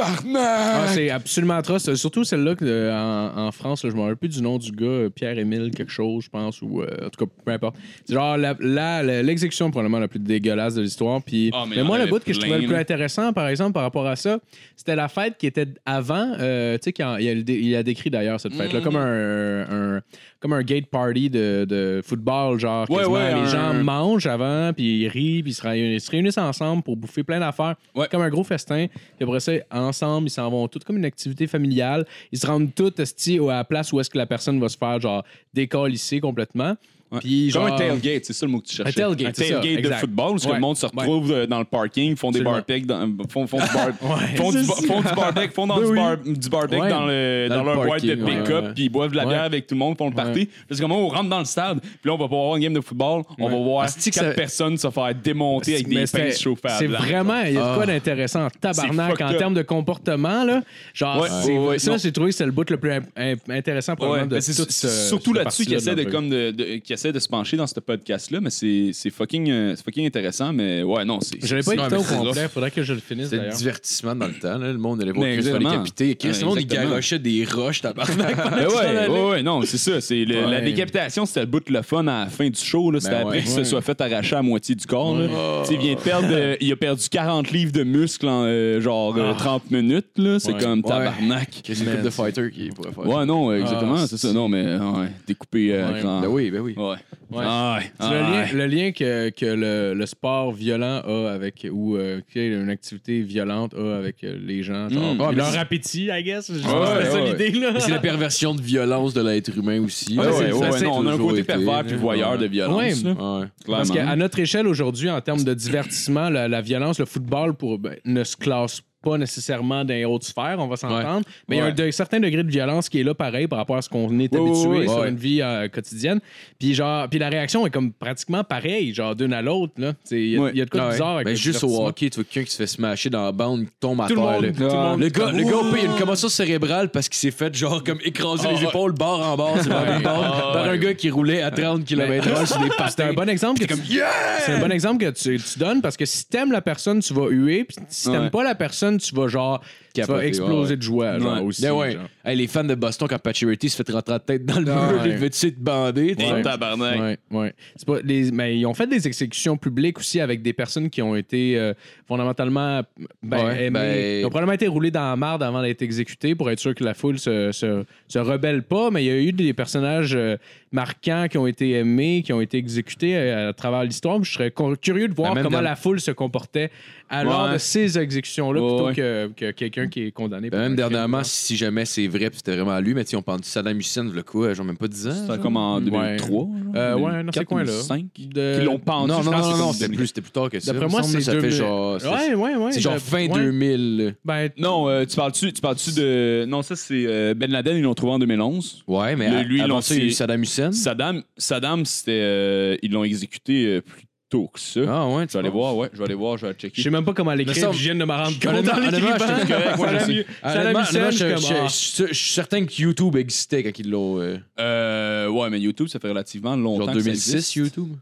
Ah, c'est absolument atroce. Surtout celle-là que, euh, en, en France, là, je me rappelle plus du nom du gars, euh, Pierre-Émile quelque chose, je pense, ou euh, en tout cas, peu importe. C'est genre la- la- la- l'exécution probablement la plus dégueulasse de l'histoire. Puis,
Ah, mais
mais,
il y en
moi, le
avait
bout que je
plein,
trouvais le plus
là.
intéressant, par exemple, par rapport à ça, c'était la fête qui était avant. euh, tu sais, quand- il, a le dé- il a décrit d'ailleurs cette fête-là
Mm.
comme un, un- comme un gate party de, de football, genre
Ouais,
quasiment,
ouais,
les
un-
gens mangent avant, puis ils rient, puis ils se réunissent, ils se réunissent ensemble pour bouffer plein d'affaires.
Ouais.
Comme un gros festin. Puis après ça, ensemble, ils s'en vont tous comme une activité familiale. Ils se rendent tous esti, à la place où est-ce que la personne va se faire genre décalisser complètement. Puis genre...
comme un tailgate, c'est ça le mot que tu cherchais.
Un tailgate, c'est ça,
tailgate de
exact.
football, parce que
Ouais.
le monde se retrouve euh, dans le parking, font des
Absolument.
barbecues, dans- font, font du bar-
Ouais.
font du, font du barbec, font dans du,
Ben oui.
bar, du barbec
Ouais.
dans, le,
Dans
dans,
le
leur boîte de
parking, ouais,
pick-up,
ouais.
puis ils boivent de la bière
Ouais.
avec tout le monde, font le party.
Ouais.
Parce que moment où on rentre dans le stade, puis là, on va pouvoir voir une game de football, on va voir
Asti que
quatre
ça-
personnes se faire démonter avec
Mais
des
c'était-
pinces chauffées à
C'est
blanc.
vraiment, il y a de quoi d'intéressant en tabarnak
Ah. fucked
en
up.
termes de comportement. Là. Genre,
Ouais.
c'est-
Ouais, ouais,
ça,
non.
j'ai trouvé que c'est le bout le plus im- im- intéressant
Ouais,
probablement de
mais c'est
toute
c'est
ce-
surtout
cette
là-dessus qui
partie-là
essaie de,
notre-
comme de, de- qui essaie de se pencher dans ce podcast-là, mais c'est c'est fucking, euh, c'est fucking intéressant. Mais ouais, non, c'est.
Je l'ai pas
c'est-
écouté au
Ouais, mais c'est
complet,
rough.
faudrait que je le finisse
C'était le
d'ailleurs.
divertissement dans le temps. là. Le monde allait voir
Mais
Chris se faire
exactement.
décapiter. Chris, le
Ouais,
monde, il
exactement.
galochait des roches, tabarnak.
Ben ouais, ouais, ouais, non, c'est ça. C'est le- La
Ouais.
décapitation, c'était le bout de le fun à la fin du show. là. C'était
Ben
après
ouais.
qu'il se soit fait arracher à moitié du corps. là. Tu sais, Il vient de perdre, euh, il a perdu 40 livres de muscles en euh, genre euh, 30 minutes. là. C'est
Ouais.
comme
Ouais.
tabarnak.
Chris, c'est une couple de fighter qui pourrait faire ça.
Ouais, non, euh, exactement,
Ah,
c'est ça. Non, mais ouais, découpé euh,
Ouais.
grand-
Ben oui, ben oui.
Ouais.
Ouais.
Ah ouais.
C'est
Ah
le, lien,
ouais.
le lien que, que le, le sport violent a avec, ou euh, qu'il y ait une activité violente a avec euh, les gens. Genre,
Mm.
puis
Ouais, mais
leur
c'est-
appétit, I guess. Je
Ouais,
pense que c'était ça
ouais,
l'idée, là.
Mais C'est la perversion de violence de l'être humain aussi.
Ouais,
Ouais,
ouais,
c'est-
ouais,
ça, c'est
non, on a un
toujours
côté
été,
pervers puis
là.
voyeur de violence.
Ouais.
là.
Ouais.
Parce
Clairement.
qu'à notre échelle aujourd'hui, en termes de divertissement, la, la violence, le football pour, ben, ne se classe pas nécessairement dans les hautes sphères, on va s'entendre. Mais il y a un, de- certain degré de violence qui est là, pareil, par rapport à ce qu'on est
Ouais,
habitué
ouais, ouais.
sur
Ouais.
une vie euh, quotidienne. Puis genre, puis la réaction est comme pratiquement pareille, genre d'une à l'autre. là. Tu sais, Il y, a-
Ouais.
il y a de quoi de
Ouais.
bizarre avec
Ben,
le
juste au
divertissement.
hockey, tu vois quelqu'un qui se fait smasher dans la bande, qui tombe à
Tout le
terre.
monde,
là.
tout le monde
Le gars,
comme-
le gars, au pire, il a une commotion cérébrale parce qu'il s'est fait genre comme écraser
Ah
les épaules bord en bord, c'est pas une bande, par un gars qui roulait à 30 km/h sur Ah, des
C'est un
patins.
bon exemple que tu- c'est un bon exemple que tu, tu donnes parce que si t'aimes la personne, tu vas huer, puis si t'aimes
Ouais.
pas la personne, tu vas genre
Capoter,
tu vas exploser
ouais, ouais.
de joie genre,
Ouais.
aussi.
Ben ouais.
genre. Ah
Hey, les fans de Boston, quand Pacioretty se fait rentrer la tête dans le mur,
Ouais.
il veut tu te bander.
Et tabarnak.
Ouais, ouais. C'est pas les, mais ils ont fait des exécutions publiques aussi avec des personnes qui ont été euh, fondamentalement ben,
Ouais,
aimées.
ben-
Ils ont probablement été roulés dans la marde avant d'être exécutés pour être sûr que la foule se, se, se rebelle pas. Mais il y a eu des personnages euh, marquants qui ont été aimés, qui ont été exécutés euh, à travers l'histoire. Puis Je serais con- curieux de voir
Ben, même
comment
dans-
la foule se comportait à l'heure
Ouais.
de ces exécutions-là
Ouais,
plutôt
ouais.
que, que quelqu'un qui est condamné.
Ben,
pour un
même
crime,
dernièrement,
genre.
si jamais c'est vrai, puis c'était vraiment lui, mais tu sais, on parle du Saddam Hussein, le coup, euh, genre même pas 10 ans.
C'était comme en
Ouais.
2003. genre,
Euh, ouais, dans ces
2004,
coins-là.
2005.
De-
Qui l'ont pendu.
Non,
je
non,
pense,
non,
c'est
non,
comme
c'était
2000.
plus, c'était plus tard que ça.
D'après
Il
moi,
me semble
c'est
que ça fait
2000.
genre. c'est-
Ouais, ouais, ouais.
C'est genre
de-
fin
ouais.
2000.
Ben,
Non, euh, tu parles-tu tu parles-tu de. Non, ça, c'est euh, Ben Laden, ils l'ont trouvé en 2011.
Ouais, mais
Le-
à-
lui,
avant
l'on
ça, il y a eu
s'est-
Saddam Hussein.
Saddam, Saddam c'était. euh, ils l'ont exécuté euh, plus tôt que ça.
Ah ouais,
je vais aller voir, ouais, je vais aller voir, je vais
Je
checker.
sais même pas comment l'écrire,
Mais ça,
puis je viens de me rendre compte
honnêtement,
en l'écrivant.
honnêtement, je te correct, moi, je
Saddam-
sais.
Saddam
Honnêtement,
Hussein,
honnêtement, je
je suis
je-
comme, ah,
je- je- je suis certain que YouTube existait quand ils l'ont. euh,
Euh, ouais, mais YouTube, ça fait relativement longtemps.
Genre
que ça
2006,
existe.
YouTube.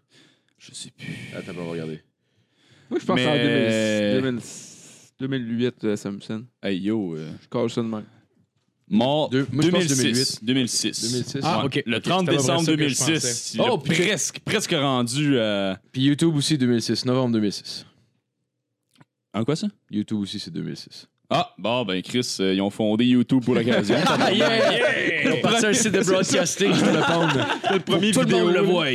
Je sais plus.
Attends, on va regarder.
Moi, je pense
Mais- euh,
en 2006, 2008, euh, Samson.
Hey yo. euh,
Je colle ça de même.
mort.
Deux- moi, je pense
2006. 2006.
2006.
Ah,
Ouais.
ok.
Le
Ok,
30
c'était à peu près
décembre
ça que je
2006.
pensais.
il a
Oh, puis-
presque, presque rendu. euh,
Puis YouTube aussi, 2006. Novembre 2006.
En quoi ça?
YouTube aussi, c'est 2006.
Ah, bon, ben Chris, euh, ils ont fondé YouTube pour l'occasion.
Ah, yeah! On un site de broadcasting, je te le Tout le monde le voit.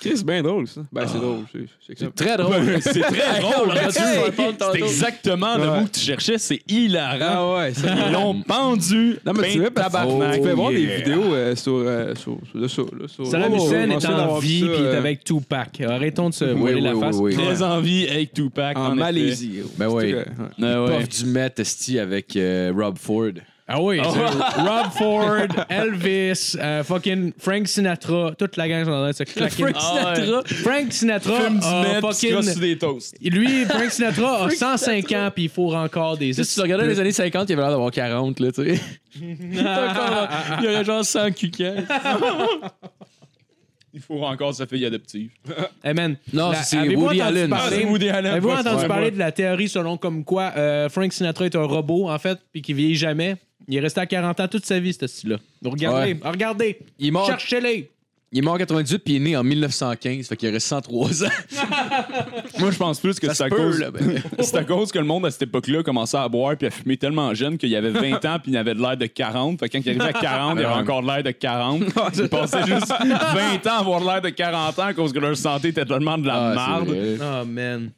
Chris, c'est bien drôle, ça. Ben, c'est drôle. c'est- C'est que ça.
Très
Ah
drôle.
C'est très drôle. hein,
on aurait dû se répondre tantôt.
C'est exactement le
Ouais.
mot que tu cherchais. C'est hilarant.
Ah ouais, ça.
Ils l'ont pendu. Ben,
Non, mais tu
Pain
vois, parce que
tabarnak.
tu peux voir
Yeah.
des vidéos euh, sur, euh, sur, sur, de ça, là, sur-
Saddam
Oh,
Hussein
on
est
essaie
en
d'avoir
vie
ça,
puis il est
euh,
avec Tupac. Arrêtons de se
Oui,
voiler
oui,
la
oui,
face.
oui.
Très envie avec Tupac.
en
effet.
Malaisie.
Ben
C'est
oui.
vrai, ouais.
Ah ouais.
Puff du Met esti avec euh, Rob Ford.
Ah oui, c'est-
Ah.
Rob Ford, Elvis, euh, fucking Frank Sinatra, toute la gang sont en train de se claquer. Ah,
Frank Sinatra.
Frank Sinatra
Fume du
a
meth, tu crosses sur
fucking...
des toasts.
Lui, Frank Sinatra a 105 ans puis il faut encore des...
Tu sais, si tu regardais les années 50, il avait l'air d'avoir 40, là, tu sais. il aurait genre 100 cuquets.
Il faut encore sa fille adoptive.
Hey man,
Non,
la-
c'est
avez-vous
Woody
entendu
Allen. Ah,
parler-
c'est
Woody Allen.
Avez-vous
Ouais,
entendu
ouais,
parler
ouais.
de la théorie selon comme quoi euh, Frank Sinatra est un robot, en fait, puis qu'il vieillit jamais? Il est resté à 40 ans toute sa vie, ce style-là. Donc, Regardez, regardez,
Il est mort-
cherchez-les.
Il est mort en 98 puis il est né en 1915, fait qu'il reste 103 ans.
Moi, je pense plus que
Ça
c'est
se
à,
peut,
cause...
là, ben.
c'est à cause que le monde à cette époque-là commençait à boire puis à fumer tellement jeune qu'il y avait 20 ans puis il avait de l'air de 40. Fait que quand il arrivait à 40, il avait encore de l'air de 40. Il passait juste 20 ans à avoir de l'air de 40 ans à cause que leur santé était tellement de la
Ah, c'est
merde.
vrai.
Oh, man.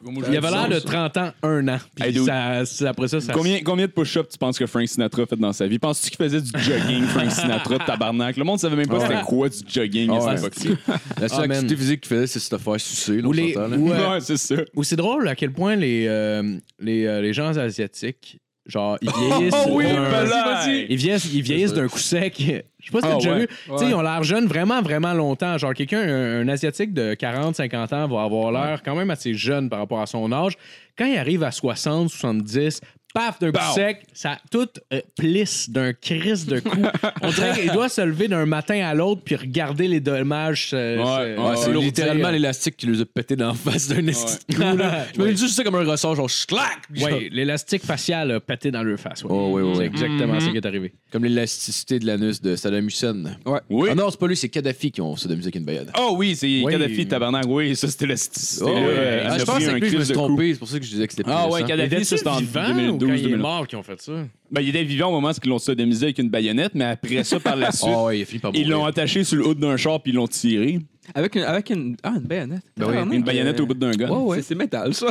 Moi, je
Il avait
dis
l'air de
ça.
30 ans, un an. Puis
Hey, dude.
ça- c'est- après ça, ça...
Combien, combien de push-ups tu penses que Frank Sinatra a fait dans sa vie? Penses-tu qu'il faisait du jogging, Frank Sinatra, tabarnak? Le monde savait même pas c'était quoi du jogging à
Ouais.
cette époque-là.
La seule
Ah, man.
activité physique qu'il faisait, c'est se faire sucer, là,
Ou
on
les-
s'entend, là.
ou, euh,
Ouais, c'est ça.
ou c'est drôle à quel point les, euh, les, euh, les gens asiatiques, genre, ils vieillissent...
Ah
d'un-
ben
Ils vieillissent, ils vieillissent d'un coup sec. Je sais pas si t'as
Ah,
déjà
ouais.
vu. Tu sais, ils ont l'air jeunes vraiment, vraiment longtemps. Genre, quelqu'un, un, un Asiatique de 40, 50 ans va avoir l'air quand même assez jeune par rapport à son âge. Quand il arrive à 60, 70, paf, d'un coup
Pow.
sec, ça tout euh, plisse d'un crise de coup. On dirait qu'il doit se lever d'un matin à l'autre puis regarder les dommages. euh,
Ouais,
se- euh,
Ouais,
ouais,
se
c'est
lourdir.
littéralement l'élastique qui lui a pété dans la face d'un esti de clou, là. Je me dis juste ça comme un ressort, genre, schlac!
Ouais, l'élastique facial a pété dans leur face. ouais.
Oh, oui, oui,
C'est
oui.
exactement
Mm-hmm.
ça qui est arrivé.
Comme l'élasticité de l'anus de Saddam Hussein.
Ouais.
Oui.
Ah non, c'est pas lui, c'est Kadhafi qui ont Saddam Hussein avec une baïade.
Ah oui, c'est
Oui.
Kadhafi, tabarnak. Oui, ça, c'était le c'était,
Oh,
euh,
ouais.
elle
Ah,
a
je pense
pris
que
un
lui, je me
crise
suis
de coup.
trompé, c'est pour ça que je disais que c'était plus
Ah ouais,
récent.
Kadhafi, ça, c'était en
ou quand
2012.
il est
2000.
mort qui ont fait ça?
Ben, il était vivant au moment où ils l'ont sodomisé avec une baïonnette, mais après ça, par la suite,
Ah ouais, il a fini par
ils l'ont
mourir.
attaché sur le haut d'un char puis ils l'ont tiré.
Avec une, avec une, ah, une baïonnette.
Ben oui,
Tabarnak,
Une baïonnette
euh,
au bout d'un gun.
Ouais, ouais. C'est- C'est métal, ça.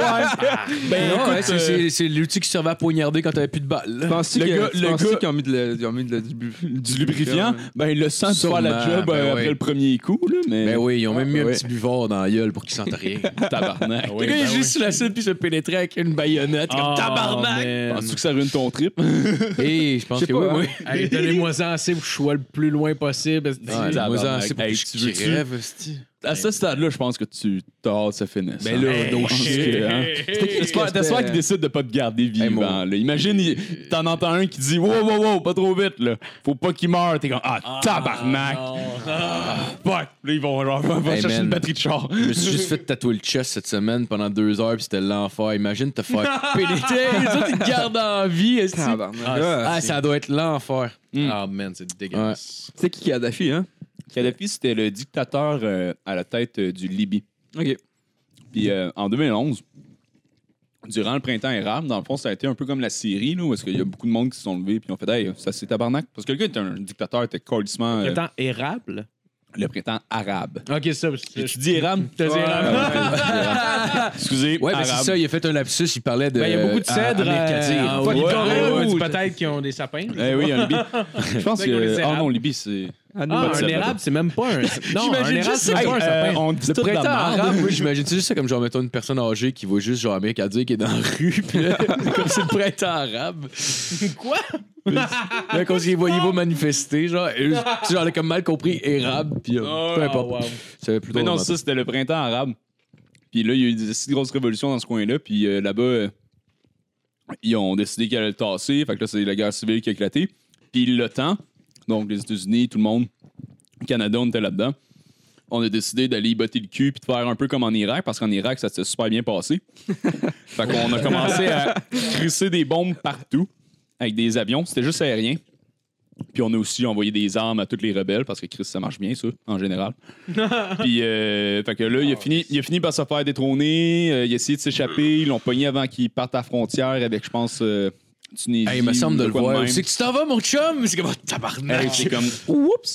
Ben,
Ah
écoute,
ouais, c'est-
euh,
c'est- c'est l'outil qui servait à poignarder quand t'avais plus de balles. là.
Penses-tu
Le
que-
gars-
tu
le
penses-tu
gars-
qu'ils ont mis de la- ils ont mis de la- du, du
du lubrifiant, ben le sang de faire la
Sûrement,
job
ben
euh,
ouais.
après le premier coup, là, mais
Ben oui, ils ont même mis un
ouais.
petit buvard dans la gueule pour qu'ils sentent rien. Ah
tabarnak.
Oui, ben oui.
sur la scène puis se pénétrait avec une baïonnette
Oh, man.
Penses-tu que ça ruine ton trip?
Et je pense
Je sais
que
pas,
oui,
hein.
oui.
Hey, donnez-moi ça assez pour que je sois le plus loin possible.
Ouais,
tabarnak.
moi, j'en sais pour
Hey,
que
tu
je
veux-tu-
crève, esti.
À ce stade-là, je pense que tu t'as hâte que ça finisse.
Ben là, no shit.
hein. T'espères t'espères qu'il décide de pas te garder vivant.
mon-
là. Imagine, il- t'en entends un qui dit Wow, wow, wow, pas trop vite. Là. Faut pas qu'il meure. T'es comme Ah, tabarnak. Ah, Fuck. Là, ils vont, genre, vont
Hey,
chercher
man.
une batterie de char.
Je me suis juste fait tatouer le chest cette semaine pendant deux heures, puis c'était l'enfer. Imagine te faire pénétrer, les autres, ils te gardent en vie. esti.
Tabarnak.
Ah,
Ah,
ça doit être l'enfer.
Ah, man, c'est dégueulasse.
C'est qui Kadhafi, hein?
Kadhafi, c'était le dictateur euh, à la tête euh, du Libye.
OK.
Puis euh, en 2011, durant le printemps érable, dans le fond, ça a été un peu comme la Syrie, là, où est-ce qu'il y a beaucoup de monde qui se sont levés puis ont fait Hey, ça c'est tabarnak. Parce que le gars était un dictateur, était colissement. euh,
Printemps érable?
le printemps arabe.
Ok, ça, je
Tu dis érable
te dis érable.
Excusez,
Ouais, mais
arabe. ben,
c'est ça, il a fait un lapsus, il parlait de.
Ben, Il y a beaucoup de
euh,
cèdres.
en- Ah, en Mercadier.
euh, en haut.
Ouais,
Il y a
ouais,
Corée
ouais,
rouge,
ouais,
Peut-être qu'ils ont des sapins.
Eh oui, en Libye. Je pense
C'est qu'on les
que.
érable.
Oh non, Libye, c'est.
Ah,
Ah,
non.
un érable, c'est même pas un. Non, un
J'imagine
érable,
juste
c'est même
ça.
pas un
Hey, euh,
sapin.
on dit
Le
tout de la
printemps
merde.
arabe, oui, j'imagine c'est juste ça comme genre mettons une personne âgée qui voit juste genre un mec à dire qui est dans la rue puis là, comme c'est le printemps arabe.
Quoi?
Là comme s'il voyait vous manifester genre et eux, tu genre comme mal compris arabe puis euh, peu importe.
Oh, wow.
Ça avait plus
Mais
drôle,
non,
maintenant.
ça, c'était le printemps arabe. Puis là, il y a eu des si grosses révolutions dans ce coin-là. Puis euh, là-bas, euh, ils ont décidé qu'ils allaient le tasser. Fait que là, c'est la guerre civile qui a éclaté. Puis l'OTAN, donc les États-Unis, tout le monde, le Canada, on était là-dedans. On a décidé d'aller y botter le cul puis de faire un peu comme en Irak, parce qu'en Irak, ça s'est super bien passé. fait qu'on a commencé à crisser des bombes partout avec des avions. C'était juste aérien. Puis on a aussi envoyé des armes à tous les rebelles, parce que Chris, ça marche bien, ça, en général. Puis, euh, fait que là, il a, fini, il a fini par se faire détrôner. euh, il a essayé de s'échapper. Ils l'ont pogné avant qu'il parte à la frontière avec, je pense, euh, Tunisie.
Hey, il me semble
ou
de le
quoi
voir.
même.
C'est que tu t'en vas mon chum, c'est comme oh,
Hey,
tabarnak.
c'est comme.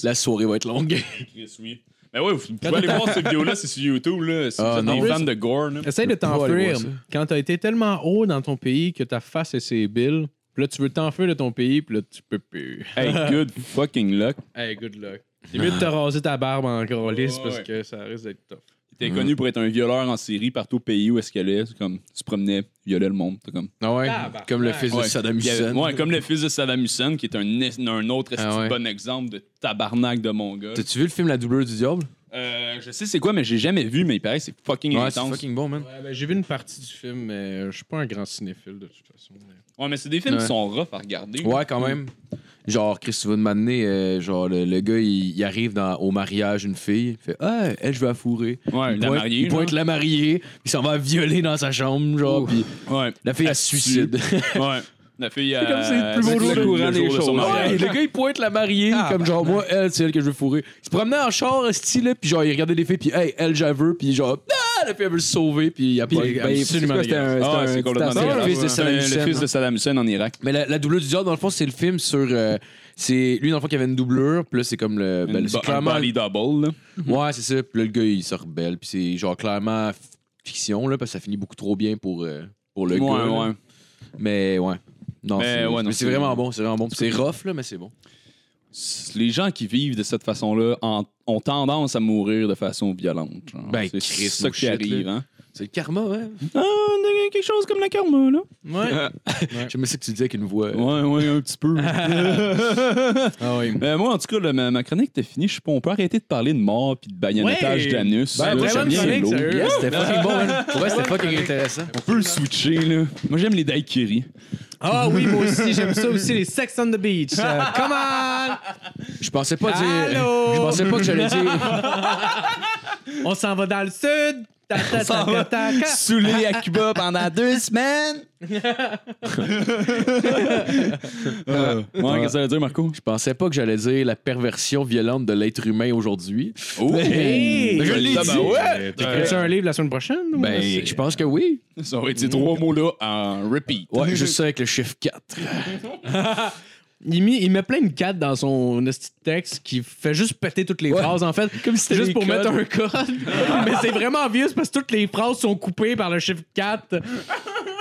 La soirée va être longue.
Chris, oui. Mais ouais, vous pouvez aller voir cette vidéo-là, c'est sur YouTube, là. Si vous
Ah,
êtes
non.
des fans de gore, là.
Essaye de
pas aller
t'enfuir
voir ça.
quand t'as été tellement haut dans ton pays que ta face est sébile. Puis là, tu veux t'enfuir de ton pays, puis là, tu peux plus.
Hey, good fucking luck.
Hey, good luck. C'est mieux de te raser ta barbe encore lisse
Ouais,
parce
ouais.
que ça risque d'être tough.
Il était connu pour être un violeur en série partout au pays où est-ce qu'elle est. C'est Comme, tu te promenais, violais le monde. t'es Comme...
Ah ouais,
Ah, bah,
comme le
ouais.
fils de Saddam
Puis il y
Hussein.
avait- ouais, comme le fils de Saddam Hussein, qui est un, es- un autre esti
Ah ouais.
bon exemple de tabarnak de mon gars.
T'as-tu vu le film La doubleur du diable?
Euh, je sais c'est quoi, mais j'ai jamais vu, mais il paraît que c'est fucking
Ouais, c'est
intense.
fucking bon, man.
Ouais, ben, j'ai vu une partie du film, mais euh, je suis pas un grand cinéphile de toute façon.
Ouais, mais c'est des films
Ouais.
qui sont rough à regarder.
Ouais, quand même. Genre, Chris, tu vas m'amener, euh, genre, le, le gars, il, il arrive dans- au mariage une fille, il fait Ah, elle, je vais la fourrer.
Ouais,
il
la
pointe,
mariée,
Il pointe
genre.
la mariée, puis il s'en va la violer dans sa chambre, genre, puis
Ouais.
la fille, elle se
Astuce.
suicide.
ouais. La fille, elle-
comme si c'est le plus beau
elle-
jour
le
de
jour
courant
de
des
son
choses.
mariage.
Ouais, ben, le gars, il pointe la mariée,
Ah,
comme genre, moi, elle, c'est elle que je veux fourrer. Il se promenait en char, style, puis genre, il regardait des filles, puis hey, elle, j'en veux, puis genre, ah, la fille, elle veut se sauver, puis il a pas.
Puis, ben, absolument
C'est quoi, c'était un-
Ah,
c'était
c'est
un petit
complètement
assaut,
dégueulasse.
là?
dégueulasse.
Le fils de Saddam
Ouais,
Hussein,
Le fils de Saddam Hussein en Irak.
Mais la, la doublure du diable, dans le fond, c'est le film sur. euh, c'est lui, dans le fond, qui avait une doublure, puis là, c'est comme le. ben,
Une
c'est
bo- un
clairement.
body double, là.
Ouais, c'est ça. Puis là, le gars, il se rebelle, puis c'est genre clairement f- fiction, là, parce que ça finit beaucoup trop bien pour, euh, pour le
Ouais,
gars. là.
ouais.
Mais ouais. Non,
Mais
c'est
ouais, non,
mais c'est
c'est-
vraiment bon, c'est vraiment bon. Puis C'est rough, là, mais c'est bon.
les gens qui vivent de cette façon-là en- ont tendance à mourir de façon violente. genre.
Ben,
c'est
Christ,
ça
mon
qui
shit,
arrive. Hein?
C'est le karma, ouais.
Ah, on a quelque chose comme la karma, là.
Ouais.
J'aimais ça que tu disais avec une voix. euh,
Ouais, ouais, un petit peu.
Ah oui.
Ben, moi, en tout cas, là, ma, ma chronique était finie. Je sais pas, on peut arrêter de parler de mort puis de baïonnettage
Ouais.
d'anus.
Ben,
là,
vraiment
ça
une
vient
chronique,
lourd.
sérieux.
Yes, c'était fucking bon, hein. Pour vrai, c'était fucking intéressant.
on peut le switcher, là. Moi, j'aime les daiquiris.
Ah oui, moi aussi, j'aime ça aussi, les Sex on the Beach. Euh, come on!
Je pensais pas dire.
Allô?
Je pensais pas que j'allais dire.
On s'en va dans le sud! Ta, ta, ta, ta, ta, ta.
Soulé à Cuba pendant deux semaines. Euh, ouais, qu'est-ce que ça veut dire, Marco?
Je pensais pas que j'allais dire la perversion violente de l'être humain aujourd'hui.
Oh!
Hey!
Je l'ai
Ah,
dit.
ben ouais.
Euh, T'écris-tu un livre la semaine prochaine? ou
Ben,
c'est-
je pense que oui.
Ça aurait été trois mots-là en repeat.
Ouais, juste ça avec le chiffre 4.
Il, met, il met plein de 4 dans son esti de texte qui fait juste péter toutes les
Ouais.
phrases, en fait. Comme si
c'était
juste
des
pour
codes.
mettre un code. Mais c'est vraiment vieux, c'est parce que toutes les phrases sont coupées par le chiffre 4.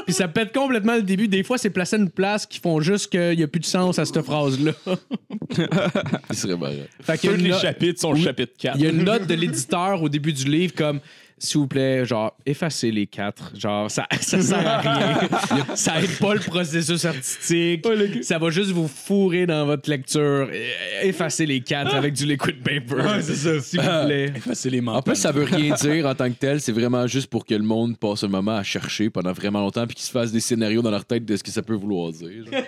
Puis ça pète complètement le début. Des fois, c'est placé à une place qui font juste qu'il n'y a plus de sens à cette phrase-là.
Il serait marrant.
Fait qu'il y a
Tous
une
les
no-
chapitres sont le chapitre 4.
il y a une note de l'éditeur au début du livre comme s'il vous plaît, genre, effacez les quatre. Genre, ça, ça sert à rien. ça aide pas le processus artistique. ça va juste vous fourrer dans votre lecture. Eh, Effacez les quatre avec du liquid paper. Ah. S'il vous plaît.
En plus, ça veut rien dire en tant que tel. C'est vraiment juste pour que le monde passe un moment à chercher pendant vraiment longtemps puis qu'ils se fassent des scénarios dans leur tête de ce que ça peut vouloir dire. genre.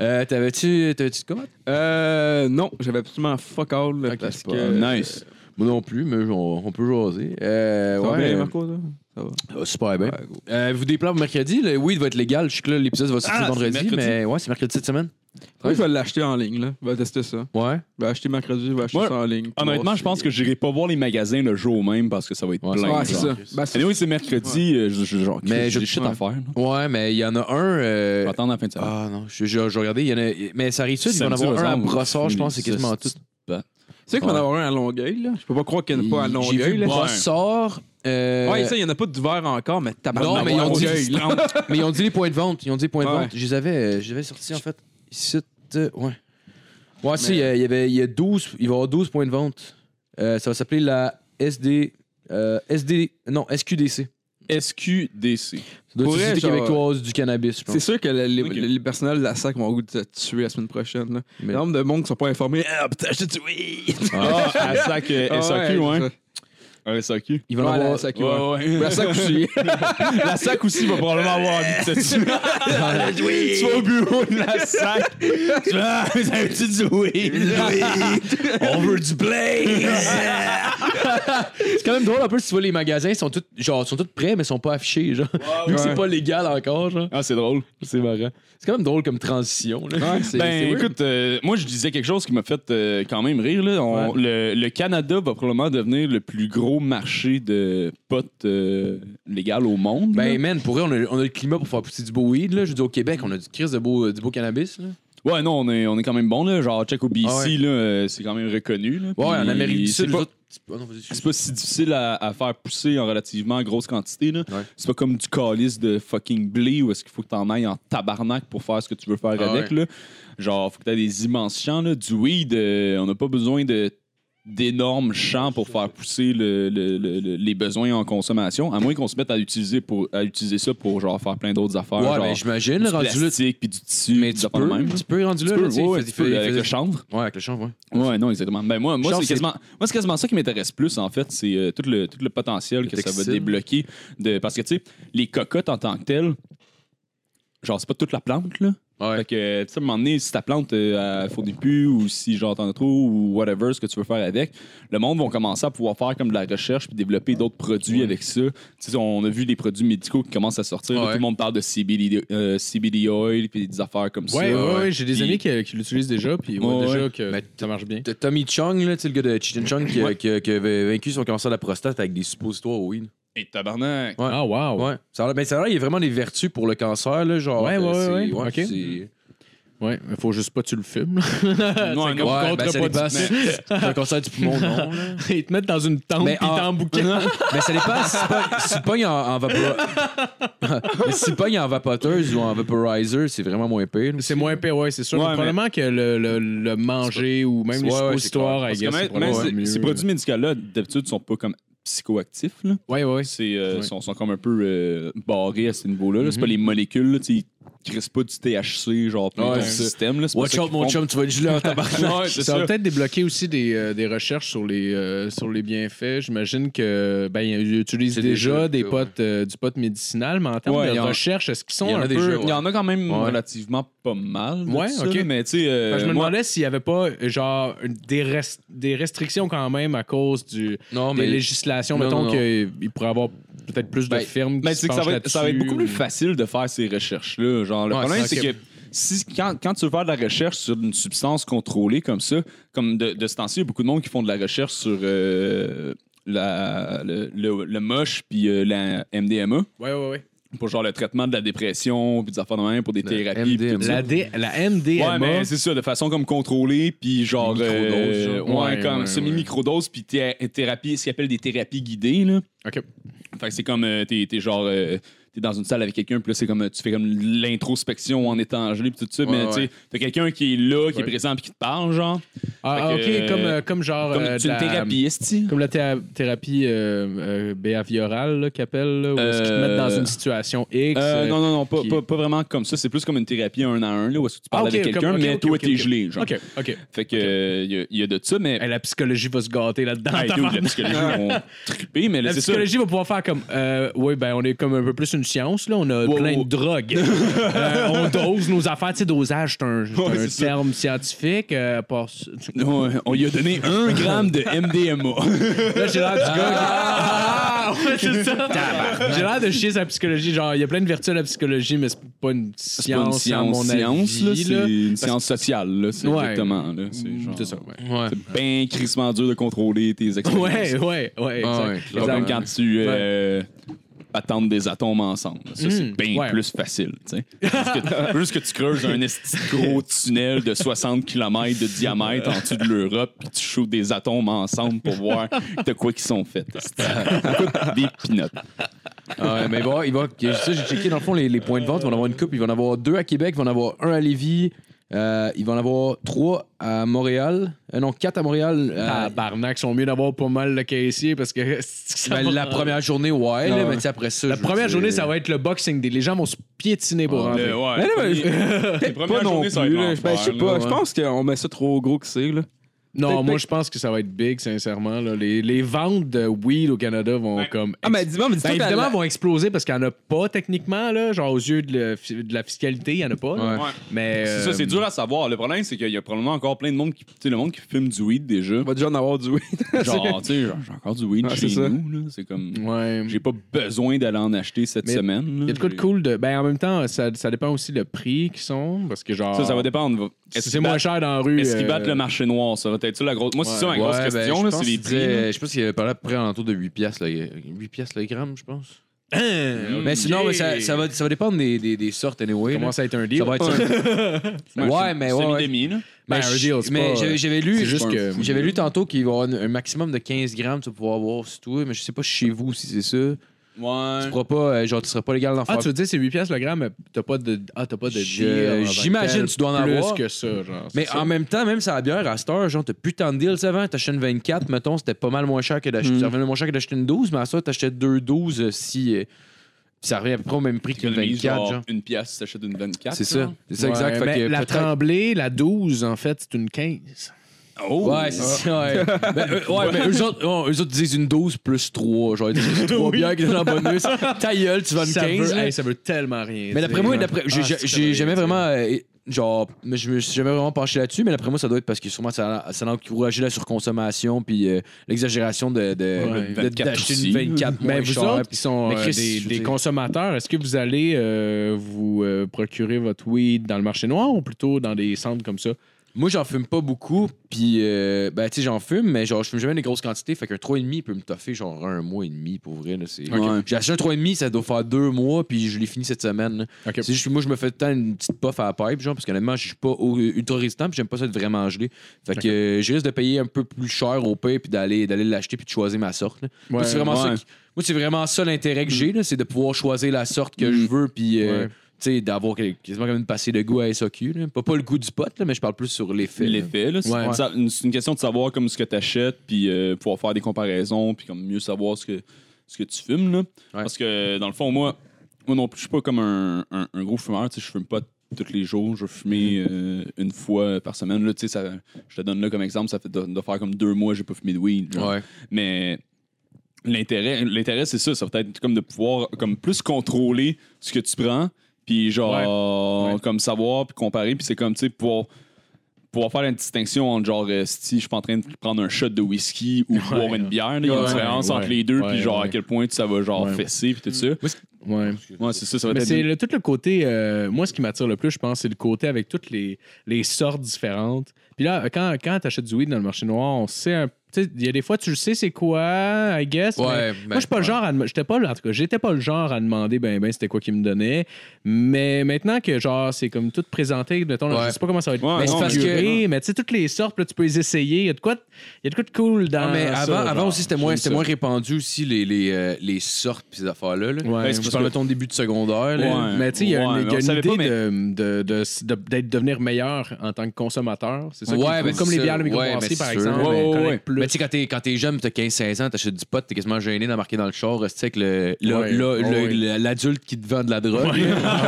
euh, T'avais-tu t'avais-tu de quoi? Matt?
Euh, non, j'avais absolument fuck all. là,
Ok,
parce
c'est pas-
que...
Nice.
Moi non plus, mais on, on peut jaser. Euh,
Ça va
ouais,
bien, Marco, ça? Ça va.
euh, super bien.
Ouais, go.
Euh, vous des plans pour mercredi? Le weed va être légal. Je sais que là, l'épisode va sortir
Ah, c'est
vendredi,
mercredi.
mais ouais, c'est mercredi cette semaine.
Ouais, je vais l'acheter en ligne, là. Je vais tester ça.
Ouais.
Je vais acheter mercredi, je vais acheter
Moi,
ça en ligne.
Honnêtement, je pense que j'irai pas voir les magasins le jour même parce que ça va être
Ouais,
plein.
Ouais, c'est
genre.
ça. Ben, c'est-
Anyway, c'est mercredi. euh, je- je- genre,
Mais
j'ai
je-
des shit
ouais.
à faire. là.
Ouais, Euh, mais il y en a un. euh,
Je vais attendre la fin de semaine.
Ah non, je, je, je regardais, il y en a. Mais ça arrive sud, il va en
Samedi,
avoir un à
novembre,
Brossard, je pense, c'est
ça,
quasiment tout.
c'est-
Tu sais qu'on va en avoir un à Longueuil, là. Je peux pas croire qu'il n'y en a pas à
J'ai
Longueuil,
vu
là.
Brossard. euh,
Ouais, ça, il n'y en a pas d'ouvert encore, mais tabarnak.
Non, mais ils ont dit-
Longueuil, là.
mais ils ont dit les points de vente. Ils ont dit les points de
Ouais.
vente. Je les avais, euh, je les avais sortis, en fait. Ici, euh, ouais. Ouais, si, il y a-
euh,
il y avait il y a 12, il va y avoir 12 points de vente. Euh, ça va s'appeler la SD. euh, SD. Non, SQDC.
SQDC.
De la
Pour
Société
vrai, genre-
québécoise du cannabis, je pense.
C'est sûr que le- les,
Ok.
les- les personnels de la SAC vont goût de te tuer la semaine prochaine. Là.
Mais-
Le nombre de monde qui sont pas informés. Ah, putain, je te tue!
Ah, à sac euh, SAQ,
c'est
ouais.
ça.
À SAQ.
Ils vont en
Ouais,
avoir.
la SAQ, ouais.
Ouais, ouais.
hein. La SAC aussi.
La SAC aussi va probablement avoir envie de se tuer. Tu vas au bureau de la SAC. Tu vas, vous avez du weed? On veut du blaze.
C'est quand même drôle un peu si tu vois les magasins, ils sont tous genre sont tous prêts mais ils sont pas affichés genre. Vu que c'est
ouais.
pas légal encore genre.
Ah, c'est drôle.
C'est marrant. C'est quand même drôle comme transition là.
Ouais, c'est- c'est
Ben,
weird.
écoute, euh, moi, je disais quelque chose qui m'a fait euh, quand même rire. Là. On- le, le Canada va probablement devenir le plus gros marché de potes euh, légal au monde.
Ben
là.
man, pour vrai, on a, on a le climat pour faire pousser euh, du beau weed là. Je veux dire au Québec, on a du crise de beau du beau cannabis là.
Ouais, non, on est, on est quand même bon, là. Genre, check au BC,
Ah ouais.
là, euh, c'est quand même reconnu. Là,
Ouais, en
Puis
Amérique du
c'est
Sud,
pas-
les autres- Ah non, vas-y,
C'est pas si difficile à, à faire pousser en relativement grosse quantité. là.
Ouais.
C'est pas comme du calice de fucking blé où est-ce qu'il faut que t'en ailles en tabarnak pour faire ce que tu veux faire
Ah
avec. Là. Genre, faut que t'aies des immenses champs. là. Du weed, euh, on n'a pas besoin de d'énormes champs pour faire pousser le- le- le- le- les besoins en consommation, à moins qu'on se mette à utiliser, pour, à utiliser ça pour genre faire plein d'autres affaires,
Ouais,
genre
mais j'imagine,
du
rendu là.
plastique, puis du tissu,
Mais
puis
tu
des affaires de
peux,
même.
tu peux, rendu
Tu
là.
peux,
là, tu sais,
ouais,
il
tu
fait-
peux,
il
avec
faisait-
le chanvre.
Ouais, avec le champ, ouais.
Ouais, non, exactement. Ben moi, moi
Genre,
c'est
c'est-
quasiment, moi, c'est quasiment ça qui m'intéresse plus, en fait. C'est euh, tout, le, tout le potentiel que ça
textile.
va débloquer. De, parce que, tu sais, les cocottes en tant que telles, genre, c'est pas toute la plante, là. Fait
Ouais.
que, tu sais, à un moment donné, si ta plante euh, elle fournit plus ou si, genre, t'en as trop ou whatever, ce que tu veux faire avec, le monde va commencer à pouvoir faire comme de la recherche puis développer d'autres produits avec ça. Tu sais, on a vu les produits médicaux qui commencent à sortir. là,
Ouais.
tout le monde parle de CBD, euh, CBD oil puis des affaires comme ça.
Ouais, ouais, ouais,
ouais.
j'ai des amis qui, qui l'utilisent déjà, puis ouais,
Ouais,
déjà
ouais.
que
Mais
ça marche bien.
T'as Tommy Chung, là, tu sais, le gars de Cheech and Chong qui, a- qui a- qui avait vaincu son cancer de la prostate avec des suppositoires au weed.
Et tabarnak!
Ouais.
Ah, wow.
Ouais. Ça a l'air- mais ça a l'air, il y a vraiment des vertus pour le cancer, là, genre.
Ouais,
euh,
ouais,
c'est-
ouais, ok.
c'est-
Ouais, mais faut juste pas que tu le fumes. là.
Non, non,
Ouais, ben, ça dépend.
contre-productif.
C'est un cancer du poumon, non. là.
Ils te mettent dans une tente,
Mais
puis
en-
t'en bouquin.
Mais ça dépend si tu pognes- si tu pognes en, en vapor... Mais si tu pognes en vapoteuse ou en vaporizer, c'est vraiment moins pire.
C'est moins pire, ouais, c'est sûr.
Ouais,
mais
mais-
Probablement que le, le, le manger ou même les
Ouais, ouais,
suppositoires, I
Parce que
guess,
même-
c'est
même
probablement
ces-
mieux.
ces produits médicaux-là, d'habitude, sont pas comme psychoactifs. Là.
Ouais, ouais.
C'est, euh,
Ouais.
sont, sont comme un peu euh, barrés à ce niveau-là. là. C'est pas les molécules. Là, tu sais, ils crissent pas du THC genre plein
Ouais,
ton
c'est ça.
système. Là, c'est pas
Watch
ça
out,
qu'ils
mon
font.
chum, tu vas être gelé en tabarnak.
Ouais, c'est
Ça
ça.
va peut-être débloquer aussi des, euh, des recherches sur les, euh, sur les bienfaits. J'imagine que ben, ils utilisent
C'est déjà
déjà des
ça,
potes, euh, du pot médicinal, mais en termes
Ouais,
de
il y en-
recherche, est-ce qu'ils sont
il y en
un
a
peu...
déjà, ouais.
Il y en a quand même
Ouais.
relativement pas mal. de
Ouais,
ça,
ok.
là, Mais tu sais, euh,
Enfin, je me
moi,
demandais s'il n'y avait pas euh, genre une- des, rest- des restrictions quand même à cause du,
Non,
des
mais.
législations.
Non,
mettons
non, non.
qu'il pourrait y avoir peut-être plus de
Ben,
firmes qui
Ben,
se
c'est que ça,
penchent
va être, ça va être
là-dessus,
beaucoup plus
ou-
facile de faire ces recherches-là. Genre, le
Ouais,
problème,
c'est
c'est
vrai
que si, quand, quand tu veux faire de la recherche sur une substance contrôlée comme ça, comme de, de ce temps-ci, il y a beaucoup de monde qui font de la recherche sur euh, la- le, le, le moche puis euh, la MDMA
Ouais, ouais, ouais.
pour genre le traitement de la dépression puis des affaires de même pour des thérapies. puis tout
MDMA.
ça.
La, D- la MDMA.
Ouais, mais c'est ça, de façon comme contrôlée, puis genre.
Microdose,
euh,
genre.
ouais,
Ouais,
comme
ouais,
semi-microdose, puis thé- euh, thérapie, ce qu'ils appellent des thérapies guidées, là.
OK.
Fait que c'est comme, euh, t'es t'es genre, euh, t'es dans une salle avec quelqu'un, puis là, c'est comme, euh, tu fais comme l'introspection en étant gelé, puis tout ça,
Ouais,
mais
ouais.
tu sais, t'as quelqu'un qui est là, qui
Ouais.
est présent, puis qui te parle, genre.
Ah,
Fait que,
OK, comme,
euh,
euh, comme genre...
Comme
euh,
c'est une
la-
thérapie, esti.
Comme la thé- thérapie euh, euh, behaviorale là, qu'appelle, là, où est-ce qu'ils te
Euh,
mettent dans une situation X.
Euh,
euh,
non, non, non, pas,
qui-
pas, pas vraiment comme ça. C'est plus comme une thérapie un à un, là, où est-ce que tu parles
Ah, ok,
avec quelqu'un,
comme- ok,
mais
ok,
toi,
ok,
t'es
ok.
gelé, genre.
OK, OK.
Fait que, euh, y, a- y a de ça, mais.
Eh, la psychologie va se gâter là-dedans.
Hey, dude, la psychologie, on trippé, mais là,
La
c'est ça.
psychologie va pouvoir faire comme euh, Oui, ben on est comme un peu plus une science, là, on a
Wow,
plein
wow.
de drogues. Euh, on dose nos affaires, tu sais, dosage, c'est un, c'est
Ouais,
un
c'est ça.
terme scientifique. euh, pas-
On, on lui a donné un gramme de MDMA.
Là, j'ai l'air du
Ah!
gars. qui- Ouais, c'est ça. J'ai l'air de chier sa psychologie. Genre, il y a plein de vertus à la psychologie, mais c'est pas une science,
C'est pas une
à mon
science,
avis.
science, là, c'est
là.
une science sociale, là, c'est
Ouais. Mm,
exactement. là, C'est genre-
C'est ça, ouais.
C'est bien crissement dur de contrôler tes expériences.
Ouais, ouais,
Ah ouais,
ouais. Exact.
Genre
clairement.
comme quand tu euh, attends des atomes ensemble. Ça, c'est
Mm,
bien
ouais.
plus facile. tu sais. Juste que, juste que tu creuses un esti de gros tunnel de 60 km de diamètre en dessous de l'Europe, puis tu shoots des atomes ensemble pour voir de quoi qu'ils sont faits. esti. Des pinottes.
Ouais, mais il va, il va, j'ai- ça, j'ai checké dans le fond les, les points de vente. Il va en avoir une coupe. Il va en avoir deux à Québec. Il va en avoir un à Lévis. Euh, il va en avoir trois à Montréal. Euh, non, quatre à Montréal. euh,
Tabarnak, ils sont mieux d'avoir pas mal le caissier parce que. ça
ben,
va-
la première journée, ouais. là,
Ouais.
mais tu sais, après ça.
La première journée, ça va être le boxing day. Les gens vont se piétiner pour rentrer.
ouais,
Mais là, ben,
les premières
Pas non
journées, ça va être
plus. là.
l'enfer,
Ben, Je sais
là.
pas, je pense qu'on met ça trop gros que c'est. là.
Non,
Peut-être-
moi, je pense que ça va être big, sincèrement. là. Les, les ventes de weed au Canada vont comme.
Ah, mais dis-moi, mais
Ben,
dis-toi que la-
évidemment,
la-
vont exploser parce qu'il n'y en a pas techniquement, là, genre aux yeux de, le- de la fiscalité, il n'y en a pas. là.
Ouais.
Ouais.
Mais, euh,
C'est ça, c'est dur à savoir. Le problème, c'est qu'il y a probablement encore plein de monde qui, tu sais, le monde qui fume du weed déjà.
on va déjà en avoir du weed.
Genre, tu sais, genre, j'ai encore du weed
Ouais,
chez
c'est ça.
nous. là. C'est comme,
Ouais.
j'ai pas besoin d'aller en acheter cette
Mais
semaine.
Il y a
là.
de quoi de
J'ai-
cool de. Ben, en même temps, ça, ça dépend aussi le prix qu'ils sont. Parce que, genre.
Ça, ça va dépendre.
Si
Est-ce
Ah. c'est
qu'ils
moins
battent-
cher dans la rue.
est-ce qu'ils
euh,
battent le marché noir? Ça va être ça la grosse. Moi, c'est ça ma grosse question. là, c'est les prix. là.
Je pense qu'il y a parlé à peu près en tour de 8 piastres, là, 8 piastres le gramme, je pense. Mais sinon, ben, ça, ça, va, ça va dépendre des, des, des sortes, anyway. là.
Commence à être un
Ça
deal.
va être ça. ouais, mais ouais. ouais.
Semi-demi, là.
Mais
Ben, un
je-
deal, c'est
mais
pas-
j'avais- j'avais lu,
c'est juste que-
j'avais lu tantôt qu'il va y avoir un, un maximum de 15 grammes, tu vas pouvoir voir si tout, mais je sais pas chez vous si c'est ça. Tu
Ouais.
pourras pas, euh, genre, tu seras pas légal d'en
Ah,
faire.
tu veux dire, c'est 8 piastres le gramme, mais t'as pas de. Ah, t'as pas de.
Je-
deal en tant que
j'imagine
tel.
tu dois en avoir.
Plus que ça, genre. c'est
mais
ça.
en même temps, même sur la bière, à cette heure, genre, t'as plus tant de deals avant. T'achetais une 24, mettons, c'était pas mal moins cher que d'acheter.
Mm.
Ça revenait moins cher que d'acheter une 12, mais à ça, t'achetais deux 12 euh, si. euh, ça revient à peu près au même prix qu'une
T'économises
24,
genre
genre.
une pièce, t'achètes une 24.
C'est ça.
genre.
C'est ça,
Ouais,
exact. Fait
Euh, mais
que
la
peut-être-
tremblée, la 12, en fait, c'est une 15.
Oh!
Ouais, c'est ça, ouais. ben, eux, ouais, ben, eux, autres, ouais, eux autres disent une dose plus 3. Genre, ils disent 3 bières qui donnent en bonus. Ta gueule, tu vas une
ça,
15.
veut,
là.
hey, ça veut tellement rien.
mais d'après moi,
dire.
d'après, j'ai-
Ah, c'est
j'ai jamais
vrai,
vraiment. euh, genre, mais je me suis jamais vraiment penché là-dessus, mais d'après moi, ça doit être parce que sûrement ça, ça a encouragé la surconsommation puis euh, l'exagération de, euh, de,
Ouais.
de- d'acheter une
24 aussi.
24 moins
Mais Ben, vous
chère,
autres,
puis-
qui sont
mais
euh,
Chris,
des,
je veux
des
dire-
consommateurs, est-ce que vous allez euh, vous euh, procurer votre weed dans le marché noir ou plutôt dans des centres comme ça?
Moi, j'en fume pas beaucoup, puis euh, ben, tu sais, j'en fume, mais genre, je fume jamais des grosses quantités, fait qu'un 3,5 peut me toffer genre un mois et demi, pour vrai. là, c'est...
Ouais.
J'ai acheté un 3,5, ça doit faire deux mois, puis je l'ai fini cette semaine. là.
OK.
C'est juste que moi, je me fais tout le temps une petite puff à la pipe, genre, parce qu'honnêtement, je suis pas au- ultra résistant, puis j'aime pas ça être vraiment gelé. Fait que euh, je risque de payer un peu plus cher au pay, puis d'aller, d'aller l'acheter, puis de choisir ma sorte. là. moi,
Ouais,
c'est vraiment ça
ouais.
qui- moi, c'est vraiment ça l'intérêt que j'ai, là, c'est de pouvoir choisir la sorte que je veux, puis. euh,
Ouais.
tu sais, d'avoir quel- quasiment comme une passée de goût à SOQ. là. Pas, pas le goût du pot, là, mais je parle plus sur l'effet. là.
L'effet, là. C'est
Ouais.
ça- une- c'est une question de savoir comme ce que t'achètes, puis euh, pouvoir faire des comparaisons, puis comme mieux savoir ce que, ce que tu fumes, là. Parce que, dans le fond, moi, moi non plus, je suis pas comme un, un- un gros fumeur, tu sais, je fume pas tous les jours, je fume
Mhm.
euh, une fois par semaine, là, tu sais, ça- je te donne là comme exemple, ça fait de, de faire comme deux mois, j'ai pas fumé de weed, genre.
Ouais.
Mais l'intérêt, l'intérêt c'est ça, ça va être comme de pouvoir comme plus contrôler ce que tu prends, puis genre comme savoir puis comparer, puis c'est comme tu sais pouvoir pouvoir faire la distinction entre genre euh, si je suis pas en train de prendre un shot de whisky ou boire une bière, là, il y a une
Ouais,
différence
ouais,
entre les deux,
ouais,
puis genre à
ouais.
quel point ça va genre
Ouais.
fesser puis tout ça.
Ouais.
Ouais, c'est ça, ça va
Mais
être
c'est le- tout le côté, euh, moi, ce qui m'attire le plus, je pense, c'est le côté avec toutes les, les sortes différentes. Puis là, quand, quand tu achètes du weed dans le marché noir, on sait un tu sais, il y a des fois, tu le sais c'est quoi, I guess. mais
Ouais,
moi, je suis pas le genre à. dem- J'étais pas, le- en tout cas, j'étais pas le genre à demander, ben, ben, c'était quoi qui me donnait. Mais maintenant que, genre, c'est comme tout présenté, mettons, là,
Ouais.
je sais pas comment ça va être.
Ouais,
mais
non,
mais-
mais tu sais, toutes les sortes, là, tu peux les essayer. Il y a de quoi, de- il y a de, quoi de cool dans.
Ah, mais
ça,
avant, avant
genre.
aussi, c'était moins,
J'aime
c'était
ça.
moins répandu aussi les, les, euh, les sortes pis ces affaires-là. Là.
Ouais.
Ben, Parce que je parle, mettons, début de secondaire. là.
Ouais.
Mais tu sais, il y a une,
Ouais,
il y
mais
a
on
une
savait
idée
pas, mais-
de, de, de- de- d'être devenir meilleur en tant que consommateur. C'est ça qui est
Ouais,
cool.
ben,
Comme
c'est
les
ça.
bières de
Ouais,
microbrasserie,
mais
par
c'est
exemple.
sûr.
ben, t'en
Ouais,
as
ouais.
plus.
Mais tu sais, quand t'es, quand t'es jeune, pis t'as 15-16 ans, t'achètes du pot, t'es quasiment gêné d'en marquer dans le char, euh, tu sais, avec le, le-
Ouais.
le- le-
Ouais.
le- l'adulte qui te vend de la drogue.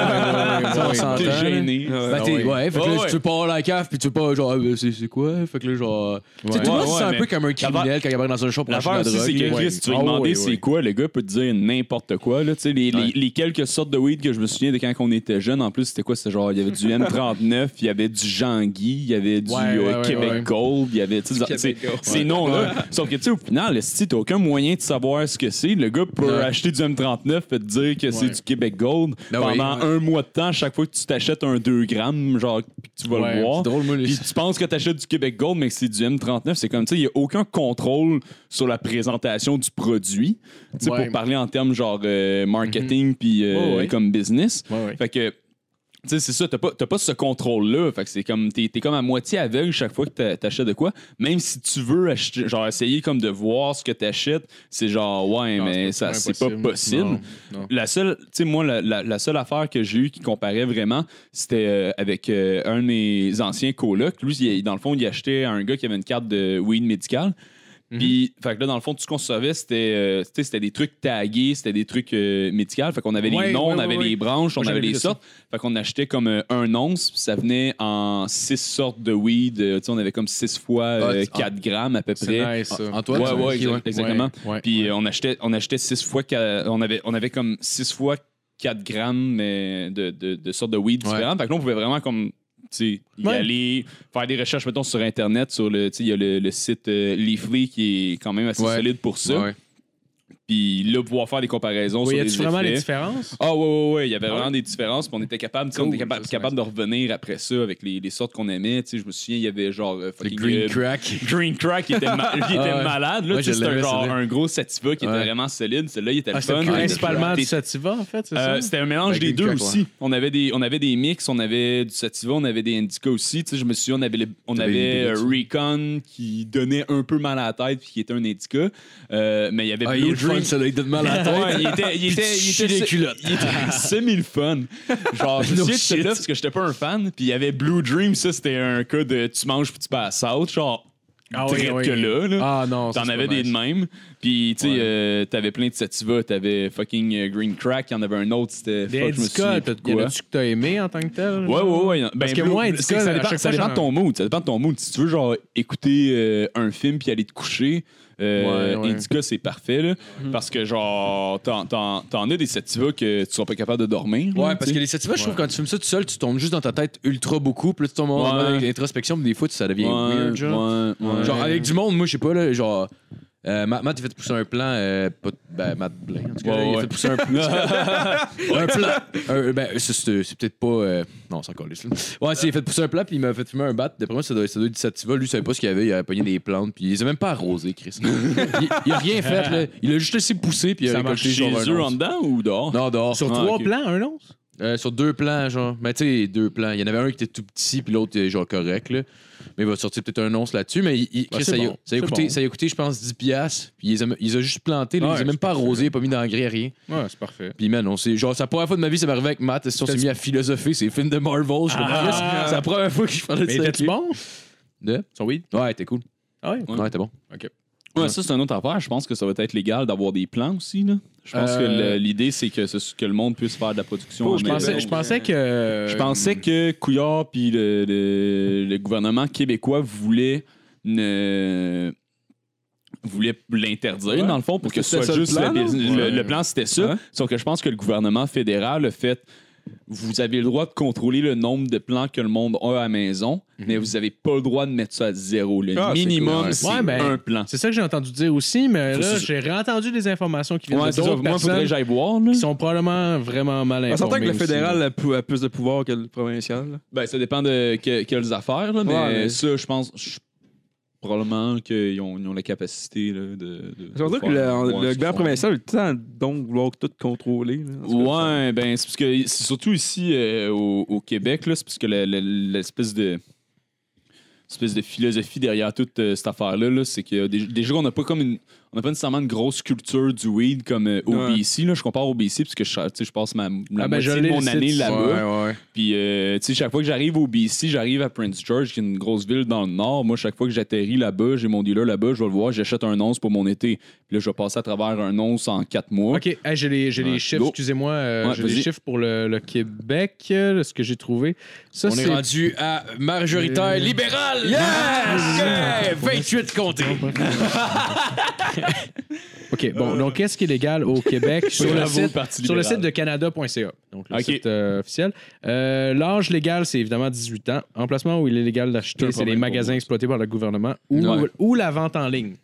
Ouais, ouais,
s'entend,
T'es
là.
gêné.
Ben,
Ah
t'es-
ouais.
ouais, fait que là,
Ouais,
si tu veux pas avoir la cave, puis tu veux pas, genre, ah, ben, c'est, c'est quoi? Fait que là, genre. Tu sais, tout le
Ouais,
monde se
ouais,
sent un
mais
peu comme un criminel quand il va dans un show pour acheter de
L'affaire
la
aussi, c'est que
drogue.
Chris,
ouais.
si tu veux
Ah,
demander
ouais,
c'est
ouais.
quoi, le gars peut te dire n'importe quoi. Là, Tu sais, les, les-
Ouais.
les quelques sortes de weed que je me souviens de quand on était jeune, en plus, c'était quoi? C'était genre, il y avait du M39, il y avait du Jean-Guy, il y avait du
Ouais,
euh,
ouais, ouais,
Québec
ouais.
Gold, il y avait tu sais, c'est- ces noms-là. Sauf que, tu sais, au final, si t'as aucun moyen de savoir ce que c'est, le gars peut
Ouais.
acheter du M39 et te dire que c'est
Ouais.
du Québec Gold
Ben oui.
pendant un mois de temps, chaque fois que tu t'achètes un 2 grammes, genre, puis que tu vas
Ouais,
le boire.
C'est drôle, moi, les-
Puis tu penses que t'achètes du Québec Gold, mais que c'est du M39. C'est comme, tu sais, il n'y a aucun contrôle sur la présentation du produit. Tu sais,
Ouais. Mhm.
pour parler en termes genre euh, marketing puis euh,
Ouais, ouais.
comme business.
Ouais, ouais.
Fait que, tu sais, c'est ça, t'as pas, t'as pas ce contrôle-là. Fait que c'est comme, t'es t'es comme à moitié aveugle chaque fois que t'a- t'achètes de quoi. Même si tu veux acheter, genre, essayer comme de voir ce que t'achètes, c'est genre, ouais,
Non,
mais
c'est pas-
ça,
c'est
c'est
pas
pas
impossible.
possible.
Non, non.
La seule, tu sais, moi, la, la- la seule affaire que j'ai eue qui comparait vraiment, c'était euh, avec euh, un de mes anciens colocs. Lui, il- dans le fond, il achetait à un gars qui avait une carte de weed médicale.
Mhm.
Puis, fait que là, dans le fond, tout ce qu'on savait, c'était euh, tu sais, c'était des trucs tagués, c'était des trucs euh, médicaux. Fait qu'on avait les
Ouais,
noms,
ouais,
on avait
ouais, ouais.
les branches,
Moi,
on
j'avais
avait
vu
les
de ça.
sortes. Fait qu'on achetait comme euh, un once, puis ça venait en six sortes de weed. Euh, tu sais, on avait comme six fois euh,
Ah, tu-
4 grammes à peu près.
C'est nice, ça.
Antoine,
Ouais,
tu-
ouais,
qui-
exact- exactement.
Ouais, ouais,
Puis euh, on achetait, on achetait six fois, qua- on avait, on avait comme six fois 4 grammes mais de, de, de sortes de weed
Ouais.
différentes. Fait que là, on pouvait vraiment comme tu sais, y
Ouais.
aller, faire des recherches, mettons, sur Internet, sur le, tu sais, il y a le, le site euh, Leafly qui est quand même assez
Ouais.
solide pour ça.
Ouais, ouais.
Puis là, pouvoir faire des comparaisons sur
Voyais-tu
les
vraiment les
effets.
différences?
Ah ouais, ouais, ouais, il y avait vraiment des différences, puis on était capable, tu sais, on était
Cool,
capable,
ça, c'est
capable de revenir après ça avec les, les sortes qu'on aimait, tu sais, je me souviens, il y avait genre euh,
Le
fucking, euh,
Green Crack.
Green Crack qui était, ma- qui était
Ah ouais.
malade, là,
Ouais,
tu sais,
je
c'était
l'avais,
genre
celui-là.
un gros sativa qui était
Ouais.
vraiment solide, celui-là il était le
Ah,
fun.
c'était principalement
T'es-
du sativa, en fait, c'est
euh,
ça?
c'était un mélange
Ben,
des
Green
deux
Crack,
aussi. On avait des on avait des mix, on avait du sativa, on avait des indica aussi, tu sais, je me souviens on avait le- on
T'avais
avait
des
euh, Recon qui donnait un peu mal à la tête puis qui était un indica, Euh, mais il y avait
Ah,
Blue
il est
Dream-
fun, ça, là, il donne mal à la tête.
Ouais, il était, il
Puis
était,
tu
il
chies
était,
les
se-
culottes.
il était semi le fun. Genre, je me
No
souviens de
shit.
celui-là parce que j'étais pas un fan. Puis il y avait Blue Dream, ça c'était un cas de tu manges puis tu passes out. Genre,
Ah
traite que là. là.
Ah non, ça,
T'en
c'est
avais
pas
des de
nice.
même. Puis, tu sais, euh, t'avais plein de sativa. T'avais fucking euh, Green Crack. Il y en avait un autre. C'était
Des
fuck, je me souviens
indica,
plus de
y en
quoi.
a-tu que t'as aimé en tant que tel?
Ouais, ouais, ouais. Ben,
Parce que
Blue-
moi, indica,
c'est que ça
à
dépend,
chaque
ça
fois,
dépend
j'en-
de ton mood. Ça dépend de ton mood. Si tu veux, genre, écouter euh, un film puis aller te coucher,
Ouais,
euh,
ouais.
Indica, c'est parfait, là. Parce que, genre, t'en, t'en, t'en as des sativa que tu seras pas capable de dormir. là,
Ouais, parce
Mm, tu
que
sais.
les sativas, je trouve, quand tu fumes ça tout seul, tu tombes juste dans ta tête ultra beaucoup. Puis là, tu tombes en
Ouais.
mode introspection, puis des fois, tu- ça devient
Ouais,
weird. genre.
ouais, ouais.
Genre, avec du monde, moi, je sais pas, là, genre. Euh, Matt, Matt, il fait pousser un plan. Euh, pas, ben, Matt Blain, en tout cas,
Ouais,
là, il
ouais.
a fait pousser un plan. un plan. Un- ben, c'est, c'est- c'est peut-être pas. euh, non, c'est encore les Ouais, c'est, il a fait pousser un plan, puis il m'a fait fumer un bat. D'après moi, ça doit, ça doit être du sativa. Lui, il savait pas ce qu'il y avait. Il avait pogné des plantes, puis il les a même pas arrosé, Chris. il, il a rien fait, là. Il a juste laissé pousser, puis il a
Ça
récolté
Chez
genre un
eux,
once.
en dedans ou dehors?
Non, dehors.
Sur
Ah,
trois
ok.
plans, un once?
Euh, sur deux plans, genre. Mais tu sais, deux plans. Il y en avait un qui était tout petit, puis l'autre, euh, genre, correct, là. Mais il va sortir peut-être un once là-dessus. Mais il- il-
Ah,
Chris,
c'est
ça, y a,
bon,
ça y a
c'est
coûté,
bon.
ça y a coûté, je pense, 10 piastres. Puis ils ont ils ont juste planté, là,
Ouais,
ils ont même
c'est
pas
parfait.
arrosé, pas mis d'engrais, rien.
Ouais, c'est parfait.
Puis man, on s'est... Genre, c'est la première fois de ma vie, ça m'est arrivé avec Matt. On s'est mis à philosopher, c'est les films de Marvel. Je suis comme,
Ah!
Chris, c'est la première fois que je parlais de
Mais
ça.
t'es-tu
avec
bon?
lui. De-
Son weed?
Ouais, t'es cool.
Ah ouais.
Ouais.
Ouais, t'es bon.
Ouais, ça, c'est un autre affaire. Je pense que ça va être légal d'avoir des plans aussi, là. Je pense
Euh,
que le- l'idée, c'est que, ce- que le monde puisse faire de la production.
Oh, je
en
Je
maison.
pensais, je pensais que.
Je pensais que Couillard puis le, le- le gouvernement québécois voulait ne voulait l'interdire dans le fond pour que ce
C'était
soit
ça le
juste
plan,
le,
non?
business- le-
Ouais.
le plan c'était ça
Hein?
sauf que je pense que le gouvernement fédéral a fait vous avez le droit de contrôler le nombre de plans que le monde a à la maison mais vous avez pas le droit de mettre ça à zéro le
Ah, c'est
minimum
cool, ouais.
c'est
Ouais, ben,
un plan
C'est ça que j'ai entendu dire aussi, mais
Faut
là,
que-
j'ai réentendu des informations qui viennent
Ouais,
de
c'est ça.
d'autres
moi
personnes
faudrait que j'aille voir là.
qui sont probablement vraiment mal
On s'entend
informées.
que le
aussi,
fédéral
là.
a pu- a plus de pouvoir que le provincial. là.
Ben, ça dépend de que- quelles affaires, là, mais,
Ouais, mais-
ça, je pense. je- Probablement qu'ils ont, ils ont la capacité là, de. de-
C'est vrai que
de faire-
le,
voir ce
le
qu'ils
gouvernement
font.
provincial a eu le temps donc vouloir tout contrôler. là. En tout cas, ça-
Ouais, ben, c'est parce que. C'est surtout ici euh, au, au Québec, là, c'est parce que la- la- l'espèce de. Espèce de philosophie derrière toute euh, cette affaire-là, là, c'est que euh, déjà, déjà, on n'a pas comme une. On n'a pas nécessairement une grosse culture du weed comme euh, au
Ouais.
BC. Là. Je compare au BC parce que je, tu sais, je passe ma, la
Ah, ben,
moitié
je
de
l'ai,
mon
le
année
site.
là-bas.
Ouais, ouais.
Puis, euh, tu sais, chaque fois que j'arrive au BC, j'arrive à Prince George, qui est une grosse ville dans le nord. Moi, chaque fois que j'atterris là-bas, j'ai mon dealer là-bas, je vais le voir, j'achète un once pour mon été. Puis là, je vais passer à travers un once en quatre mois.
Ok, ah, j'ai les, j'ai les
Ouais.
chiffres,
Go.
excusez-moi. euh,
Ouais,
j'ai les
vas-y.
chiffres pour le, le Québec, euh, ce que j'ai trouvé. Ça,
on est...
c'est.
rendu à majoritaire
Euh,
libéral.
Ah,
Yes!
pour vrai,
28 comtés.
ok, bon, donc qu'est-ce qui est légal au Québec sur, le
Bravo,
site,
Euh, Parti
sur le
libéral.
site de Canada.ca, donc le
Ok.
site euh, officiel. Euh, L'âge légal, c'est évidemment 18 ans. Emplacement où il est légal
C'est un
d'acheter, c'est les
problème pour
magasins
moi.
exploités par le gouvernement ou,
Ouais.
ou la vente en ligne.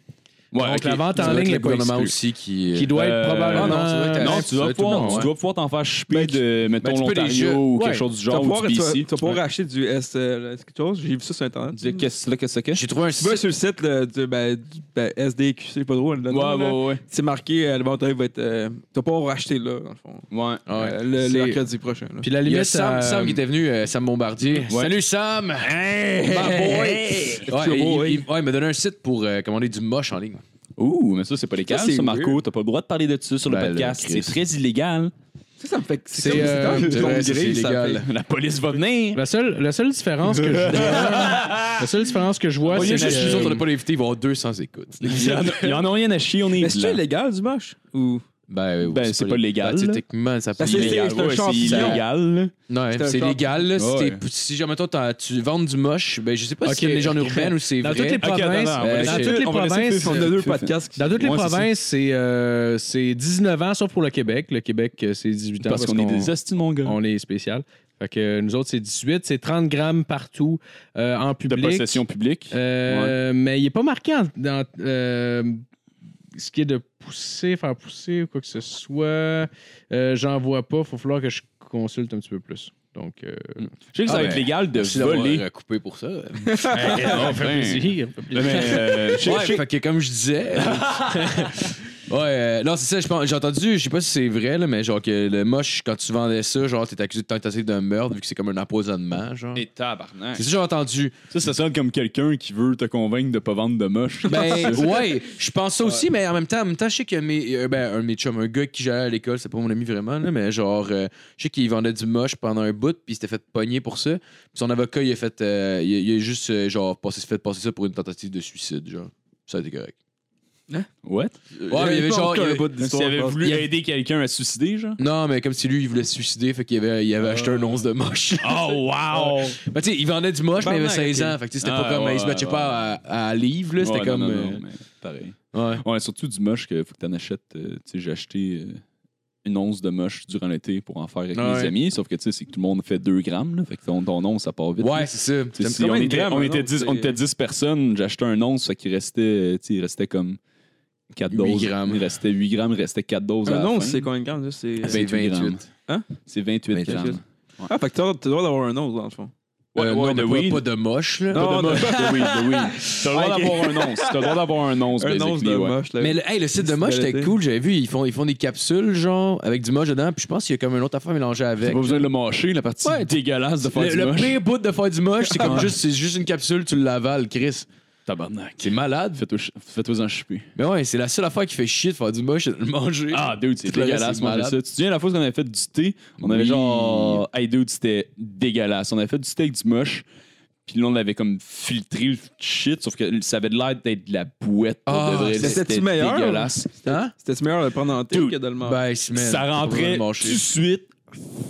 Ouais,
donc
ok.
la vente en
Ça doit être
ligne
le
est pas
gouvernement
exclue.
aussi qui.
Qui doit être
Euh,
probablement.
ah non, c'est vrai que t'as-
Non,
Ouais,
tu dois,
tout le
pouvoir,
monde,
tu
ouais.
dois pouvoir t'en faire choper
Ben, tu-
de, mettons,
ben, tu peux les
l'Ontario
jeux-
ou quelque
ouais.
chose du
Tu vas
genre, ou
pouvoir,
du
tu vas-
BC.
tu vas pouvoir acheter du S, euh, quelque chose. J'ai vu ça sur Internet.
Tu dis, Qu'est-ce que c'est, qu'est-ce que c'est?
J'ai trouvé un
Tu vas sur le site là, du, ben, du- ben, SDQ, c'est pas drôle.
Ouais, ouais, ouais.
C'est marqué, euh, le vendredi va être. euh, tu vas pouvoir racheter là, dans le fond.
Ouais.
Ah ouais.
Euh,
C'est-
le le mercredi prochain. là.
Puis la
Il y
limite.
a Sam,
euh,
Sam qui était venu, euh, Sam Bombardier. Salut Sam! My boy! Ouais,
Hey!
il, il- ouais, il m'a donné un site pour euh, commander du moche en ligne.
Ouh, mais ça, c'est pas légal,
Ça,
ça,
c'est
Marco.
weird.
T'as pas le droit de parler de ça sur le
Ben, là,
podcast. C'est
Chris.
très illégal.
Ça, ça me fait. C'est
C'est,
comme- c'est
euh,
comme une
c'est
tombe
vrai, ça, c'est
grise, ça
illégal.
fait-
La police va venir.
La seule, la seule différence que je vois, la seule différence que je vois,
Ouais,
c'est
c'est juste
que-
nous autres, on n'a pas l'invité, ils vont avoir 200 écoutes.
Il y en a- il y en a rien à chier, on est
Mais c'est-tu
blanc.
illégal du moche? Ou.
Ben, oui,
Ben, c'est pas
Ben,
légal,
tu sais,
là.
techniquement, ça peut
Ben,
C'est illégal,
c'est un
ouais, c'est
champignon.
illégal. là.
Non,
c'est un
c'est
genre-
légal. là, si
Ouais.
t'es- Si jamais toi, t'en- tu vends du moche, ben, je sais pas si
Ok.
c'est une légende urbaine ou c'est
dans
vrai.
toutes les
attends, Ah, attends,
provinces,
on va
euh,
laisser
dans
Phil-
toutes les
on va laisser
provinces,
euh, Phil- On a deux
Phil-
podcasts. qui-
dans toutes les
Ouais, c'est ça.
provinces, c'est euh, c'est 19 ans sauf pour le Québec. Le Québec, euh, c'est 18 ans
Parce qu'on est des hosties, mon gars.
on est spécial. Fait que euh, nous autres, c'est 18, c'est 30 grammes partout euh, en
de
public.
possession publique.
Euh, Mais il n'est pas marqué en, dans, euh, ce qui est de pousser, faire pousser ou quoi que ce soit, euh, j'en vois pas. Faut falloir que je consulte un petit peu plus. Donc, euh,
Je sais que ça
Ah,
va être
ben,
légal de
Merci d'avoir,
voler.
euh, coupé pour ça.
Ah, ben.
plaisir, fait plaisir.
Mais, euh, je-
Ouais,
je-
fait que comme je disais. euh, ouais, euh, non, c'est ça, je pense- j'ai entendu, je sais pas si c'est vrai, là, mais genre que le moche, quand tu vendais ça, genre, t'es accusé de tentative de meurtre vu que c'est comme un empoisonnement, genre.
Et tabarnak.
C'est ça que j'ai entendu.
Ça, ça sonne comme quelqu'un qui veut te convaincre de pas vendre de moche.
Ben, ouais, je pense ça aussi, mais en même temps, en même temps, je sais que mes, euh, ben, un de mes chums, un gars qui j'allais à l'école, c'est pas mon ami vraiment, là, mais genre, euh, je sais qu'il vendait du moche pendant un bout, puis il s'était fait pogner pour ça. Puis son avocat, il a fait, euh, il, a- il a juste, euh, genre, passé, fait passer ça pour une tentative de suicide, genre. Ça a été correct.
What?
Ouais, mais il y avait genre. il y avait-
S'il avait voulu aider quelqu'un à se suicider, genre?
Non, mais comme si lui, il voulait se suicider, fait qu'il avait, il avait acheté un once de moche.
Oh, wow!
Ben, tu sais, il vendait du moche, mais il avait 16 ans. Fait que tu sais, c'était
Ah,
pas comme.
ouais,
il se battait
ouais.
pas à, à livre, là. C'était
Ouais, non,
comme.
non, non, mais pareil.
euh, ouais.
Ouais, surtout du moche que faut que t'en achètes. euh, tu sais, j'ai acheté euh, une once de moche durant l'été pour en faire avec
Ah
mes
ouais.
amis. Sauf que tu sais, c'est que tout le monde fait 2 grammes. Là, fait que ton, ton once, ça part vite.
Ouais,
là.
c'est ça.
Tu sais,
Ça me-
si
comme
on,
une
était,
gramme,
on,
un
était
once,
10,
c'est-
on était 10 personnes, j'achetais un once, fait qu'il restait, euh, tu sais, il restait comme 4
Huit
doses.
grammes.
Il restait 8 grammes, il restait 4 doses. à
Un
la
once,
fin. Ah,
c'est combien de grammes, là? C'est...
C'est 28.
grammes.
Hein?
C'est 28,
28.
grammes.
Ah, fait que t'as le droit d'avoir un once, dans le fond.
Ouais,
Euh,
ouais,
non,
de
mais pas-
weed.
pas de moche, là.
Pas
Non,
de
non.
moche, de weed, de weed. T'as le droit d'avoir un once. T'as le droit d'avoir un once,
Un once de
basically, ouais.
moche, là.
Mais le, hey, le site de moche, c'était
Fiscalité.
cool. J'avais vu, ils font, ils font des capsules, genre, avec du moche dedans. Puis je pense qu'il y a comme une autre affaire mélangée
T'as
avec.
pas besoin de le mâcher, la partie
Ouais.
dégueulasse de faire
Le,
du
le
moche.
pire bout de faire du moche, c'est comme juste, c'est juste une capsule, tu l'avales, Chris.
Tabarnak.
C'est malade.
Fais-toi ch- Fais-toi en chuper.
Mais ouais, c'est la seule affaire qui fait chier de faire du moche, c'est de le manger. Hein?
Ah, dude, c'est
Tout le reste,
dégueulasse,
c'est
manger
malade.
ça. Tu te souviens la fois qu'on avait fait du thé? On avait
Oui.
genre. Hey, dude, c'était dégueulasse. On avait fait du thé avec du moche. Puis là, on avait comme filtré le shit, sauf que ça avait de l'air d'être de la bouette. pour
Ah,
de vrai.
c'était-tu
C'était
meilleur?
dégueulasse.
Hein?
C'était meilleur de le prendre en thé
Dude,
que de le manger.
Ben, c'est- man,
ça
faut
rentrait
le
tout de
manger.
suite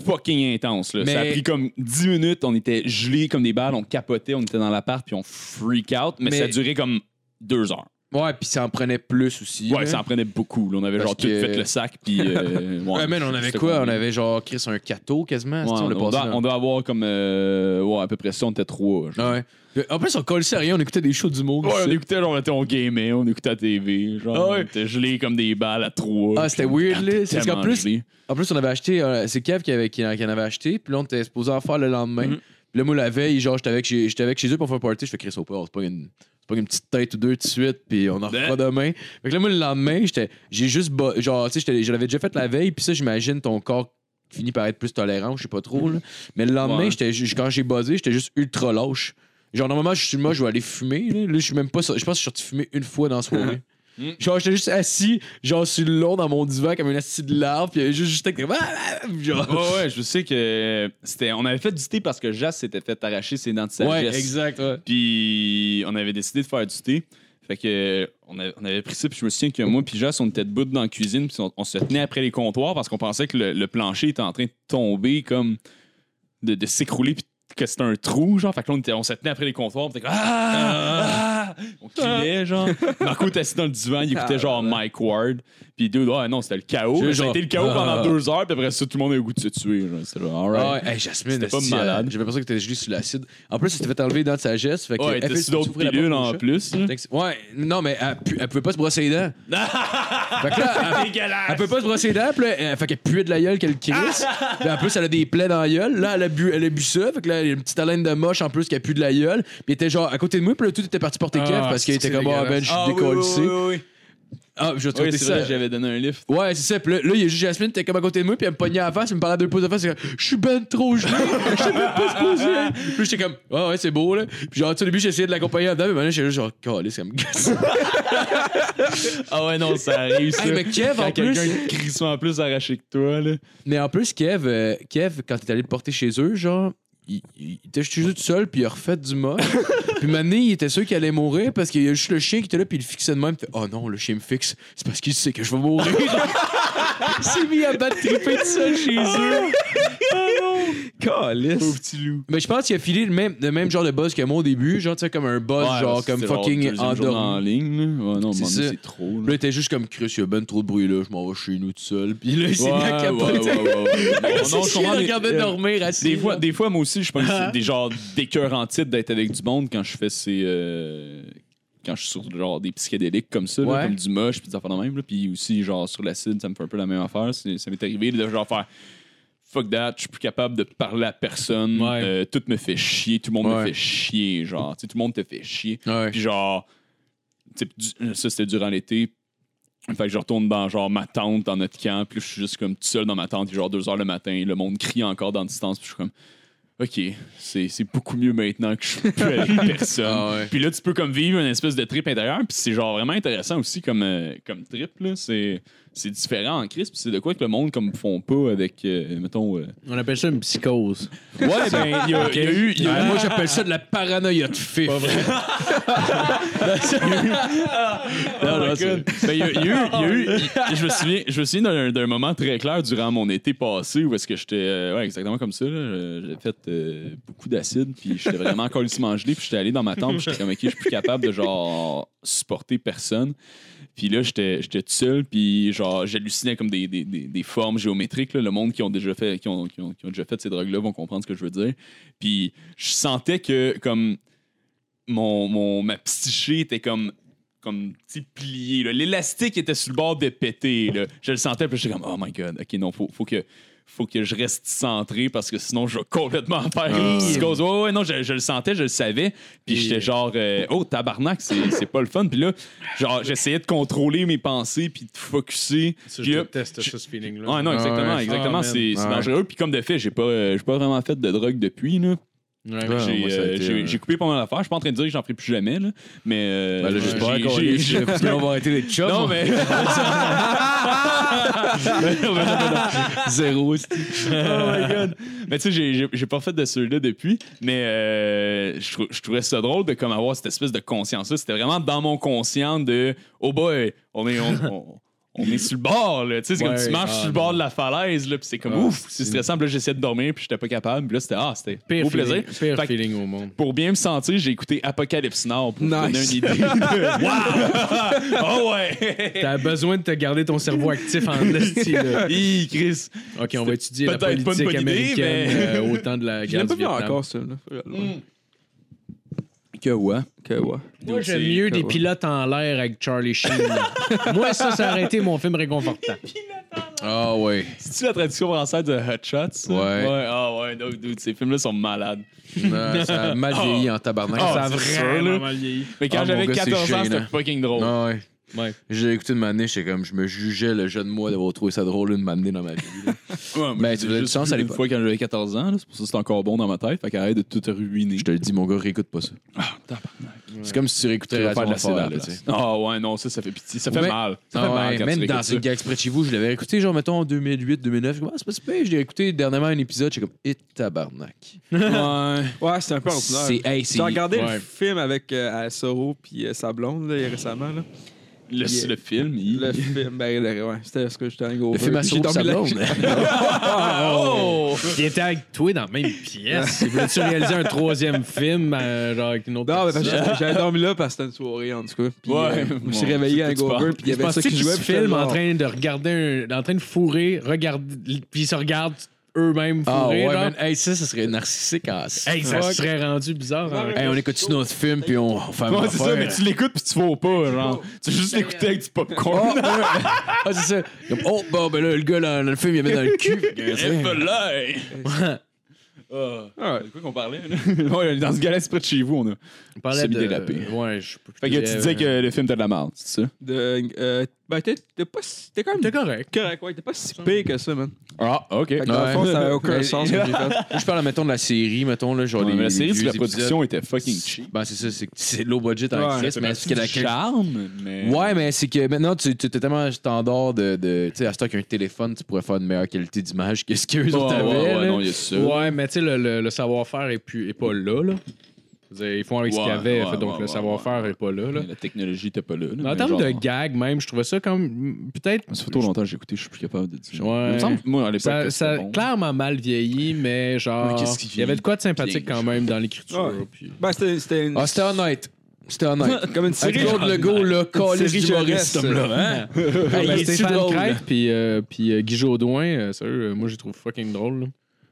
fucking intense. là. Ça a
Mais-
pris comme 10 minutes. On était gelés comme des balles. On capotait. On était dans l'appart. Puis on freak out. Mais,
Mais-
ça durait comme deux heures.
Ouais, puis ça en prenait plus aussi.
Ouais,
là.
ça en prenait beaucoup. là. On avait
Parce
genre
que-
tout fait le sac. Puis. euh, ouais,
Ouais, man, on avait
c'était
quoi? On
compliqué.
avait genre Chris un cateau quasiment.
Ouais,
c'est-tu,
on,
on l'a
doit,
passé dans-
on doit avoir comme. euh, ouais, à peu près ça, on était trois. genre.
Ouais. En plus, on collait sérieux, on écoutait des shows du monde.
Ah Ouais, on écoutait, genre, on était, on gamait, on écoutait la TV. Genre,
Ah ouais.
on était gelés comme des balles à trois.
Ah, c'était
Puis,
weird, là. C'est parce qu'en
tellement
plus,
gelés.
En plus, on avait acheté, euh, c'est Kev qui, avait, qui, en- qui en avait acheté, puis là, on était supposé en faire le lendemain.
Mhm.
Puis là, moi, la veille, genre, j'étais avec, chez- j'étais avec chez eux pour faire un party, je fais Chris au port, c'est pas une. c'est pas une petite tête ou deux tout de suite, puis on en
Ben.
refera demain. Fait que là, moi, le lendemain, j'étais- j'ai juste. bo- Genre, tu sais, j'étais- je l'avais déjà fait la veille, puis ça, j'imagine ton corps finit par être plus tolérant, je sais pas trop. là. Mais le lendemain,
Ouais.
j'étais ju- quand j'ai buzzé, j'étais juste ultra lâche. Genre, normalement, je suis moi, je vais aller fumer. Là, Là, je suis même pas. sur- Je pense que je suis sorti fumer une fois dans la soirée.
Mm.
Genre, j'étais juste assis, genre, sur le long dans mon divan, comme une assise de larve, puis il y avait juste, juste comme. Ah, ah, ah, genre.
Ouais, ouais, je sais que c'était. On avait fait du thé parce que Jas s'était fait arracher ses dents de sagesse.
Ouais, exact. ouais.
Puis on avait décidé de faire du thé. Fait que euh, on avait, on avait pris ça, puis je me souviens que moi puis Jas, on était debout dans la cuisine, puis on, on se tenait après les comptoirs parce qu'on pensait que le, le plancher était en train de tomber, comme de, de s'écrouler, puis que c'était un trou, genre. Fait que là, on, était- on se tenait après les comptoirs, on était comme ah! Ah! On criait, genre. Marco était assis dans le divan, il écoutait genre Mike Ward, puis dude, ah non, c'était le chaos.
C'est
mais
genre,
ça a été le chaos pendant
ah.
deux heures, puis après ça, tout le monde a eu le goût de se tuer, genre. C'était genre, alright.
Ah ouais, hey, Jasmine,
C'était pas
esti,
malade.
euh, J'avais l'impression que t'étais gelé sur l'acide. En plus, elle s'était fait enlever les dents de sagesse. Fait que,
Ouais,
elle
t'es
fait-
sur d'autres
tu ouvrais la porte
pilules
au
en
chat.
plus. là.
Fait que- Ouais, non, mais elle, pu- elle pouvait pas se brosser les dents. fait que là, elle, elle peut pas se brosser les dents, puis là, elle, fait qu'elle puait de la gueule qu'elle crisse. Puis en plus, elle a des plaies dans la gueule. Là, elle a bu, elle a bu ça, fait que là, elle a une petite haleine de moche en plus qu'elle pue de la gueule. Puis elle était genre à côté de moi, puis là, tout était parti porter
Ah,
Kev parce qu'il
c'est
était comme, ah ben, je suis décollissé. Ah, je vais te
Oui,
raconter
c'est vrai,
ça.
j'avais donné un lift.
Ouais, c'est ça. Puis là, là, il y a juste Jasmine, t'es comme à côté de moi, puis elle me pognait à la face, elle me parlait à deux pouces de face, c'est comme, je suis ben trop gelé, je sais même pas se poser. Puis j'étais comme, ah ouais, c'est beau, là. Puis genre, tu sais, au début, j'ai essayé de l'accompagner là-dedans, mais maintenant, j'étais juste genre, calé, ça me gosse.
Ah ouais, non, ça arrive ça.
Hey, mais Kev, en
Quand
plus.
quelqu'un crie ça en plus arraché que toi, là.
Mais en plus, Kev, euh, Kev quand t'es allé le porter chez eux, genre, il, il était chez eux tout seul, puis il a refait du moche. puis maintenant, il était sûr qu'il allait mourir parce qu'il y a juste le chien qui était là, puis il le fixait de même. Fait, oh non, le chien me fixe, c'est parce qu'il sait que je vais mourir. il s'est mis à battre triper tout seul chez eux.
Calice.
petit loup.
Mais je pense qu'il a filé le même, le même genre de buzz que moi au début, genre, tu sais, comme un buzz, genre, comme fucking
en
endormi.
ligne, là. Ouais, non, mais
C'est ça.
c'est trop,
Là, il
là.
était juste comme Chris, il y a ben trop de bruit là, je m'en vais chez nous tout seul. Puis là, il s'est mis à
Ouais, ouais,
capoter.
ouais, ouais, ouais. Non,
Son
non, je
chien
comprends,
le
mais,
regardait
euh,
dormir assis.
Des fois, des fois, moi aussi, je pense que c'est des genres d'écœurs en titre d'être avec du monde quand je fais ces. euh, quand je suis sur genre des psychédéliques comme ça, là,
Ouais.
comme du moche, puis des affaires de même. là. Puis aussi, genre sur l'acide, ça me fait un peu la même affaire. C'est- Ça m'est arrivé de genre faire fuck that, je suis plus capable de parler à personne.
Ouais.
Euh, tout me fait chier, tout le monde
Ouais.
me fait chier. Genre, tu sais, tout le monde te fait chier.
Ouais.
Puis genre, tu sais, du- euh, ça c'était durant l'été. Fait que je retourne dans genre ma tente, dans notre camp, puis je suis juste comme tout seul dans ma tente, il est genre 2 heures le matin, le monde crie encore dans distance, puis je suis comme OK, c'est c'est beaucoup mieux maintenant que je suis plus avec personne.
Ah ouais.
Puis là tu peux comme vivre une espèce de trip intérieure, puis c'est genre vraiment intéressant aussi comme euh, comme trip là, c'est c'est différent en crise, puis c'est de quoi que le monde comme font pas avec euh, mettons euh,
On appelle ça une psychose.
Ouais, ben il y, a- il y a eu il y a eu-
Moi, j'appelle ça de la paranoïa de fif.
Non, non, c'est- Ben, il y a- il y a eu- il y a eu- il- Je me souviens, je me souviens d'un, d'un moment très clair durant mon été passé où est-ce que j'étais euh, ouais, exactement comme ça. là. Je- J'avais fait euh, beaucoup d'acide, puis j'étais vraiment colissement gelé, puis j'étais allé dans ma tente, puis j'étais comme ok, je suis plus capable de genre supporter personne. Puis là, j'étais, j'étais tout seul, puis genre j'hallucinais comme des, des, des, des formes géométriques. là. Le monde qui ont déjà fait, qui ont, qui ont- qui ont déjà fait ces drogues-là vont comprendre ce que je veux dire. Puis je sentais que comme mon, mon- ma psyché était comme comme petit plié là. l'élastique était sur le bord de péter là. je le sentais puis j'étais comme oh my god ok non faut, faut que faut que je reste centré parce que sinon je vais complètement faire
Ah.
une psychose ouais ouais non je, je le sentais je le savais puis j'étais genre euh, oh tabarnak c'est c'est pas le fun puis là genre j'essayais de contrôler mes pensées puis de focusser puis là, je-
ce feeling-là.
Ouais, non, exactement,
ouais.
exactement,
Ah,
c'est c'est
Ouais.
dangereux. Puis comme de fait, j'ai pas, euh, j'ai pas vraiment fait de drogue depuis. Là.
Ouais,
J'ai
moi, ça a
euh,
été,
j'ai-
euh,
j'ai coupé pas mal d'affaires. Je suis pas en train de dire que j'en ferai plus jamais, là. mais. euh,
Ben là,
j'ai-
j'espère
j'ai-
qu'on
j'ai- j'ai-
on va arrêter les chums.
Non, mais.
Zéro.
oh my god. Mais tu sais, j'ai- j'ai- j'ai pas fait de celui-là depuis, mais euh, je, trou- je trouvais ça drôle de comme avoir cette espèce de conscience-là. C'était vraiment dans mon conscient de Oh boy, on est. On, on- on est sur le bord, là. Tu sais, c'est comme
Ouais,
tu marches
ah,
sur le bord de la falaise, là. Puis c'est comme
Ah,
ouf, c'est stressant. Puis là, j'essayais de dormir, puis j'étais pas capable. Puis là, c'était ah, c'était
Pire,
au plaisir.
feeling, pire
Fait que
feeling au monde.
pour bien me sentir, j'ai écouté Apocalypse Now pour vous donner
Nice.
une idée. Waouh! oh ouais!
T'as besoin de te garder ton cerveau actif en esti, là.
Hi, Chris!
OK, on va étudier la
Peut-être
politique
pas une bonne idée,
américaine
mais-
euh, au temps de la
Je
guerre
l'ai
du
pas vu
Vietnam.
encore, ça. Là. Que ouais. Que ouais.
Moi, j'aime
C'est-
mieux
que
des
ouais.
pilotes en l'air avec Charlie Sheen. Moi, ça, ça aurait été mon film réconfortant.
Ah, ouais.
C'est-tu la traduction française de Hot Shots? ça?
Ouais.
Ouais, ah ouais, no, dude, ces films-là sont malades.
Non, ça a mal vieilli en tabarnak.
Ah,
Ça a
c'est
vraiment-
sûr, là.
mal vieilli.
Mais quand
Ah, mon
j'avais
gars, c'est
14 ans,
gênant.
c'était fucking drôle.
Ah, ouais.
Ouais.
J'ai écouté une manée, j'étais comme, je me jugeais le jeune moi d'avoir trouvé ça drôle une manée dans ma vie. là.
Ouais, moi,
Ben,
j'ai
tu faisais du
juste
sens à
vu Une
l'époque.
fois quand j'avais 14 ans, là, c'est pour ça que c'est encore bon dans ma tête. Fait qu'arrête de tout ruiner.
Je te le dis, mon gars, réécoute pas ça. C'est comme si tu réécoutais
Faire
Radio
de la
Enfer,
cédale,
là,
là.
tu sais.
Ah ouais, non, ça, ça fait pitié. Ça fait
Ouais.
mal. Ça fait
Ah
mal
ouais,
quand
même
tu
dans
réécoutes ça.
une gag près de chez vous, je l'avais réécouté genre mettons en 2008, 2009, Comment c'est pas si pire, je l'ai écouté dernièrement un épisode, j'étais comme et tabarnak.
Ouais.
Ouais, c'est un peu ordinaire.
C'est hey, c'est
J'ai regardé
Ouais.
le film avec euh, Soro puis euh, sa blonde là, récemment. Là.
Le,
Yeah.
le film, il.
Le film, ben, le- ouais, c'était ce que j'étais un gros.
le film à
J'ai
Sourd,
dormi
sa
la-
blonde.
Oh!
Oh! Il était avec toi dans la même pièce. Il voulait-tu réaliser un troisième film, euh, genre avec une autre
Non, mais parce
personne?
que j'avais- j'avais dormi là parce que c'était une soirée, en tout cas. Puis,
Ouais.
euh, je me suis
Ouais,
réveillé à
Ben, c'est quoi tu
Gover,
parles?
puis il y
Je
avait
pense
ça
que tu
qui jouait. puis j'étais
filmes en
genre-
train de regarder, un- en train de fourrer, regarder, puis ils se regardent eux-mêmes
Ah
fourrer.
ouais,
genre.
man, hey, ça ça serait narcissique hein, en s-
Hey, ça serait rendu bizarre. hein.
Hey, on écoute notre film puis on on fait un
Ouais, c'est ça, mais tu l'écoutes puis tu fous pas, genre. Tu juste l'écoutais avec du
Oh,
popcorn.
Ah, c'est ça. Comme, oh, bon, ben là, le gars, là, dans le film, il avait dans le cul. Fait que, tu sais.
Evelyn!
Ah ouais.
De quoi qu'on parlait, là? ouais, dans ce gars-là, c'est près de chez vous, on a.
On parlait de...
Semi-dérapé.
Ouais, je
Fait que tu disais que le film, t'as de la merde, c'est ça?
de, euh, ben, t'es t'es pas si- t'es quand même
T'es correct.
correct, ouais, t'es pas si pire que ça, man.
Ah, ok.
Fait que dans le fond,
Ouais.
ça avait aucun
Mais-
sens ce que j'ai fait.
Moi, je parle, mettons, de la série, mettons, là, genre
Ouais,
les-
mais la série,
les
c'est que la
vieux épisodes.
production était fucking cheap.
Ben, c'est ça, c'est que c'est low budget en
Ouais,
Christ, mais est-ce qu'il y a la
charme, mais.
Ouais, mais c'est que maintenant, tu tu- t'es tellement standard de. de tu sais, à ce temps qu'un téléphone, tu pourrais faire une meilleure qualité d'image que ce qu'eux
Ouais,
autres
ouais,
avaient.
ouais,
là.
non, il y a ça.
Ouais, mais tu sais, le, le- le savoir-faire est, plus- est pas là, là. Je veux dire, Ils font avec ce
Ouais,
qu'il y avait,
ouais,
fait, donc
ouais,
le
ouais,
savoir-faire
ouais.
est pas là. là.
Mais La technologie t'es pas là. là, mais
En termes
genre-
de gag, même, je trouvais ça comme. Peut-être.
Ça fait trop longtemps que j'ai écouté, je suis plus capable de dire.
Ouais.
Il me semble, moi, à l'époque,
Ça,
c'était
ça a
bon.
clairement mal vieilli, mais genre.
Mais qu'est-ce qui
il y avait de quoi de sympathique
vieillit?
quand même dans l'écriture.
Ouais.
puis-
Ben, c'était- c'était une.
Ah, c'était honnête. C'était honnête.
Comme une
Avec
série.
Claude Legault, là,
Une
calice
série jeunesse,
d'humoriste.
là.
Hein?
Ah, ben,
il est-tu
Stéphane
drôle?
Crête puis, euh, puis euh, Guy Jodoin, euh, sérieux, euh, moi, je les trouve fucking drôle.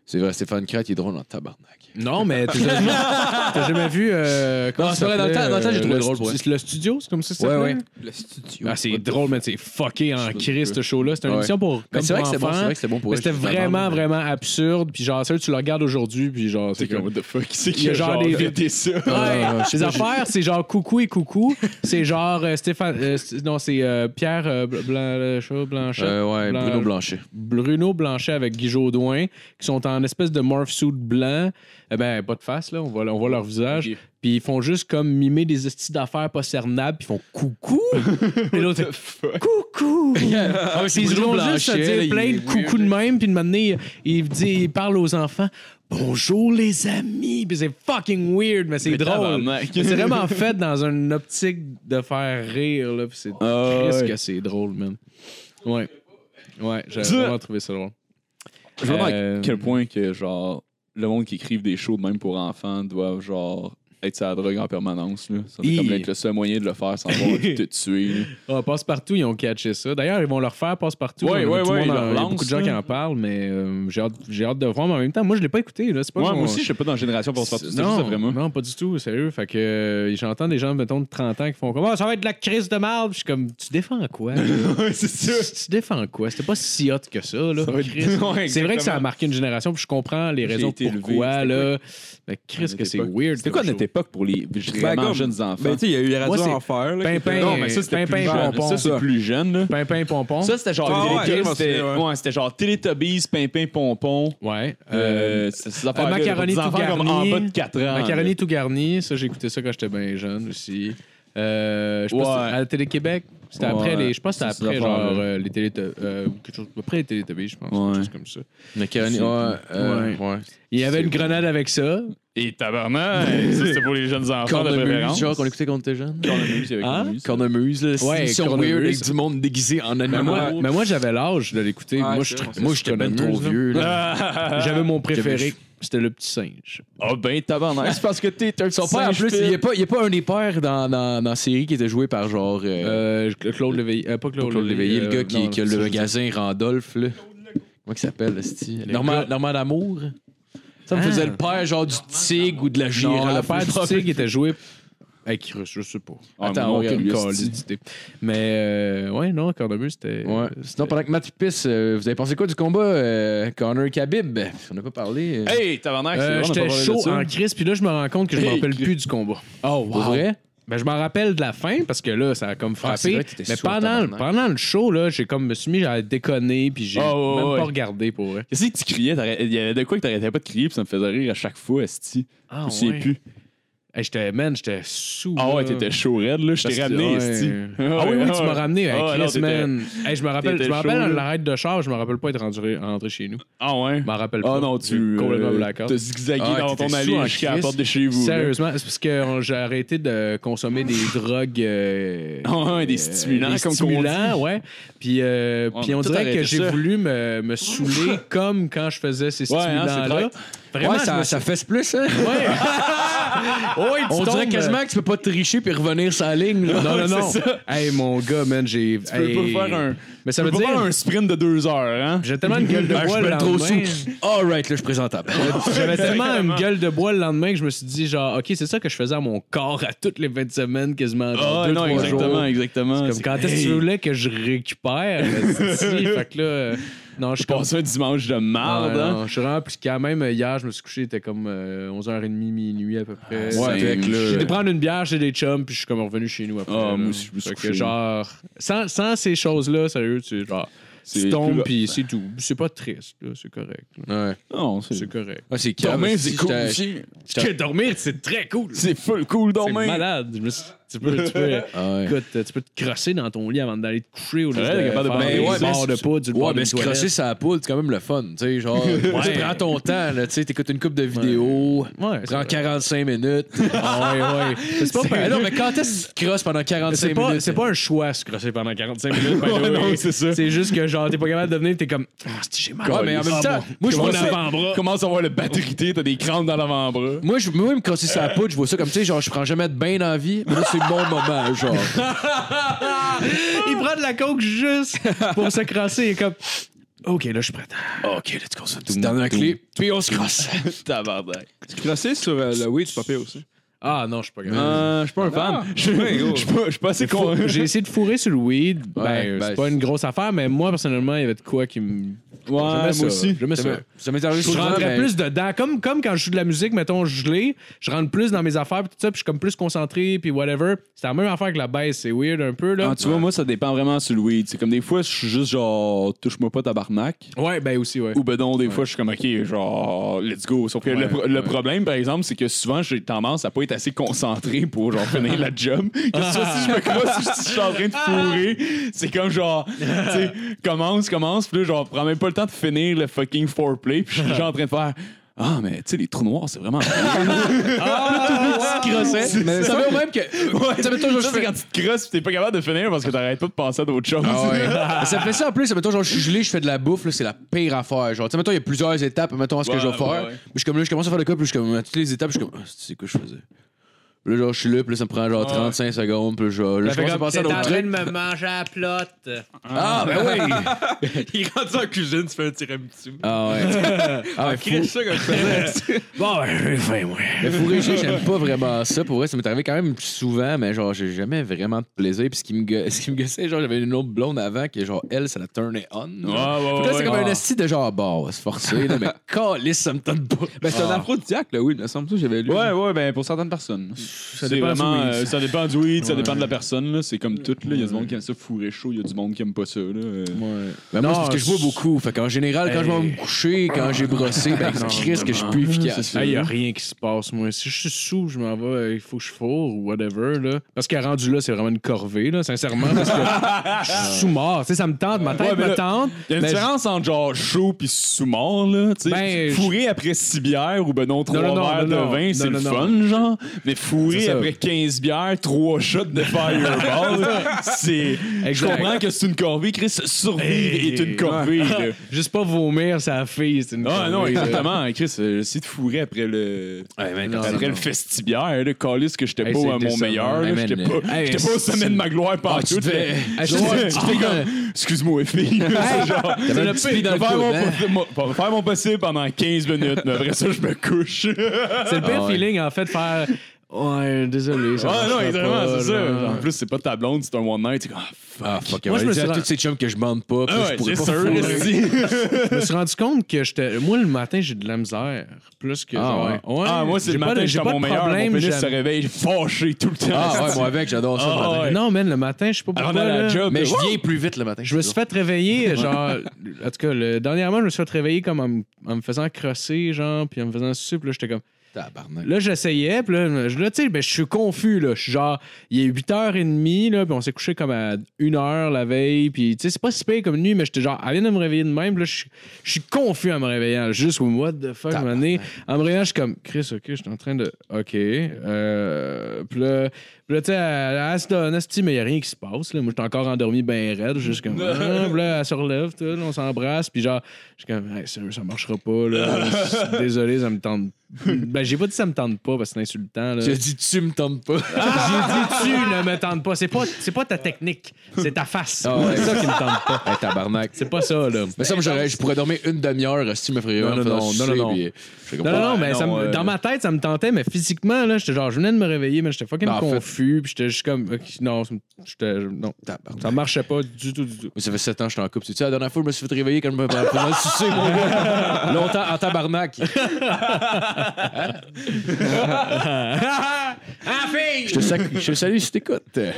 C'est vrai, Stéphane Crête, il est drôle en tabarnak.
Non, mais t'as jamais, t'as jamais vu. euh, comment
Non,
ça
c'est vrai, dans le temps-
s'appelait,
dans le temps, j'ai
euh,
trouvé
le
drôle,
stu-
ouais.
c'est Le studio, c'est comme ça que ça
Ouais,
s'appelait?
ouais.
Le studio.
Ah, c'est drôle, mais c'est fucké en Christ, ce show-là. C'était une
Ouais.
émission pour.
Mais
comme
c'est vrai que
pour
c'est bon, c'est
enfants.
vrai que c'est bon pour
Mais
eux,
c'était
je suis pas
vraiment,
d'accord.
vraiment absurde. Puis genre, ça, tu le regardes aujourd'hui, puis genre, c'est comme.
what the fuck, c'est
Il y a genre des-
ça.
Ouais,
Ah, je sais
les
pas,
affaires, c'est genre coucou et coucou. C'est genre euh, Stéphane. euh, c'est- non, c'est euh, Pierre euh, Bl- Blan- Blan- Blanchet.
Euh, ouais,
Blan-
Bruno Blanchet.
Bruno Blanchet avec Guy Jodoin, qui sont en espèce de morph suit blanc. Eh ben, pas de face, là. On voit, on voit leur visage.
Ok.
Puis ils font juste comme mimer des estis d'affaires pas cernables. Puis ils font coucou. Et l'autre, fait coucou. Puis ils
Ah Bruno
vont juste se
Blanchet, là,
dire
il
plein
est
de coucou de même. Puis de m'amener, il, dit- il parle aux enfants. Bonjour les amis! Puis c'est fucking weird, mais c'est drôle.
tabarnak.
Mais C'est vraiment fait dans une optique de faire rire, là. Puis c'est
Ah,
triste
ouais.
que c'est drôle, man. Ouais. Ouais, j'ai
Ça-
vraiment trouvé ça drôle.
Je me demande
Euh,
à quel point que genre le monde qui écrive des shows de même pour enfants doivent genre être sur la drogue en permanence. Là. Ça
Hi.
doit comme être le seul moyen de le faire sans avoir envie de te tuer. là.
Ah, passe-partout, ils ont catché ça. D'ailleurs, ils vont leur faire passe-partout.
Ouais,
On a-
ouais,
tout le monde
ouais, ils
en-
leur
il y a
lancent,
beaucoup de gens
là.
qui en parlent, mais euh, j'ai hâte, j'ai hâte de voir. Mais en même temps, moi, je l'ai pas écouté. Là. C'est pas
Moi,
mon-
moi aussi, je sais pas dans la génération pour se faire tout ça,
non,
juste vraiment.
non, pas du tout, sérieux. Fait que euh, j'entends des gens, mettons, de 30 ans qui font comme Ah, ça va être de la crise de marde. Je suis comme Tu défends quoi là?
c'est ça.
Tu défends quoi C'était pas si hot que ça. là. Chris. C'est vrai que ça a marqué une génération, puis je comprends les raisons
été élevé,
pourquoi.
c'était
là. Mais Chris, que
notre
c'est
époque.
weird.
C'était Ben, quoi
comme
notre
show.
époque pour les vraiment
comme-
jeunes enfants?
Ben, tu sais, il y a eu les
Moi,
radios
c'est
en fer. là, qui
Pimpin,
étaient-
non, mais ça, c'était
Pimpin
plus jeune.
Pompon.
Ça, c'est plus jeune. Là.
Pimpin Pompon.
Ça, c'était genre
Ah, ouais,
Télécrève,
ouais,
c'était
ouais.
ouais, c'était genre Télétubbies, Pimpin Pompon.
Ouais. euh,
Euh, c'est- ces affaires-là,
macaroni
des
tout
enfants comme
garni.
en bas de 4 ans.
Macaroni tout garni, ça j'ai écouté ça quand j'étais bien jeune aussi. Euh, je sais pas si
Ouais.
c'était à la Télé-Québec, c'était
Ouais.
après les je pense que
Ça, c'est
c'était après
l'affaire,
genre
là.
euh, les télé euh, quelque chose après les Télétubbies, je pense,
Ouais.
quelque chose comme ça.
Macaroni, ouais. euh, ouais.
Il y avait une grenade avec ça.
Et tabarnak, ça c'est pour les jeunes enfants de
Cornemuse,
préférence.
genre, qu'on écoutait quand on était jeune.
Cornemuse, il y avait
Hein?
Cornemuse.
Cornemuse, là.
Ouais,
euh. Ouais,
Cornemuse.
weird avec du monde déguisé en
Mais
animaux.
moi, mais moi, j'avais l'âge de l'écouter.
Ouais,
moi
c'est
je
vrai,
Moi, j'étais ben trop vieux, là.
Ah,
J'avais mon
J'avais-
préféré, c'était le petit singe.
Ah ben tabarnak, c'est parce que t'es un
Son père, en plus, il n'y a, pas- il y a pas un des pères dans, dans, dans la série qui était joué par genre. euh,
Euh, Claude Léveillé, euh, pas Claude,
Claude, Léveillé, le
euh,
gars qui,
non,
qui a
ça,
le
je-
magasin Randolph, là. Comment il s'appelle, Sti Normand,
gars-
Normand d'Amour Ça me
Ah.
faisait le père, genre, du tigre ou de la girafe.
Non, le père du tigre était joué avec Russe, je sais pas.
Ah,
Attends,
mon
on aucune
Dieu,
calisse d'idée. Mais euh, ouais, non, Cornemuse, c'était.
Ouais. Sinon, pendant que Matt Piss, euh, vous avez pensé quoi du combat euh, Connor Khabib On n'a pas parlé. euh,
Hey, tabarnak, c'est
Euh,
vrai, on a
J'étais
pas parlé de
chaud
ça.
en crise, puis là, je me rends compte que je me
Hey,
rappelle
Chris.
plus du combat. Oh,
Pour vrai
Ben, je m'en rappelle de la fin parce que là, ça a
Ah,
comme frappé.
c'est vrai que t'étais
mais
sourd,
pendant,
tabarnak.
pendant le show, là, j'ai comme me suis mis à déconner, puis j'ai
Ah, ouais,
même
ouais.
pas regardé pour vrai.
Qu'est-ce que tu criais? T'arrêtais- Il y avait de quoi que t'arrêtais pas de crier, puis ça me faisait rire à chaque fois, Esti.
Ah,
Je me souviens plus.
Hey, j'étais, man, j'étais sous.
Ah ouais,
là.
t'étais chaud raide, là. Je
Parce
t'ai
que-
ramené,
ouais.
Esti.
Ah oui, oui, tu
ouais.
m'as ramené. Hey,
Ah, non,
Chris,
t'étais-
man. Hey, je me rappelle,
t'étais
je me rappelle
chaud,
à
là.
l'arrêt de char, je me rappelle pas être rentré, rentré chez nous.
Ah ouais?
Je m'en rappelle pas.
Ah non, tu.
Complètement
euh,
blackout.
T'as zigzagué
Ah,
dans
t'étais
ton
sous
allée
en
jusqu'à la
Christ.
porte de chez vous. là.
Sérieusement, c'est parce que on- j'ai arrêté de consommer des drogues. euh,
Ah ouais, des
euh,
stimulants,
des
comme qu'on
stimulants, ouais. Puis, euh,
On
puis
a
on
tout
dirait
arrêté
que j'ai
ça.
voulu me, me saouler comme quand je faisais ces
Ouais,
stimulants-là.
hein, c'est vrai.
Vraiment,
ouais, ça,
je me-
ça fesse plus, hein?
Ouais. Ouais, tu
On dirait
tombes,
quasiment que tu peux pas tricher puis revenir sur la ligne, là.
euh, Non,
euh, Ouais,
non, non.
c'est ça.
Hey, mon gars, man, j'ai.
Tu peux
hey.
pas faire un.
Mais ça
tu
veut
peux pas
dire.
faire un sprint de deux heures, hein?
J'ai tellement une gueule de
Ah, je
bois
suis
le
ben trop
lendemain.
sous. Alright, là, je suis présentable.
J'avais tellement une gueule de bois le lendemain que je me suis dit, genre, OK, c'est ça que je faisais à mon corps à toutes les 20 semaines, quasiment. genre,
Ah
deux,
non,
trois
exactement,
jours.
exactement.
Comme
C'est-
quand est-ce que tu
Hey,
voulais que je récupère? esti? fait que là, euh, non, je suis comme-
Passer un dimanche de
Ah,
marde, hein?
non, Je suis vraiment plus quand même. euh, Hier, je me suis couché, il était comme euh, 11h30, minuit à peu près.
Ah, Ouais,
Cinq.
avec le-
J'ai été prendre une bière chez des chums, puis je suis comme revenu chez nous après.
Ah,
là.
moi aussi, je me suis
Fait que
couché.
genre, sans, sans ces choses-là, sérieux, tu, genre,
C'est
tu tombes,
plus-
puis c'est tout. C'est pas triste, là, c'est correct. là.
Ouais.
Non, c'est.
C'est correct.
Ah, c'est calme.
Dormir, c'est cool.
J'étais-
aussi.
Que dormir, c'est très cool.
C'est full cool,
C'est
dormir.
malade. Je me suis- Tu peux, tu peux,
Ah ouais.
écoute, euh, tu peux te crosser dans ton lit avant d'aller te coucher au lieu de
Ouais, t'es
faire
capable de
des
prendre-
Ouais, mais
bords de
c'est-
poudre sur le bord
Ouais,
d'une
mais se
toilette.
crosser sa poule, c'est quand même le fun. Tu sais, genre, tu prends ton temps, là, tu sais, t'écoutes une coupe de vidéos,
Ouais, c'est
prends
vrai.
45 minutes.
Ah ouais, ouais. C'est pas,
Mais non, mais quand est-ce que tu crosses pendant 45
c'est pas-
minutes?
c'est pas un choix se crosser pendant 45 minutes. by the way.
non, c'est ça.
juste que genre, t'es pas capable de venir, t'es comme, ah, c'est- j'ai mal.
Ouais, mais en même temps, moi, je
mon
vois ça-
avant-bras.
Commence à avoir le batterité, t'as des crampes dans l'avant-bras.
Moi, je, moi, me crosser sa poudre, je vois ça comme, tu sais, genre, je prends jamais de bain dans la vie, mais là, c'est mon moment, genre.
Il prend de la coke juste pour se crosser. Il est comme, OK, là, je suis prêt.
Ok, let's go, ça. Tu donnes la clé, puis on se crosse. Tabarnak.
Crossé sur euh, le weed, c'est pas pire aussi.
Ah non, je suis pas grave.
Euh, je suis pas
Ah,
un fan. Je je suis pas- je suis pas assez con.
J'ai essayé de fourrer sur le weed. Ben,
Ouais,
euh,
ben,
c'est pas une grosse affaire, mais moi, personnellement, il y avait de quoi qui me.
Ouais, Ah, moi aussi.
J'aimais ça.
Ça m'est arrivé
Je
souvent,
rentrais
mais-
plus dedans. Comme, comme quand je joue de la musique, mettons, gelé, je rentre plus dans mes affaires, puis tout ça, puis je suis comme plus concentré, puis whatever. C'est la même affaire que la baisse. C'est weird un peu, là.
Ah, tu vois, moi, ça dépend vraiment sur le weed. C'est comme des fois, je suis juste genre, touche-moi pas tabarnak.
Ouais, ben aussi, ouais.
Ou ben non, des fois, je suis comme, OK, genre, let's go. Sauf que le, pro- le problème, par exemple, c'est que souvent, j'ai tendance à pas être assez concentré pour, genre, finir la job. Que ce soit si je me crosse ou si je suis en train de fourrer, c'est comme, genre, tu sais, commence, commence, puis là, genre, prends même pas le temps de finir le fucking foreplay, puis je suis genre en train de faire... Ah, mais tu sais, les trous noirs, c'est vraiment. Ah,
crossais. Mais ça veut même que. Ça fait toujours.
Ça, c'est quand tu te crosses pis t'es pas capable de finir parce que t'arrêtes pas de penser à d'autres choses.
Ah ouais. ça fait ça en plus, mettons, genre, je suis gelé, je fais de la bouffe, là, c'est la pire affaire. Genre, tu sais, mettons, il y a plusieurs étapes, mettons, à ce que
Ouais,
je vais faire.
ouais, ouais.
Puis je, suis comme, là, je commence à faire le cas, puis je suis comme, à toutes les étapes, je suis comme, ah, c'est quoi je faisais? Puis là, genre, je suis là, puis là, ça me prend genre 35 secondes, puis genre, là, je commence à penser à d'autres trucs.
me manger à la plotte.
Ah, ben oui!
Il rentre en cuisine, tu fais un tiramisu.
Ah ouais. Ah ouais, fou.
C'est ça que je faisais.
Bon, ben, fin, ouais.
Le fourré chaud, j'aime pas vraiment ça. Pour vrai, ça m'est arrivé quand même souvent, mais genre, j'ai jamais vraiment de plaisir. Puis ce qui me, go- ce qui me gossait, genre, j'avais une autre blonde avant que, genre, elle, ça la turnait on. genre. Fait
ouais,
que là, c'est
ouais.
comme un
Ah.
esti de genre, bon, on va se forcer, là, mais calisse, ça me tente pas.
Ben, c'est un aphrodisiaque, le weed, me semble ça, j'avais lu.
Ah. Ouais, ouais, ben pour certaines personnes. Ça
dépend du weed, ça.
euh, ça dépend du weed, ça dépend de la personne. là. C'est comme tout. là. Il y a du monde qui aime ça fourré chaud, il y a du monde qui aime pas ça. Là.
Ben, moi,
Non,
c'est parce que je bois
c'est-
beaucoup. Fait qu'en général, quand je vais me coucher, quand j'ai brossé, ben, c'est Chris que je suis plus efficace.
Il n'y a rien qui se passe, moi. Si je suis sous, je m'en vais, euh, il faut que je fourre ou whatever. Là. Parce qu'à rendu là, c'est vraiment une corvée, là, sincèrement. Parce que je suis sous-mort. Tu sais, ça me tente, ma tête
Ouais, mais
me
là,
tente.
Il y a une
mais
différence entre genre chaud puis sous-mort. là, tu sais.
Ben,
fourré après 6 bières ou ben non, 3
non, non, non,
verres de
non.
vin,
Non,
c'est le
non,
fun, genre. Mais
C'est
fourré
ça.
après 15 bières, 3 shots de fireball, c'est. Je
Exact.
comprends que c'est une corvée, Chris. Survivre
Hey,
est une corvée. là.
je- Juste pas vomir, ça fille. c'est une
Ah non,
corvée, là.
exactement. Chris, euh, si tu fourrais après le.
non,
après
non.
le festibiaire, le calice que j'étais
Hey,
pas à
c'était
mon
ça,
meilleur.
man.
là, J'étais
Hey,
pas,
man. Ah,
j'étais pas au
Hey,
sommet de ma gloire par
tu
tout.
te
Ben,
fais-
là.
Ah,
Hey,
Genre,
c'est-
ouais,
tu
j'étais
fais
comme, Excuse-moi, fille. Genre,
T'avais un
le
petit
pire,
pied dans le
faire,
coude,
mon,
hein?
possi- mon- fa- faire mon possible pendant 15 minutes, mais après ça, je me couche.
C'est le pire
Ah ouais.
feeling, en fait, de faire. Ouais, désolé. Ça
ah non,
marchera
exactement,
pas,
c'est ça.
là.
En plus, c'est pas ta blonde, c'est un one night. C'est comme, ah, fuck.
Ah, fuck,
Moi,
ouais,
je me
dis
suis
à
ra-
tous ces chums que je bande pas, puis
Ah
je
ouais,
pourrais
c'est
pas
sûr,
fourrer.
esti.
Je me suis rendu compte que j'étais. Moi, le matin, j'ai de la misère. Plus que.
Ah
genre-
ouais.
Ah, moi, c'est
j'ai
le
pas
matin,
de-
j'étais
j'ai
à
pas
mon
de
meilleur. Mon
problème,
pénis
j'aime-
se réveille fâché tout le temps.
Ah ouais, moi avec, j'adore ça. le
Ah,
matin.
ouais.
Non, man, le matin, je sais pas
Avant
pourquoi.
d'aller à
là.
la job.
Mais
là,
je viens plus vite le matin.
Je me suis fait réveiller, genre. En tout cas, le, dernièrement, je me suis fait réveiller comme en, me- en me faisant crosser, genre, puis en me faisant sucer, puis là, j'étais comme.
Tabarnak.
Là, j'essayais, puis là, je- là, tu sais, ben, je suis confus, là. Je suis genre, il est 8h30, là, puis on s'est couché comme à 1h la veille, puis tu sais, c'est pas si pire comme nuit, mais j'étais genre, elle vient de me réveiller de même, puis là, je suis- je suis confus en me réveillant, juste, oh, what the fuck, à un moment donné. En me réveillant, je suis comme, Chris, ok, je suis en train de. Ok. Euh, puis là, puis là, tu sais, elle elle se donne, esti, mais il a rien qui se passe, là. Moi, j'étais encore endormi, ben raide, juste comme, ah, puis là, elle se relève, tout, là, on s'embrasse, puis genre, je suis comme, hey, sérieux, ça marchera pas, là. Désolé, ça me tente. Ben, j'ai pas dit ça me tente pas, parce que c'est insultant, là. Ah!
J'ai dit, tu me tentes pas.
J'ai dit tu ne me tente pas. C'est pas, c'est pas ta technique, c'est ta face.
Ah ouais.
C'est ça qui me tente pas.
Hey, tabarnak.
C'est pas ça, là.
Mais ça, moi, j'aurais- je pourrais dormir une demi-heure si tu me ferais
Non, non, non, non, non, non.
euh,
Non, non, non, mais ça me-
non, euh,
dans ma tête, ça me tentait, mais physiquement, là, j'étais genre, je venais de me réveiller, mais j'étais fucking
Ben, en fait-
confus, puis j'étais juste comme, ok, non, ça me- j'étais, non,
Tabarnak.
ça marchait pas du tout, du tout.
Moi, ça fait 7 ans que je suis en couple. Tu sais, la dernière fois, je me suis fait réveiller quand je me pendant le sucer, mon gars. Longtemps en tabarnak.
Ah, fille!
Je te, sac- je te salue si t'écoutes. C'était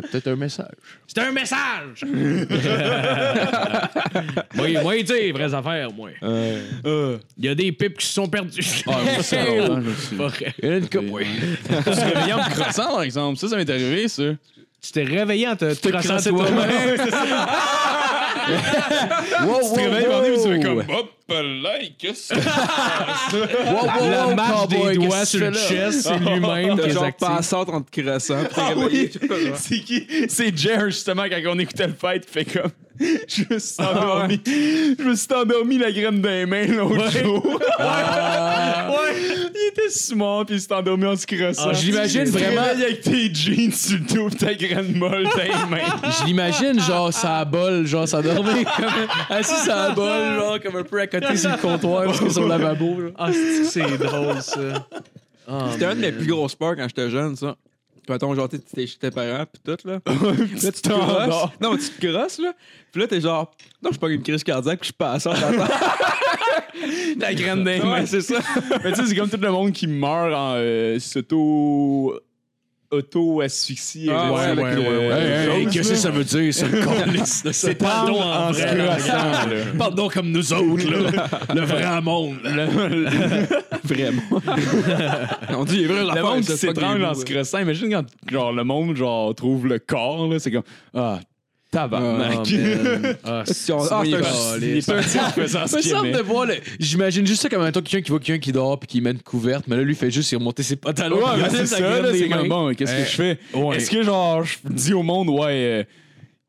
peut-être un message.
C'est un message!
Moi, il- moi, il dit, les vraies affaires, moi. Il y a des pipes qui se sont perdues.
oh.
Pas vrai.
Il y en a une couple, oui.
se réveiller en me crossant, par exemple. Ça, ça m'est arrivé, ça.
tu t'es réveillé en te traçant
crassé
toi
Wow, wow,
Tu te réveilles,
wow.
mais tu fais comme, hop là, qu'est-ce que c'est?
Wow, wow, wow,
La marche des
Oh, cowboy,
doigts
qu'est-ce
sur
que
le
tu fais là?
chest, c'est lui-même qui
T'as
est
genre
actif.
passante entre crassant.
Ah oui! C'est qui? C'est Jer, justement, quand on écoutait le fight, il fait comme. Je me suis
Ah,
endormi. Je me suis endormi la graine des mains l'autre jour.
Ah,
Il il était sous mort, puis il s'est endormi en se crossant.
Ah, je l'imagine
Tu te
vraiment-
réveilles avec tes jeans sur le dos, pis ta graine molle dans les mains.
Je l'imagine, genre, ça bol, genre, ça dormait comme assis ça bol, genre, comme un peu à côté sur le comptoir, parce que sur le lavabo. là.
Ah, c'est- c'est drôle, ça. Ah,
C'était une de mes
man.
plus grosses peurs quand j'étais jeune, ça. Quand mettons, genre, tu t'es chez tes parents, pis tout, là. Puis là, tu te crosses. Non, mais tu te crosses, là. Pis là, t'es genre, non, je pas une crise cardiaque, pis je passe ça dans la
Ta graine dans les mains.
Ouais, c'est ça.
Mais tu sais, c'est comme tout le monde qui meurt en euh, s'auto. auto-asphyxie.
Ah, ouais,
avec
ouais,
le-
ouais, ouais.
le-
Hey, hey,
le-
qu'est-ce
que ça veut dire, ça?
C'est pas long en se croissant, là.
Pardon comme nous autres, là. Le vrai monde.
Vraiment. On dit, il est vrai, la
Le
peur,
monde qui
ça, c'est pas
s'étrangle
des
en
bouts,
se
là.
crossant. Imagine quand genre, le monde genre, trouve le corps, là, c'est comme Ah,
Oh,
tabarnak.
Ah,
Si on- Ah,
Oui,
c'est un-
bah,
Il est parti en faisant ce
Ça me
qu'il
semble Ah, de
aimait.
voir, le- j'imagine juste ça comme un temps quelqu'un qui voit quelqu'un qui dort puis qui met une couverte, mais là, lui, fait juste y remonter ses pantalons.
Ouais,
puis
mais
il
c'est
met sa
ça,
graine
là,
des
c'est
mains.
comme bon, qu'est-ce que
Euh,
je fais?
ouais.
Est-ce que genre je dis au monde ouais euh,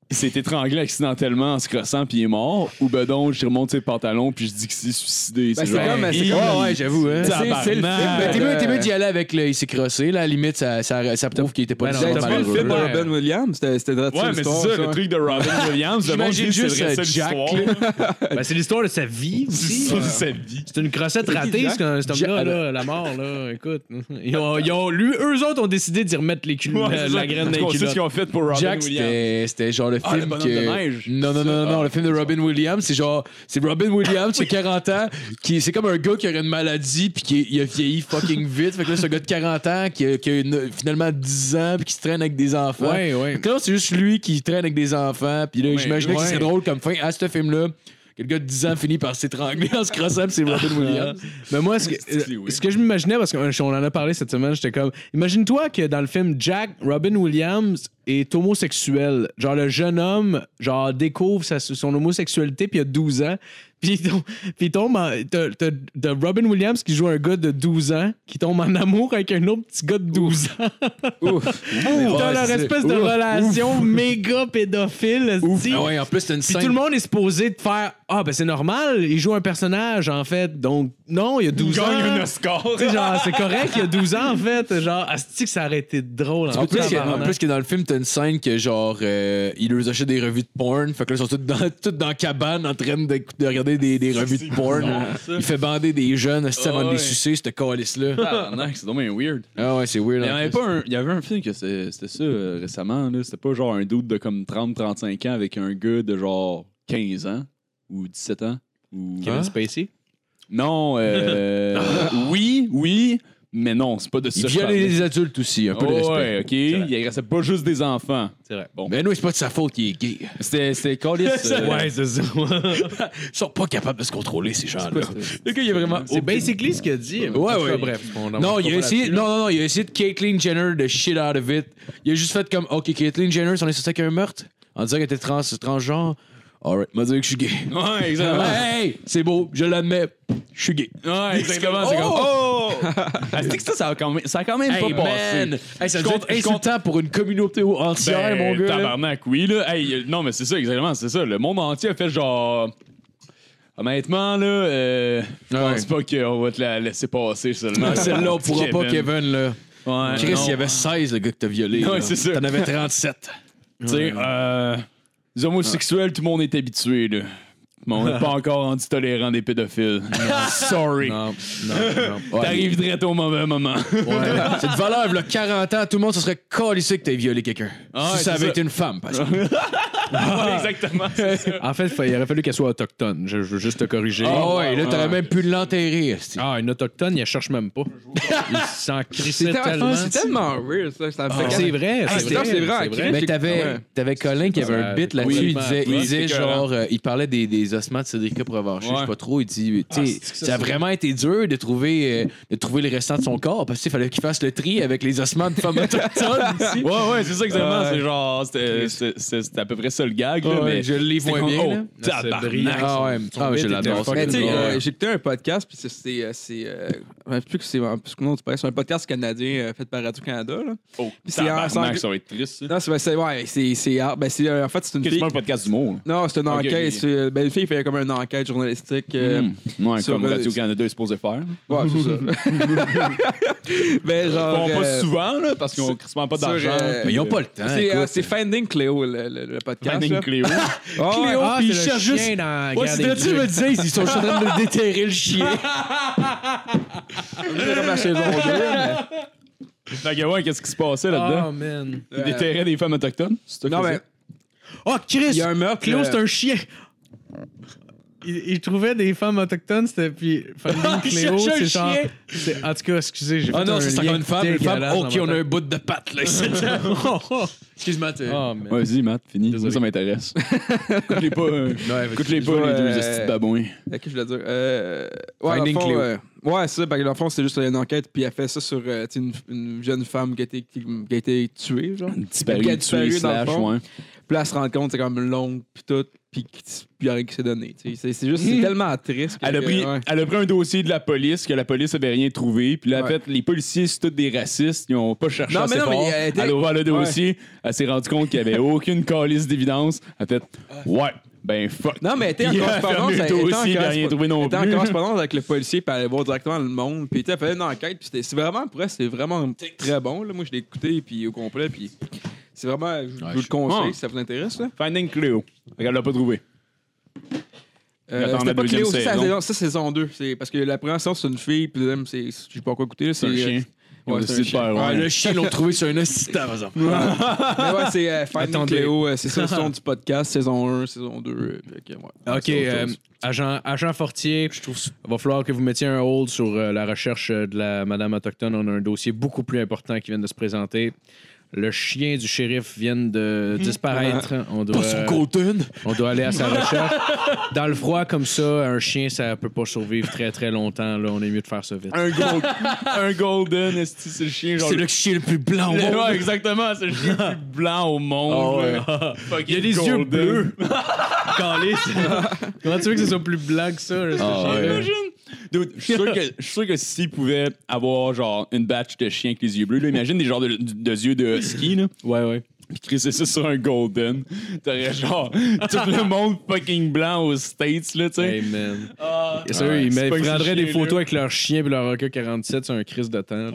il s'est étranglé accidentellement en se crossant puis il est mort ou ben donc je remonte ses pantalons puis je dis qu'il s'est suicidé
Ben,
genre,
c'est comme- c'est
Hi,
comme-
Ouais, j'avoue, hein.
tabarnak.
c'est- c'est le film,
Mais t'es mieux,
Euh,
t'es mieux d'y aller avec le. Il s'est crossé, là. À la limite, ça, ça, ça prouve qu'il était pas
Ben non,
du tout
t'as
T'as vu le
malheureux.
film de
Ouais.
Robin Williams? C'était c'était de la
Ouais, mais c'est ça, le truc de Robin Williams, le monde
J'imagine
dit que
juste,
c'est vrai,
euh,
ça,
Jack,
l'histoire, là.
Ben, c'est l'histoire de sa vie
C'est
aussi.
ça de sa vie.
C'est une crossette ratée, ce que- cet homme-là, là, la mort, là. Écoute. Ils ont, ils ont- lui, eux autres ont décidé d'y remettre les culottes,
Ouais,
la,
c'est ça.
graine
Parce
dans les
qu'on sait ce
culottes.
qu'ils ont fait pour Robin
Jack,
Williams.
c'était c'était genre le
Ah, le
film
bonhomme de neige.
que. Non, non, non, non, non, le film de Robin Williams, c'est genre. C'est Robin Williams, c'est 40 ans, qui c'est comme un gars qui aurait une maladie, puis qui il a vieilli fucking vite. Fait que là, c'est un gars de 40 ans qui a, qui a une- finalement 10 ans, puis qui se traîne avec des enfants.
Ouais, ouais.
Fait que là, c'est juste lui qui traîne avec des enfants, puis là, j'imaginais que c'est drôle comme fin à ce film-là. que Le gars de 10 ans finit par s'étrangler en se crossant, puis c'est Robin Williams.
Euh, Mais moi, ce que,
C'est-tu, oui.
ce que je m'imaginais, parce qu'on en a parlé cette semaine, j'étais comme. Imagine-toi que dans le film Jack, Robin Williams est homosexuel. Genre, le jeune homme, genre, découvre sa- son homosexualité, puis il a 12 ans. Puis il tombe- puis il tombe en. T'as t'as- t'as Robin Williams qui joue un gars de 12 ans, qui tombe en amour avec un autre petit gars de 12 ans. Dans
Ouais,
leur
c'est-
espèce de
Ouf.
relation méga pédophile. esti.
Ah ouais, en plus, t'as une
Puis
scène.
tout le monde est supposé de faire Ah, ben c'est normal, il joue un personnage en fait. Donc, non, il a 12 ans.
Ah!
Gagne un Oscar.
Tu sais, genre, c'est correct, il a 12 ans en fait. Genre, asti que ça aurait été drôle.
En plus,
tabarnak.
que, en plus que dans le film, t'as une scène que genre, euh, ils leur achètent des revues de porn. Fait que là, ils sont tous dans, tous dans la cabane en train de, de regarder des, des revues de porn. Il fait bander des jeunes si avant de les
ouais.
sucer, ce calice-là.
Tabarnak, c'est dommage weird.
Ah ouais, c'est weird.
Il y, en
en
avait
plus.
pas un- il y avait un film que c'est- c'était ça euh, récemment. là. C'était pas genre un doute de comme 30-35 ans avec un gars de genre 15 ans ou 17 ans. Ou...
Kevin
Hein?
Spacey.
Non, euh, oui, oui, mais non, c'est pas de ça.
Il
que je
viole les adultes aussi, un peu de
parlais.
respect.
Oh, ouais, ok. Il agressait pas juste des enfants.
C'est vrai.
Bon,
Mais nous, c'est pas de sa faute qu'il est gay.
c'était c'était Callis. euh,
Ouais, c'est ça.
Ils sont pas capables de se contrôler, ces gens-là.
Le gars, il est vraiment. C'est basically ce qu'il a
Ouais,
dit. En tout cas,
ouais.
Bref, on
Non,
en parle
il a
pas
essayé.
là-dessus,
Non, non, non, il a essayé de Caitlyn Jenner de shit out of it. Il a juste fait comme, OK, Caitlyn Jenner, on est sorti avec un meurtre en disant qu'elle était trans, transgenre. Alright, m'a dit que je suis gay.
Ouais, exactement.
Hey, c'est beau, je l'admets, je suis gay.
Ouais, exactement. C'est comme. Oh! Ah, c'est que ça, ça a quand même, ça a quand même pas passé.
Hey, ça
Je
doit
compte-
être
je compte-
insultant pour une communauté entière,
Ben,
mon gars. là.
Tabarnak, oui, là. Hey, euh, non, mais c'est ça, exactement, c'est ça. Le monde entier a fait genre. Honnêtement, là, euh, je
Ouais.
pense pas qu'on va te la laisser passer seulement.
Ah, Celle-là, on pourra pas, Kevin, là.
Ouais,
Chris,
Ah, non.
il y avait 16, le gars que t'as violé.
Ouais,
là.
c'est ça.
T'en avais 37.
Tu sais, euh, les homosexuels, tout le monde est habitué, là. Mais on n'est pas encore rendu tolérant des pédophiles. Sorry.
Non, non, non.
Ouais.
T'arrives direct au mauvais moment.
Ouais. Cette valeur, là, 40 ans, tout le monde se serait calissé que t'aies violé quelqu'un.
Ah,
si
ouais,
ça
c'est
avait
ça.
été une femme, parce que.
Exactement. c'est ça.
En fait, il aurait fallu qu'elle soit autochtone. Je je veux juste te corriger.
Ah ouais, là, t'aurais même pu l'enterrer. esti.
Ah, une autochtone, il cherche même pas. Il s'en crissait
C'est
tellement.
tellement- C'est tellement weird, ça. ça me fait
Ah,
quand-
C'est vrai,
Ah,
c'est
non,
vrai.
c'est vrai, en crise.
Mais
j'ai-
t'avais,
ouais.
t'avais Colin qui avait
Ça,
un bit là-dessus. Il
complètement.
disait, il
Ouais,
disait
c'est écœurant.
genre, euh, il parlait des, des ossements de Cédric Provencher, je sais
Ouais.
pas trop. Il dit, tu sais, ça a vraiment été dur de trouver, euh, de trouver le restant de son corps parce qu'il fallait qu'il fasse le tri avec les ossements de femmes autochtones.
Ah
Ouais, ouais, c'est ça, exactement.
Ouais.
C'est genre, c'était- c'était c'était- c'était à peu près ça le gag. là,
Ouais,
mais
je les
c'était
vois
comme,
bien,
oh,
là. Ah, c'est
tabarnak. Oh,
brillant.
Ah ouais,
Son- son
ah ouais,
bit
je
était
l'adore, ce
fucking
Mais tu sais,
drôle.
euh, j'ai écouté un podcast, puis c'est- c'est. euh, c'est, euh, je me rappelle plus que c'est. Parce que non, tu parles, c'est un podcast canadien euh, fait par Radio-Canada. là.
Oh,
Puis c'est en-
tabarnak,
c'est-
ça va être triste. ça.
Non, c'est. c'est- Ouais, c'est. c'est ah, ben, c'est, euh, en fait, c'est une
Qu'est-ce que
fille.
c'est pas un podcast d'humour? là?
Non, c'est une
Ok,
enquête.
ok.
c'est- ben, une fille fait comme une enquête journalistique. euh,
Mmh. Ouais,
sur,
comme
euh,
Radio-Canada est supposé faire.
Ouais, c'est ça. ben, genre.
Bon, pas
euh,
souvent, là, parce qu'on ne pas
sur,
d'argent.
euh,
puis,
Mais ils ont
euh,
pas le temps. Ah,
c'est, euh,
écoute.
c'est Finding Cléo, le, le- le podcast.
Finding
là.
Cléo.
Ah, ouais.
Cléo,
Ah,
puis il
c'est le
cherche
chien
juste. Dans
Ouais,
Garde
c'est
des
là-dessus, je
Dieux.
me disais, ils sont en train de le déterrer le chien.
comme la saison deux,
Fait que, ouais, qu'est-ce qui se passait là-dedans?
Oh, man.
Il déterrait des femmes autochtones? c'est ça
mais- Ah, Non,
que
mais
Oh, Chris!
il y a un meurtre.
Cléo,
euh,
c'est un chien. Il, il trouvait des femmes autochtones, c'était puis Finding
Il
Cléo,
cherchait un
c'est genre.
chien.
c'est- En tout cas, excusez, j'ai fait
Ah non,
un
c'est encore
lien
une femme, une femme.
dégueulasse
Ok,
dans
on
ma
a un
tête.
bout de patte, là. ici. Excuse-moi, tu.
Oh, man.
Ouais, Vas-y, Matt, fini. Moi,
Désolé.
ça m'intéresse. Écoute-les pas, euh, écoute-les
je
pas,
vois,
les deux
euh,
hosties de babouins.
Qu'est-ce que je voulais dire? Euh, ouais, dans le
Finding
fond,
Cléo.
euh, ouais, c'est ça. Parce que dans le fond, c'est juste une enquête, puis elle fait ça sur euh, tu sais, une, une jeune femme qui a été, qui, qui a été tuée, genre.
Disparu,
qui a disparu,
tué,
dans le
slash,
fond.
ouais.
Puis là, elle se rend compte, c'est comme longue, puis tout, puis il y a rien qui s'est donné. tu sais. C'est c'est juste, c'est tellement triste. que-
Hmm. Elle a, pris,
ouais.
elle a pris un dossier de la police que la police avait rien trouvé. Puis là, en
Ouais.
fait, les policiers, c'est tous des racistes. Ils ont pas cherché
Non,
assez
mais non, mais
fort.
elle
Elle,
était-
a ouvert le dossier. Elle s'est rendue compte qu'il n'y avait aucune calice d'évidence. Elle a fait Ouais, ben fuck.
Non, mais elle était en
Puis elle a
correspondance.
fermé le
elle était en
dossier, puis elle a rien
correspondance-
trouvé non
elle était en
plus.
correspondance avec le policier, puis elle allait voir directement le monde. Puis tu sais, elle faisait une enquête, puis c'était- c'est vraiment, pour elle, c'est vraiment très bon. Là. Moi, je l'ai écouté, puis au complet, puis c'est vraiment, je je vous le conseille
Ouais.
si ça vous intéresse. Là.
Finding Cleo. Elle l'a pas trouvé.
Euh,
Attends,
c'était
la
pas
deuxième
Cléo, ça, c'est la
saison.
saison- ça, c'est saison 2. C'est parce que la première saison, c'est une fille, puis la deuxième, c'est, je sais pas quoi écouter. là,
C'est un chien. Ils ont
Ouais, c'est
décidé
un
de faire,
Ah,
ouais.
le chien, l'ont trouvé sur un assistant, par exemple.
Mais ouais, c'est euh, Finding
Attendez.
Cléo, euh, c'est ça le son du podcast, saison 1, saison 2. euh, puis, ok, ouais.
Ok,
C'est autre
euh,
chose.
agent, agent Fortier, je trouve va falloir que vous mettiez un hold sur euh, la recherche euh, de la madame autochtone. On a un dossier beaucoup plus important qui vient de se présenter. Le chien du shérif vient de disparaître. On doit,
Colton.
on doit aller à sa recherche. Dans le froid comme ça, un chien, ça peut pas survivre très très longtemps. Là, on est mieux de faire ça vite.
Un, gold- un golden, est-ce que c'est le chien? Genre,
C'est le chien le plus blanc au
Ouais,
monde.
ouais, exactement, c'est le chien le plus blanc au monde. là. Ah Fucking
Il a des yeux
golden.
bleus. Calisse. Comment tu veux que ce soit plus blanc que ça? là, ce
Ah,
chien-là?
Imagine! Dude, je suis sûr que, je suis sûr que s'ils pouvaient avoir genre une batch de chiens avec les yeux bleus, là, imagine des genres de, de- de yeux de husky, là,
Ouais, ouais.
pis crisser ça sur un golden. T'aurais genre tout le monde fucking blanc aux States, là, tu sais.
Hey, man.
Ah.
Et ça, ils
c'est
me-
pas que ce
prendraient des
chien-là.
photos avec leur chien et leur AK-47 sur un crise de temps. Là.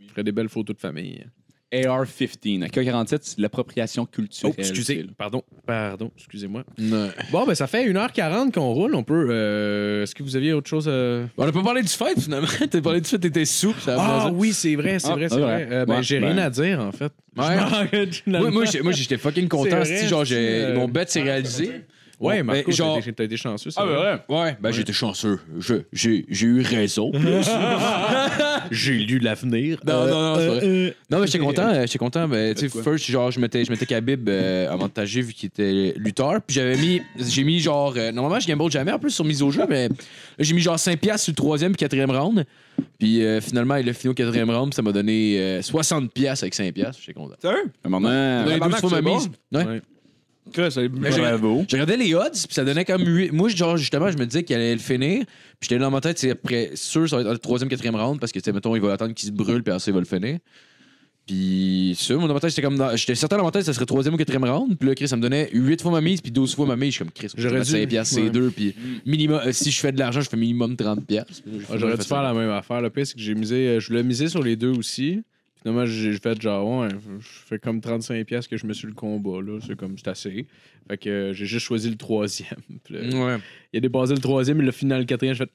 Ils feraient des belles photos de famille. hein.
AR-15, AK-47, c'est l'appropriation culturelle.
Oh, excusez. Pardon. Pardon. Excusez-moi.
Non.
Bon, ben, ça fait 1h40 qu'on roule. On peut. euh, Est-ce que vous aviez autre chose à.
On a pas parlé du fait, finalement. T'as parlé du fait, t'étais souple. Ça
Ah oui, c'est vrai, c'est
Ah,
vrai, c'est
ouais.
vrai. Euh, ben,
Ouais,
j'ai rien
ben.
à dire, en fait.
Ouais. Moi, moi, j'ai- moi, j'étais fucking content.
C'est vrai,
si, genre, j'ai-
c'est, euh,
mon bet s'est réalisé.
ouais,
Bon, ben,
Marco, t'as
genre-
été- t'as été chanceux. c'est
Ah, ben
vrai.
ouais.
Ouais, ben j'étais chanceux. Je- J'ai j'ai eu raison.
J'ai lu l'avenir.
Non, non, non, c'est
Euh,
vrai. Non, mais j'étais content. euh, J'étais content. Mais, tu sais,
quoi?
first, genre, je mettais, je mettais Khabib euh, avantagé vu qu'il était lutteur. Puis j'avais mis, j'ai mis genre, euh, normalement, je gamble jamais en plus sur mise au jeu, mais là, j'ai mis genre 5 piastres sur le troisième puis quatrième round. Puis euh, finalement, il a fini au quatrième round. puis Ça m'a donné euh, 60 piastres avec 5 piastres. J'étais content.
Sérieux?
Un moment.
Ça donnait
tabarnak,
12 fois ma
c'est bon.
mise. Ouais.
Ouais.
Chris, c'est-
Mais j'ai-
Bravo.
Je regardais les odds, puis ça donnait comme 8. Moi, genre, justement, je me disais qu'il allait le finir. Puis j'étais dans ma tête, c'est après sûr, ça va être le troisième, quatrième round, parce que, tu sais, mettons, il va attendre qu'il se brûle, puis après ça, il va le finir. Puis, sûr, moi, dans ma tête, j'étais comme. dans- J'étais certain dans ma tête, ça serait troisième ou quatrième round. Puis là, Chris, ça me donnait 8 fois ma mise, puis 12 fois ma mise. Je suis comme, Chris,
J'aurais
j'aurais
dû.
5 piastres, c'est
Ouais.
deux. Puis, minimum, euh, si je fais de l'argent, je fais minimum 30 piastres. Puis là, j'ai
Ah, J'aurais dû
fait ça.
faire la même affaire. Le pire, c'est que j'ai misé, euh, je voulais miser sur les deux aussi. Finalement, j'ai j'ai fait genre, ouais, je fais comme 35$ piastres que je me suis le combat, là. C'est comme, c'est assez. Fait que euh, j'ai juste choisi le troisième. Puis là,
Ouais.
Il a dépassé le troisième, et le final, le quatrième, j'ai fait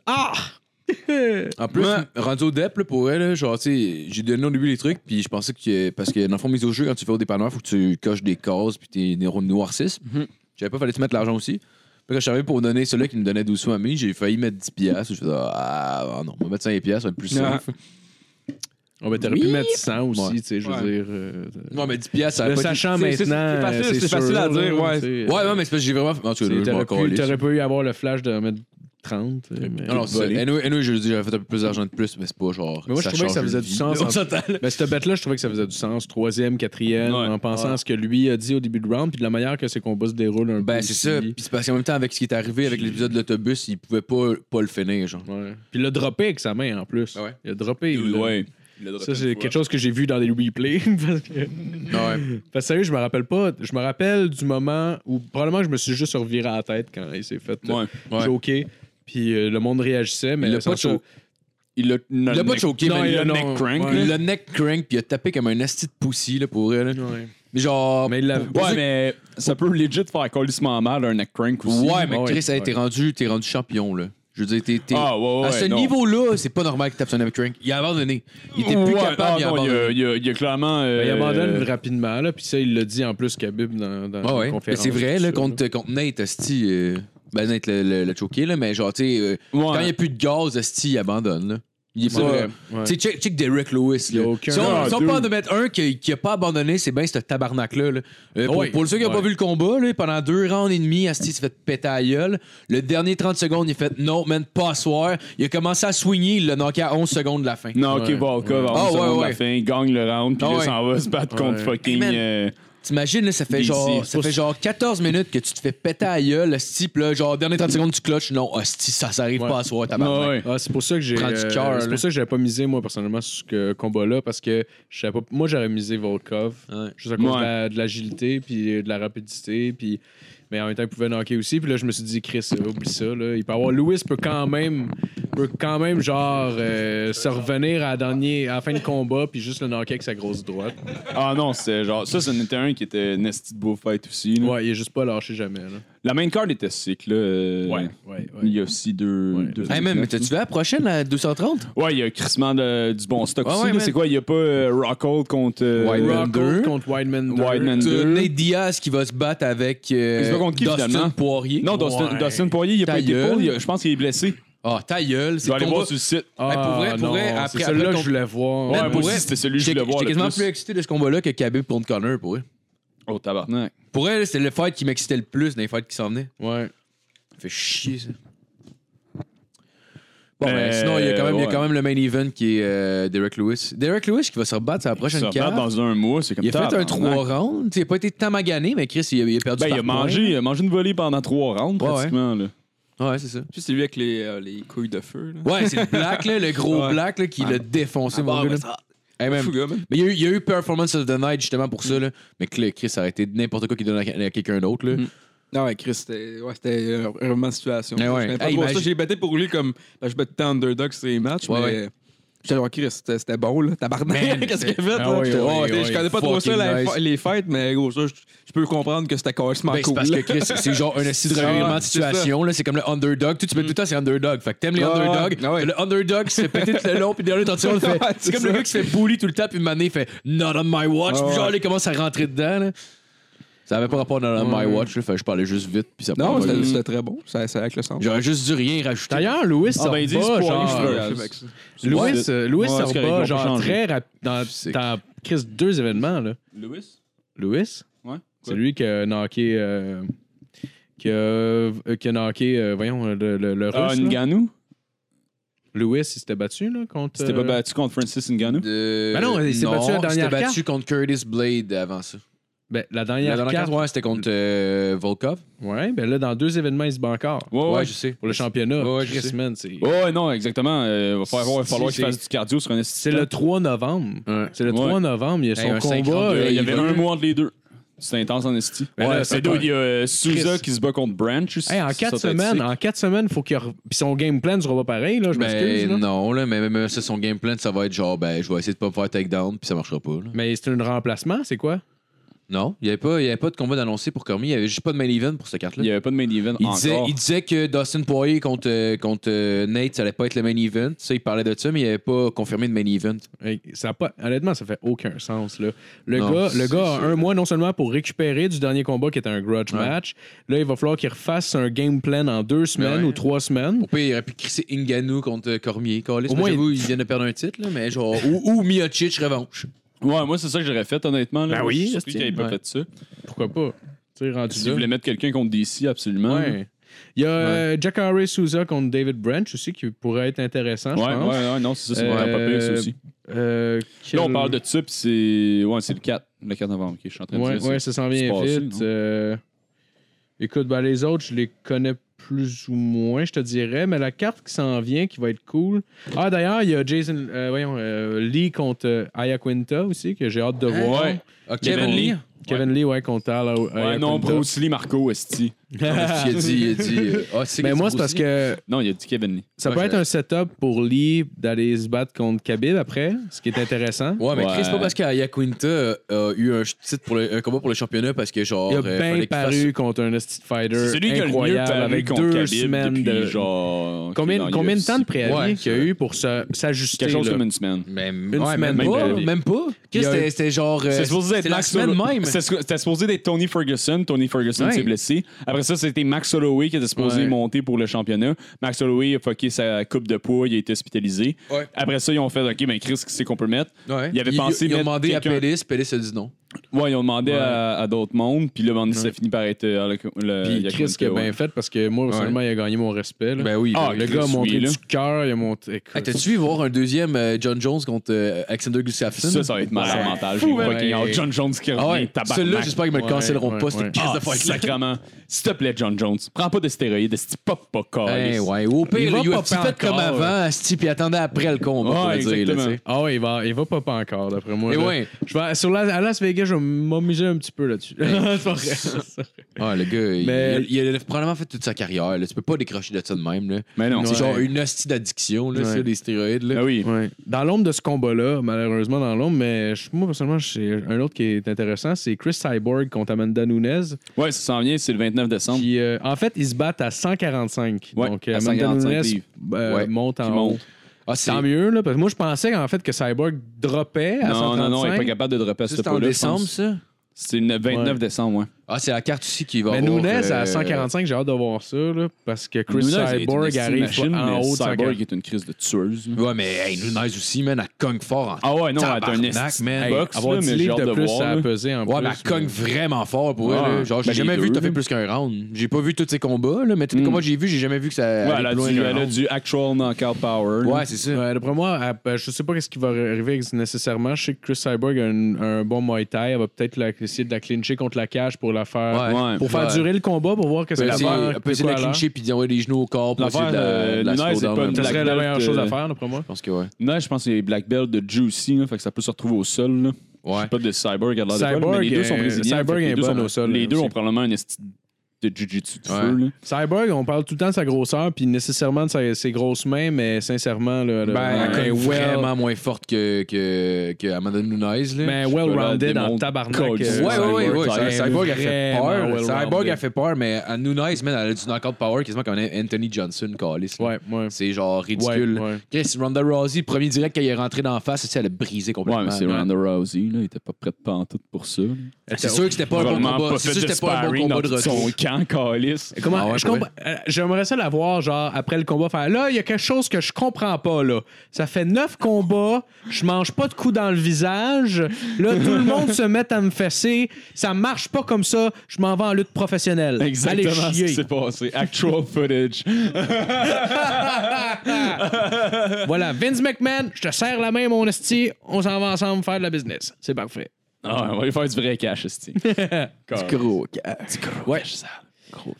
Ah!
En plus, rendu au DEP, là, pour elle, là, genre, tu sais, j'ai donné au début les trucs, puis je pensais que. Parce que, dans le fond, mise au jeu, quand tu fais au dépanneur, faut que tu coches des cases, puis tes neurones noircissent.
Mhm.
J'avais pas fallu te mettre l'argent aussi. Puis quand je suis arrivé pour donner celui qui me donnait 12 sous à mi, j'ai failli mettre 10 piastres. Je faisais, ah ah, non, on va mettre 5 piastres, ça va être plus
Non.
safe.
Oh, ben, t'aurais pu mettre 100 aussi, tu sais, je veux
Ouais.
dire. euh,
Non, mais 10 piastres, ça va
le
pas
sachant
c'est- c'est-
maintenant.
c'est facile-
euh,
c'est facile
sûr,
à
là,
dire, ouais.
tu sais,
été- Ouais, non, mais c'est parce que j'ai vraiment. En tout cas, là, je m'en
T'aurais pu,
calisse.
t'aurais pu avoir le flash de mettre 30. euh, mais-
Non, c'est ça. Anyway, anyway, je le dis, j'avais fait un peu plus d'argent de plus, mais c'est pas genre.
Mais moi, je trouvais que
change
ça faisait
une
du
vie,
sens.
là.
en- Mais cette bête-là, je trouvais que ça faisait du sens. Troisième, quatrième,
Ouais.
en pensant à ce que lui a dit au début de round, puis de la manière que ses combats se déroulent un peu.
Ben, c'est ça.
aussi.
Puis c'est parce qu'en même temps, avec ce qui est arrivé avec l'épisode de l'autobus, il pouvait pas, pas le finir, genre.
Ouais. Puis il l'a droppé avec sa main en plus.
Ah ouais?
Il a droppé. il l'a-
Ouais.
Ça, c'est quelque chose que j'ai vu dans les replays. parce que...
Ouais.
Parce que sérieux, je me rappelle pas. Je me rappelle du moment où probablement je me suis juste reviré à la tête quand il s'est fait
Ouais.
euh, joker. Puis euh, le monde réagissait, mais
Il l'a
sans
pas
ça-
cho-
Il l'a
Il l'a pas choqué,
Non,
mais
il
il
a-
l'a
non,
neck crank.
ouais.
Il l'a neck crank, puis il a tapé comme un asti de poussy, là, pour elle. là.
Ouais.
Mais genre.
Mais il l'a.
Ouais, mais ça peut legit faire colissement mal un neck crank aussi.
Ouais, mais
Ouais,
Chris, hey, t'es
ouais.
rendu, t'es rendu champion, là. Je veux dire, t'es. t'es-
Ah, ouais, ouais.
à ce
non.
niveau-là, c'est pas normal qu'il tape son neck crank. Il a abandonné. Il était plus
Ouais,
capable,
ah,
il a
non, il, a,
abandonné.
il, a, il a clairement. euh,
Il abandonne rapidement, là, puis ça, il l'a dit en plus Khabib dans, dans
Ouais,
la
Ah ouais. Mais
conférence.
c'est vrai,
tout
là,
ça,
contre, contre Nate, Asti. euh, ben, Nate l'a- l'a l'a choqué, là, mais genre, tu sais, euh,
Ouais.
quand il n'y a plus de gaz, Asti, il abandonne, là. Il est
C'est
pas.
vrai.
Tu sais, check, check Derek Lewis, là.
Y a aucun-
Si on,
Ah,
si on
dude.
peut en mettre un qui, qui a pas abandonné, c'est bien ce tabarnak-là, là. Euh, pour,
Ouais.
pour ceux qui n'ont pas
Ouais.
vu le combat, là, pendant deux rounds et demi, Asti s'est fait péter à la gueule. Le dernier 30 secondes, il a fait non, man, pas à soir. Il a commencé à swinguer, il l'a knocké à 11 secondes de la fin.
Non, ok,
Ouais.
Volkov,
Ah,
va
ouais,
avoir seconde à
ouais.
la fin, il gagne le round, puis
Ah,
là,
ouais.
il s'en va se battre contre
Ouais.
fucking.
Man.
euh,
T'imagines, là, ça fait
DC.
genre ça
Pour-
fait genre 14 minutes que tu te fais péter à la gueule, hostie, pis là, genre, dernier 30 secondes, tu clutches. Non, hostie, ça s'arrive
Ouais.
pas à soir, tabarnak.
ouais, ouais.
Ah, c'est pour ça que j'ai.
Prends du
euh,
cœur,
c'est
là.
pour ça que j'avais pas misé, moi, personnellement, sur ce que- combat-là, parce que je savais pas. Moi, j'aurais misé Volkov.
Ah Ouais.
Juste à cause
Ouais.
de la- de l'agilité, puis euh, de la rapidité, puis. Mais en même temps, il pouvait knocker aussi. Puis là, je me suis dit, Chris, euh, oublie ça. Là. Il peut avoir. Lewis peut quand même. Peut quand même, genre, euh, se revenir à la, dernier, à la fin de combat, puis juste le knocker avec sa grosse droite.
Ah non, c'était genre. Ça, c'en était un qui était nasty de beau fight aussi. là.
Ouais, il est juste pas lâché jamais. Là.
La main card était sick, là. euh,
ouais,
Il y a aussi deux.
Ouais.
deux
Hey, man, mais t'as-tu vu la prochaine, la 230?
Ouais, il y a crissement de- du bon stock
Ouais,
aussi.
ouais,
là.
man.
c'est quoi Il y a pas euh, Rockhold contre. euh,
Ouais,
Rock-
man.
Rockhold contre Wideman. deux.
Weidman.
T'as
Deux.
Euh, Nate Diaz qui va se battre avec euh,
Il se bat contre qui,
Dustin
finalement?
Poirier.
Non, Dustin,
Ouais.
Dustin Poirier, il a
Ta
pas été
gueule.
pull, il a- Je pense qu'il est blessé.
Ah, ta gueule,
Tu
c'est
vas aller
combat-
voir sur le site.
Ah,
Hey, Ben, pour vrai, pour
non,
vrai, après-
c'est
après
celui-là
le
que je voulais voir.
Ouais,
pour
moi
vrai,
aussi, c'était celui que je
J'étais
voulais voir.
j'étais
le
quasiment
plus.
plus excité de ce combat-là que Khabib contre Connor, pour vrai.
Oh, tabarnak.
Pour elle, c'était le fight qui m'excitait le plus dans les fights qui s'en venaient.
Ouais.
Ça fait chier, ça. Bon, ben,
Euh,
sinon, il y, a quand même, il y a
ouais.
quand même le main event qui est euh, Derek Lewis. Derek Lewis qui va se rebattre sur la
Ça
prochaine
va
carte.
dans un mois, c'est comme
Il a fait un
tabarnak.
3 rounds. Il n'a pas été tant magané, mais Chris, il a, il a perdu
Ben, il
par
a
point.
mangé, il a mangé une volée pendant trois rounds,
Ouais, ouais.
pratiquement. Là.
Ouais, c'est ça.
Juste lui avec les, euh, les couilles de feu. Là.
Ouais, c'est le black, là, le gros
Ouais.
black là, qui l'a défoncé, mon gars. là. Hey, man.
Fou, gars, man.
Mais il y, a eu, il y a eu Performance of the Night justement pour ça. Là. Mais que, là, Chris a arrêté n'importe quoi qu'il donne à, à quelqu'un d'autre. là.
Mm. Non, ouais, Chris, c'était ouais, c'était, euh, vraiment une situation.
Mais ouais.
Je connais pas
Hey,
trop
imagine-
ça. J'ai battu pour lui comme. ben, je battais tant underdog sur les matchs,
Ouais,
mais.
ouais.
J'étais genre, Chris, c'était c'était bon, là.
Man,
Tabarnak, qu'est-ce qu'il a fait,
Ah
là?
ouais,
J'étais-
ouais,
ouais,
ouais,
je connais pas trop ça,
fucking
la-
nice.
les fêtes, mais gros, ça, je je peux comprendre que c'était carrément
Ben, c'est
cool.
parce que
là.
Chris, c'est genre un assis de
C'est ça,
revirement de
c'est
situation. là. C'est comme le underdog. Tout, tu mets tout le temps, c'est underdog. Fait que t'aimes les
Ouais,
underdogs.
ouais, ouais.
Le underdog qui se fait péter tout le long, puis derrière le temps, fait.
Ouais,
C'est
c'est
comme le
ça.
gars qui se fait bully tout le temps, puis mané fait Not on my watch.
Ouais,
Puis genre,
ouais.
il commence à rentrer dedans. là. Ça avait pas rapport à Not on my watch. là. Fait que je parlais juste vite, puis ça
Non,
parlait
c'était
pas.
c'était très bon. Ça ça avec le sens.
J'aurais juste dû rien rajouter.
D'ailleurs, Louis
Ah,
s'en
ben, ils disent
bat,
Poirier,
genre,
je
Ouais,
veux-
c'est-
Louis,
Ouais,
euh, Louis
c'est
s'en
correct,
bat,
ils l'ont
genre,
changé.
très rapide. Dans,
Sick.
dans Chris, deux événements, là.
Lewis
Louis,
Ouais.
c'est lui qui a knocké. euh, qui a, euh, qui a knocké, euh, voyons, le, le, le
Ah,
russe. là.
Ngannou
Louis, il s'était battu, là, contre.
C'était pas
euh,
battu contre Francis Ngannou
De-
Ben non, il s'est battu à la
il s'était
dernière
battu contre Curtis Blade avant ça.
ben, la
La
dernière
dernière
carte.
carte, ouais, c'était contre euh, Volkov.
Ouais, ben là, dans deux événements, il se bat encore.
Ouais, ouais.
je sais.
Pour le championnat.
Ouais, ouais, je
Chris,
sais.
man, c'est.
Ouais, ouais, non, exactement. Euh, Il va falloir,
Si,
falloir
c'est-
qu'il fasse du cardio sur un esti-
C'est le 3 novembre.
Ouais.
C'est le 3
Ouais.
novembre, il y a
Hey,
son
un
combat.
52,
Euh,
euh,
Il y
il
avait
va-
un mois entre les deux. C'est intense en esti.
Ben là,
Ouais,
c'est
c'est
pas-
deux. Il y a euh, Souza
Chris.
qui se bat contre Branch aussi.
Hey, en
Ça,
4
ça va être
semaines,
sick.
en quatre semaines, faut qu'il. re- Puis son game plan sera pas pareil, là, je m'excuse.
Ben
là.
non, là, mais, mais, mais ça, son game plan, ça va être genre, ben, je vais essayer de pas me faire takedown, puis ça marchera pas. là.
Mais c'est un remplacement, c'est quoi?
Non, il n'y avait, pas- il y avait pas de combat d'annoncé pour Cormier, il n'y avait juste pas de main event pour cette carte-là.
Il n'y avait pas de main event
Il disait,
encore.
il disait que Dustin Poirier contre, euh, contre euh, Nate, ça allait pas être le main event. Ça, il parlait de ça, mais il n'avait pas confirmé de main event.
Hey, Ça a pas, honnêtement, ça fait aucun sens. Là. Le,
Non,
gars, le
c'est
gars a
sûr.
un mois non seulement pour récupérer du dernier combat qui était un grudge
Ouais.
match, là, il va falloir qu'il refasse un game plan en deux semaines
ouais.
ou trois semaines.
Au pire, il aurait pu crisser Ngannou contre euh, Cormier. Caliste,
Au
moi,
moins,
j'avoue, ils viennent de perdre un titre, là, mais genre, ou, ou Miocic revanche.
Ouais, moi, c'est ça que j'aurais fait, honnêtement. Là.
Ben oui,
Je suis surpris
esti,
qu'il n'ait pas
ouais.
fait ça.
Pourquoi pas? Tu sais, rendu
Si vous
là.
voulez mettre quelqu'un contre DC, absolument.
Ouais. Il y a euh, Jacare Souza contre David Branch aussi qui pourrait être intéressant,
Ouais,
je pense.
ouais, ouais, non, c'est ça, c'est
Euh,
vraiment pas pire, ça aussi.
Euh, quel-
Là, on parle de ça, puis c'est. Ouais, c'est le 4. Le 4 novembre, ok, je suis en train de
Ouais,
dire.
ouais, ça s'en
c'est
vient
passé,
vite.
non?
Euh, Écoute, ben, les autres, je les connais plus ou moins, je te dirais, mais la carte qui s'en vient, qui va être cool. Ah, d'ailleurs, il y a Jason euh, voyons, euh, Lee contre euh, Aya Quinta aussi, que j'ai hâte de voir.
Hein? Ouais.
Ok,
Kevin
bon.
Lee.
Kevin Lee, ouais, contre Al- euh, Aya
Ouais, non,
Quinta.
Bruce Lee, Marco, Esti.
Il a dit, il a dit. euh, Ah, c'est
Mais Ben, moi,
Bruce
c'est parce
Lee.
que
Non, il a dit Kevin Lee.
ça
Ouais,
peut
je-
être un setup pour Lee d'aller se battre contre Khabib après, ce qui est intéressant.
Ouais, mais Chris,
Ouais.
c'est pas parce qu'Aya Quinta euh, a eu un, ch- titre pour le- un combat pour le championnat parce que genre.
Il a
euh, fallait
bien
qu'il
paru contre un Street Fighter
C'est celui qui a le mieux
incroyable
paru
avec
contre
deux
Khabib
semaines
depuis,
de...
genre... qu'il est
Combien,
dans
combien de
UFC?
temps de préavis
Ouais,
qu'il y a
c'est
eu pour se- s'ajuster?
Quelque chose
là?
comme une semaine.
Mais une
semaine
même pas,
même pas.
même pas. Chris,
Il y a eu-
c'était- c'était genre. euh,
C'est supposé être
la
Max
semaine
Holloway.
même.
C'est- C'était supposé être Tony Ferguson. Tony Ferguson
Ouais.
s'est blessé. Après ça, c'était Max Holloway qui était supposé
Ouais.
monter pour le championnat. Max Holloway a fucké sa coupe de poids. Il a été hospitalisé.
Ouais.
Après ça, ils ont fait OK, mais Chris, qui c'est qu'on peut mettre
Ouais.
Il avait pensé
Ils ont
mettre
demandé à
quelqu'un-
Pélis, Pélis a dit non.
Ouais, ils ont demandé à, à d'autres mondes. Puis là, ben, ça finit par être. euh, le- le-
Puis
Yakuza,
Chris ben, qui a
ouais.
bien fait parce que moi, seulement, il a gagné mon respect. là.
oui.
Ah,
le
Chris,
gars a
oui,
monté
là. Ah,
du cœur, il a monté. Écoute,
Hey, T'as-tu vu voir un deuxième euh, John Jones contre euh, Alexander Gustafsson?
Ça, ça va être malade
Ouais.
mental.
Fou,
J'ai
ouais.
pas qu'il y a John Jones qui
ah
revient.
ouais, celui-là,
Tabarnak.
j'espère qu'ils me le
Ouais,
cancelleront
ouais,
pas,
ouais.
cette
Ah,
crise de fight
sacrement. S'il te plaît, John Jones, prends pas de stéroïdes. Si pop pas
Hey, ouais, au
Il
pire,
va
le
pas
UFC
pas
fait comme
encore,
avant, Asti, puis attendait après le combat, pour
Ouais,
le dire.
exactement.
Là, tu sais.
Ah ouais, il va, il va pas pas encore, d'après moi.
Et
Eh
là.
ouais.
Je vais, sur la- à Las Vegas, je vais m'amuser un petit peu là-dessus. C'est pas vrai.
Ah, le gars, il-
Mais-
il, a, il a probablement fait toute sa carrière. Là. Tu peux pas décrocher de ça de même. Là.
Mais non.
C'est
Ouais.
genre une hostie d'addiction, là,
Ouais.
ça, des stéroïdes. Là.
Ah oui.
Ouais. Dans l'ombre de ce combat-là, malheureusement dans l'ombre, mais je- moi personnellement, j'ai un autre qui est intéressant, c'est Chris Cyborg contre Amanda Nunes.
Ouais, ça s'en vient, c'est le 29 décembre.
Qui, euh, en fait, ils se battent à 145.
Ouais,
Donc,
à
euh, Amanda
145
Nunes
livres.
euh,
Ouais,
monte
qui
en
monte.
haut.
Ah, c'est
Tant mieux, là, parce que moi, je pensais en fait que Cyborg droppait à
Non,
135.
non, non, il est pas capable de dropper à ce
c'est
pas-là.
en
je
décembre,
pense.
ça?
C'est le 29 décembre, ouais.
Ah, c'est la carte aussi qui va
Mais
avoir...
Nunes
euh,
à 145, j'ai hâte de voir ça, là, parce que Chris
Nunes est une
Cyborg
estime
arrive
machine,
pas en
mais
haut de
Cyborg
145.
est une crise de tueuse. là.
Ouais, mais hey, Nunes aussi, man, elle cogne fort en
Ah ouais, non, elle est un
Tabarnak,
esti
man.
de
Hey,
box,
Avoir
là,
10
mais j'ai
livres
hâte de
de plus, ça
voir.
a
là.
pesé en plus.
Ouais, mais elle cogne
mais-
vraiment fort pour
Ouais.
elle. là. Genre, j'ai
Ben,
jamais vu
les
que
deux,
t'as fait
là.
plus qu'un round. J'ai pas vu tous ses combats, là, mais tous les combats que j'ai vus, j'ai jamais vu que ça.
Hmm. Ouais,
allait
elle a
plus loin
du-
qu'un
elle a
round.
du actual knockout power. là.
Ouais, c'est ça.
Ouais, D'après moi, elle- euh, je sais pas ce qui va arriver ex- nécessairement. Je sais que Chris Cyborg a un, un bon Muay Thai. Elle va peut-être la- essayer de la clincher contre la cage pour la faire.
Ouais.
Pour faire
Ouais.
durer le combat, pour voir que
Elle
c'est la barre,
peut essayer de
quoi
la
à l'heure.
clincher puis d'envoyer des genoux au corps pour
L'affaire,
essayer de la-
euh,
de la
Nunes,
slow
c'est
down
pas
un
une
peu.
Ça
Black
serait la
belt,
meilleure chose
euh,
à faire, d'après moi.
Je pense que ouais.
Non, je pense que c'est Black Belt de Juicy, là, fait que ça peut se retrouver au sol. Là. Je
Ouais.
sais Pas de Cyborg, elle a l'air de
Cyborg
folle, mais les deux
est-
sont brésiliens.
Cyborg
fait que les
est
deux
bonne
sont-
au sol,
Les
là,
deux
aussi.
ont probablement un esti de jujitsu de
Ouais.
feu. là.
Cyborg, on parle tout le temps de sa grosseur, puis nécessairement de sa- ses grosses mains, mais sincèrement, là, elle a-
Elle
elle est
est
well-
Ben, vraiment moins forte que, que, que Amanda Nunes. Là.
Ben,
mais
Je
well-rounded
peux la
ben, en tabarnak.
démonter.
euh,
ouais, ouais, ouais,
Cyborg.
ouais.
Elle est
Cyborg a fait
vraiment
peur.
well-rounded.
Cyborg a fait peur, mais à Nunes, man, elle a du knockout power quasiment comme Anthony Johnson, Callis.
Ouais, ouais.
C'est genre ridicule.
Ouais, ouais.
Chris, Ronda Rousey, le premier direct qu'elle est rentrée d'en face, aussi, elle a brisé complètement.
Ouais, mais c'est
Ouais.
Ronda Rousey, là, il était pas prêt de pantoute pour ça. là.
C'est sûr que c'était pas un bon
Probablement
combat.
pas
C'est
fait
sûr que
de
c'était pas un bon
sparring
combat de
dans son
retour.
camp, calice.
Comment-
Ah ouais,
je
pour
comprends- euh, J'aimerais ça la voir, genre, après le combat, faire là, il y a quelque chose que je comprends pas, là. Ça fait neuf combats, je mange pas de coups dans le visage, là, tout le monde se met à me fesser, ça marche pas comme ça, je m'en vais en lutte professionnelle.
Exactement
Allez
ce qui
chier.
s'est passé. Actual footage.
Voilà, Vince McMahon, je te serre la main, mon esti, on s'en va ensemble faire de la business. C'est parfait.
Ah, on va lui faire du vrai cash, esti.
Gros,
Ouais.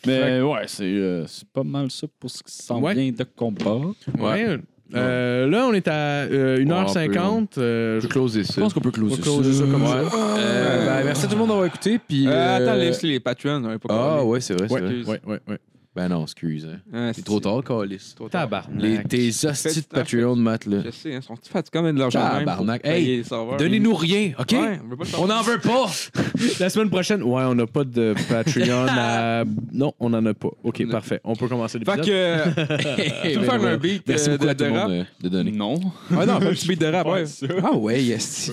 Mais ouais, c'est euh, c'est pas mal ça pour ce qui s'en
Ouais.
vient de combat.
Ouais. Euh, là, on est à euh, 1h50. euh, je-
closer ça. Je pense qu'on peut closer,
closer ça comme ça.
Euh, ben, merci à tout le monde d'avoir écouté. Puis,
Euh,
euh,
attends, les, les Patreons, hein, on avait pas
Ah,
parlé.
ouais, c'est vrai. c'est vrai.
Excuse.
Ouais, ouais, ouais.
Ben non, excuse. hein.
Ah,
C'est trop tard, Calis.
Tabarnak.
Les, tes hosties de Patreon, Matt, là.
Je sais, ils sont fatigués quand même de l'argent. même pour
Tabarnak.
payer
Hey,
les serveurs.
Donnez-nous rien, OK?
Ouais, on veut pas le
On
savoir.
n'en veut pas!
La semaine prochaine, ouais, on n'a pas de Patreon à. Non, on n'en a pas. OK,
On a-
parfait. On peut commencer
Fait
l'épisode.
que. euh, Tu veux faire un beat
Merci
euh,
beaucoup
de,
à tout
de
le
rap?
monde euh, de donner.
Non.
Ah non, un petit beat de rap, ouais.
Ah ouais, yes.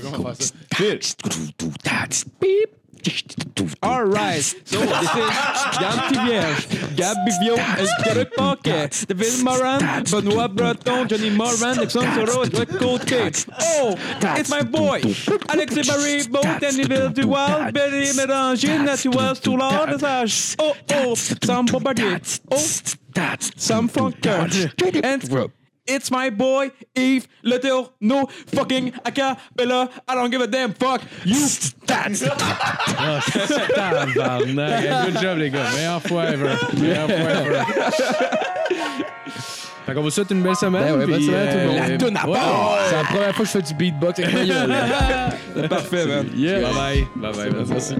Bitch.
All right. So this is Gab Tivierge, Gab Bivio, Esquerre Pocket, David Moran, Benoît Breton, Johnny Moran, Alexandre Soro, de l'autre côté. Oh, it's my boy. Alexis Barry, Boat, Anneville Duval, Benny Mélanger, Natuel Stoulard, Lesage. Oh, oh, Sam Bombardier. Oh, Sam Funker. And It's my boy, Yves Le Théo, no fucking acapella, I don't give a damn fuck, you
Tabarnak. Good job, les gars. Meilleur fois ever. Meilleur fois ever. Fait qu'on vous souhaite une belle semaine.
Ben ouais, bonne
puis,
semaine à tout le monde.
euh,
La toune
ouais.
C'est la première fois que je fais du beatbox avec ma gueule.
Parfait, man.
Bye bye. Bye bye. Merci.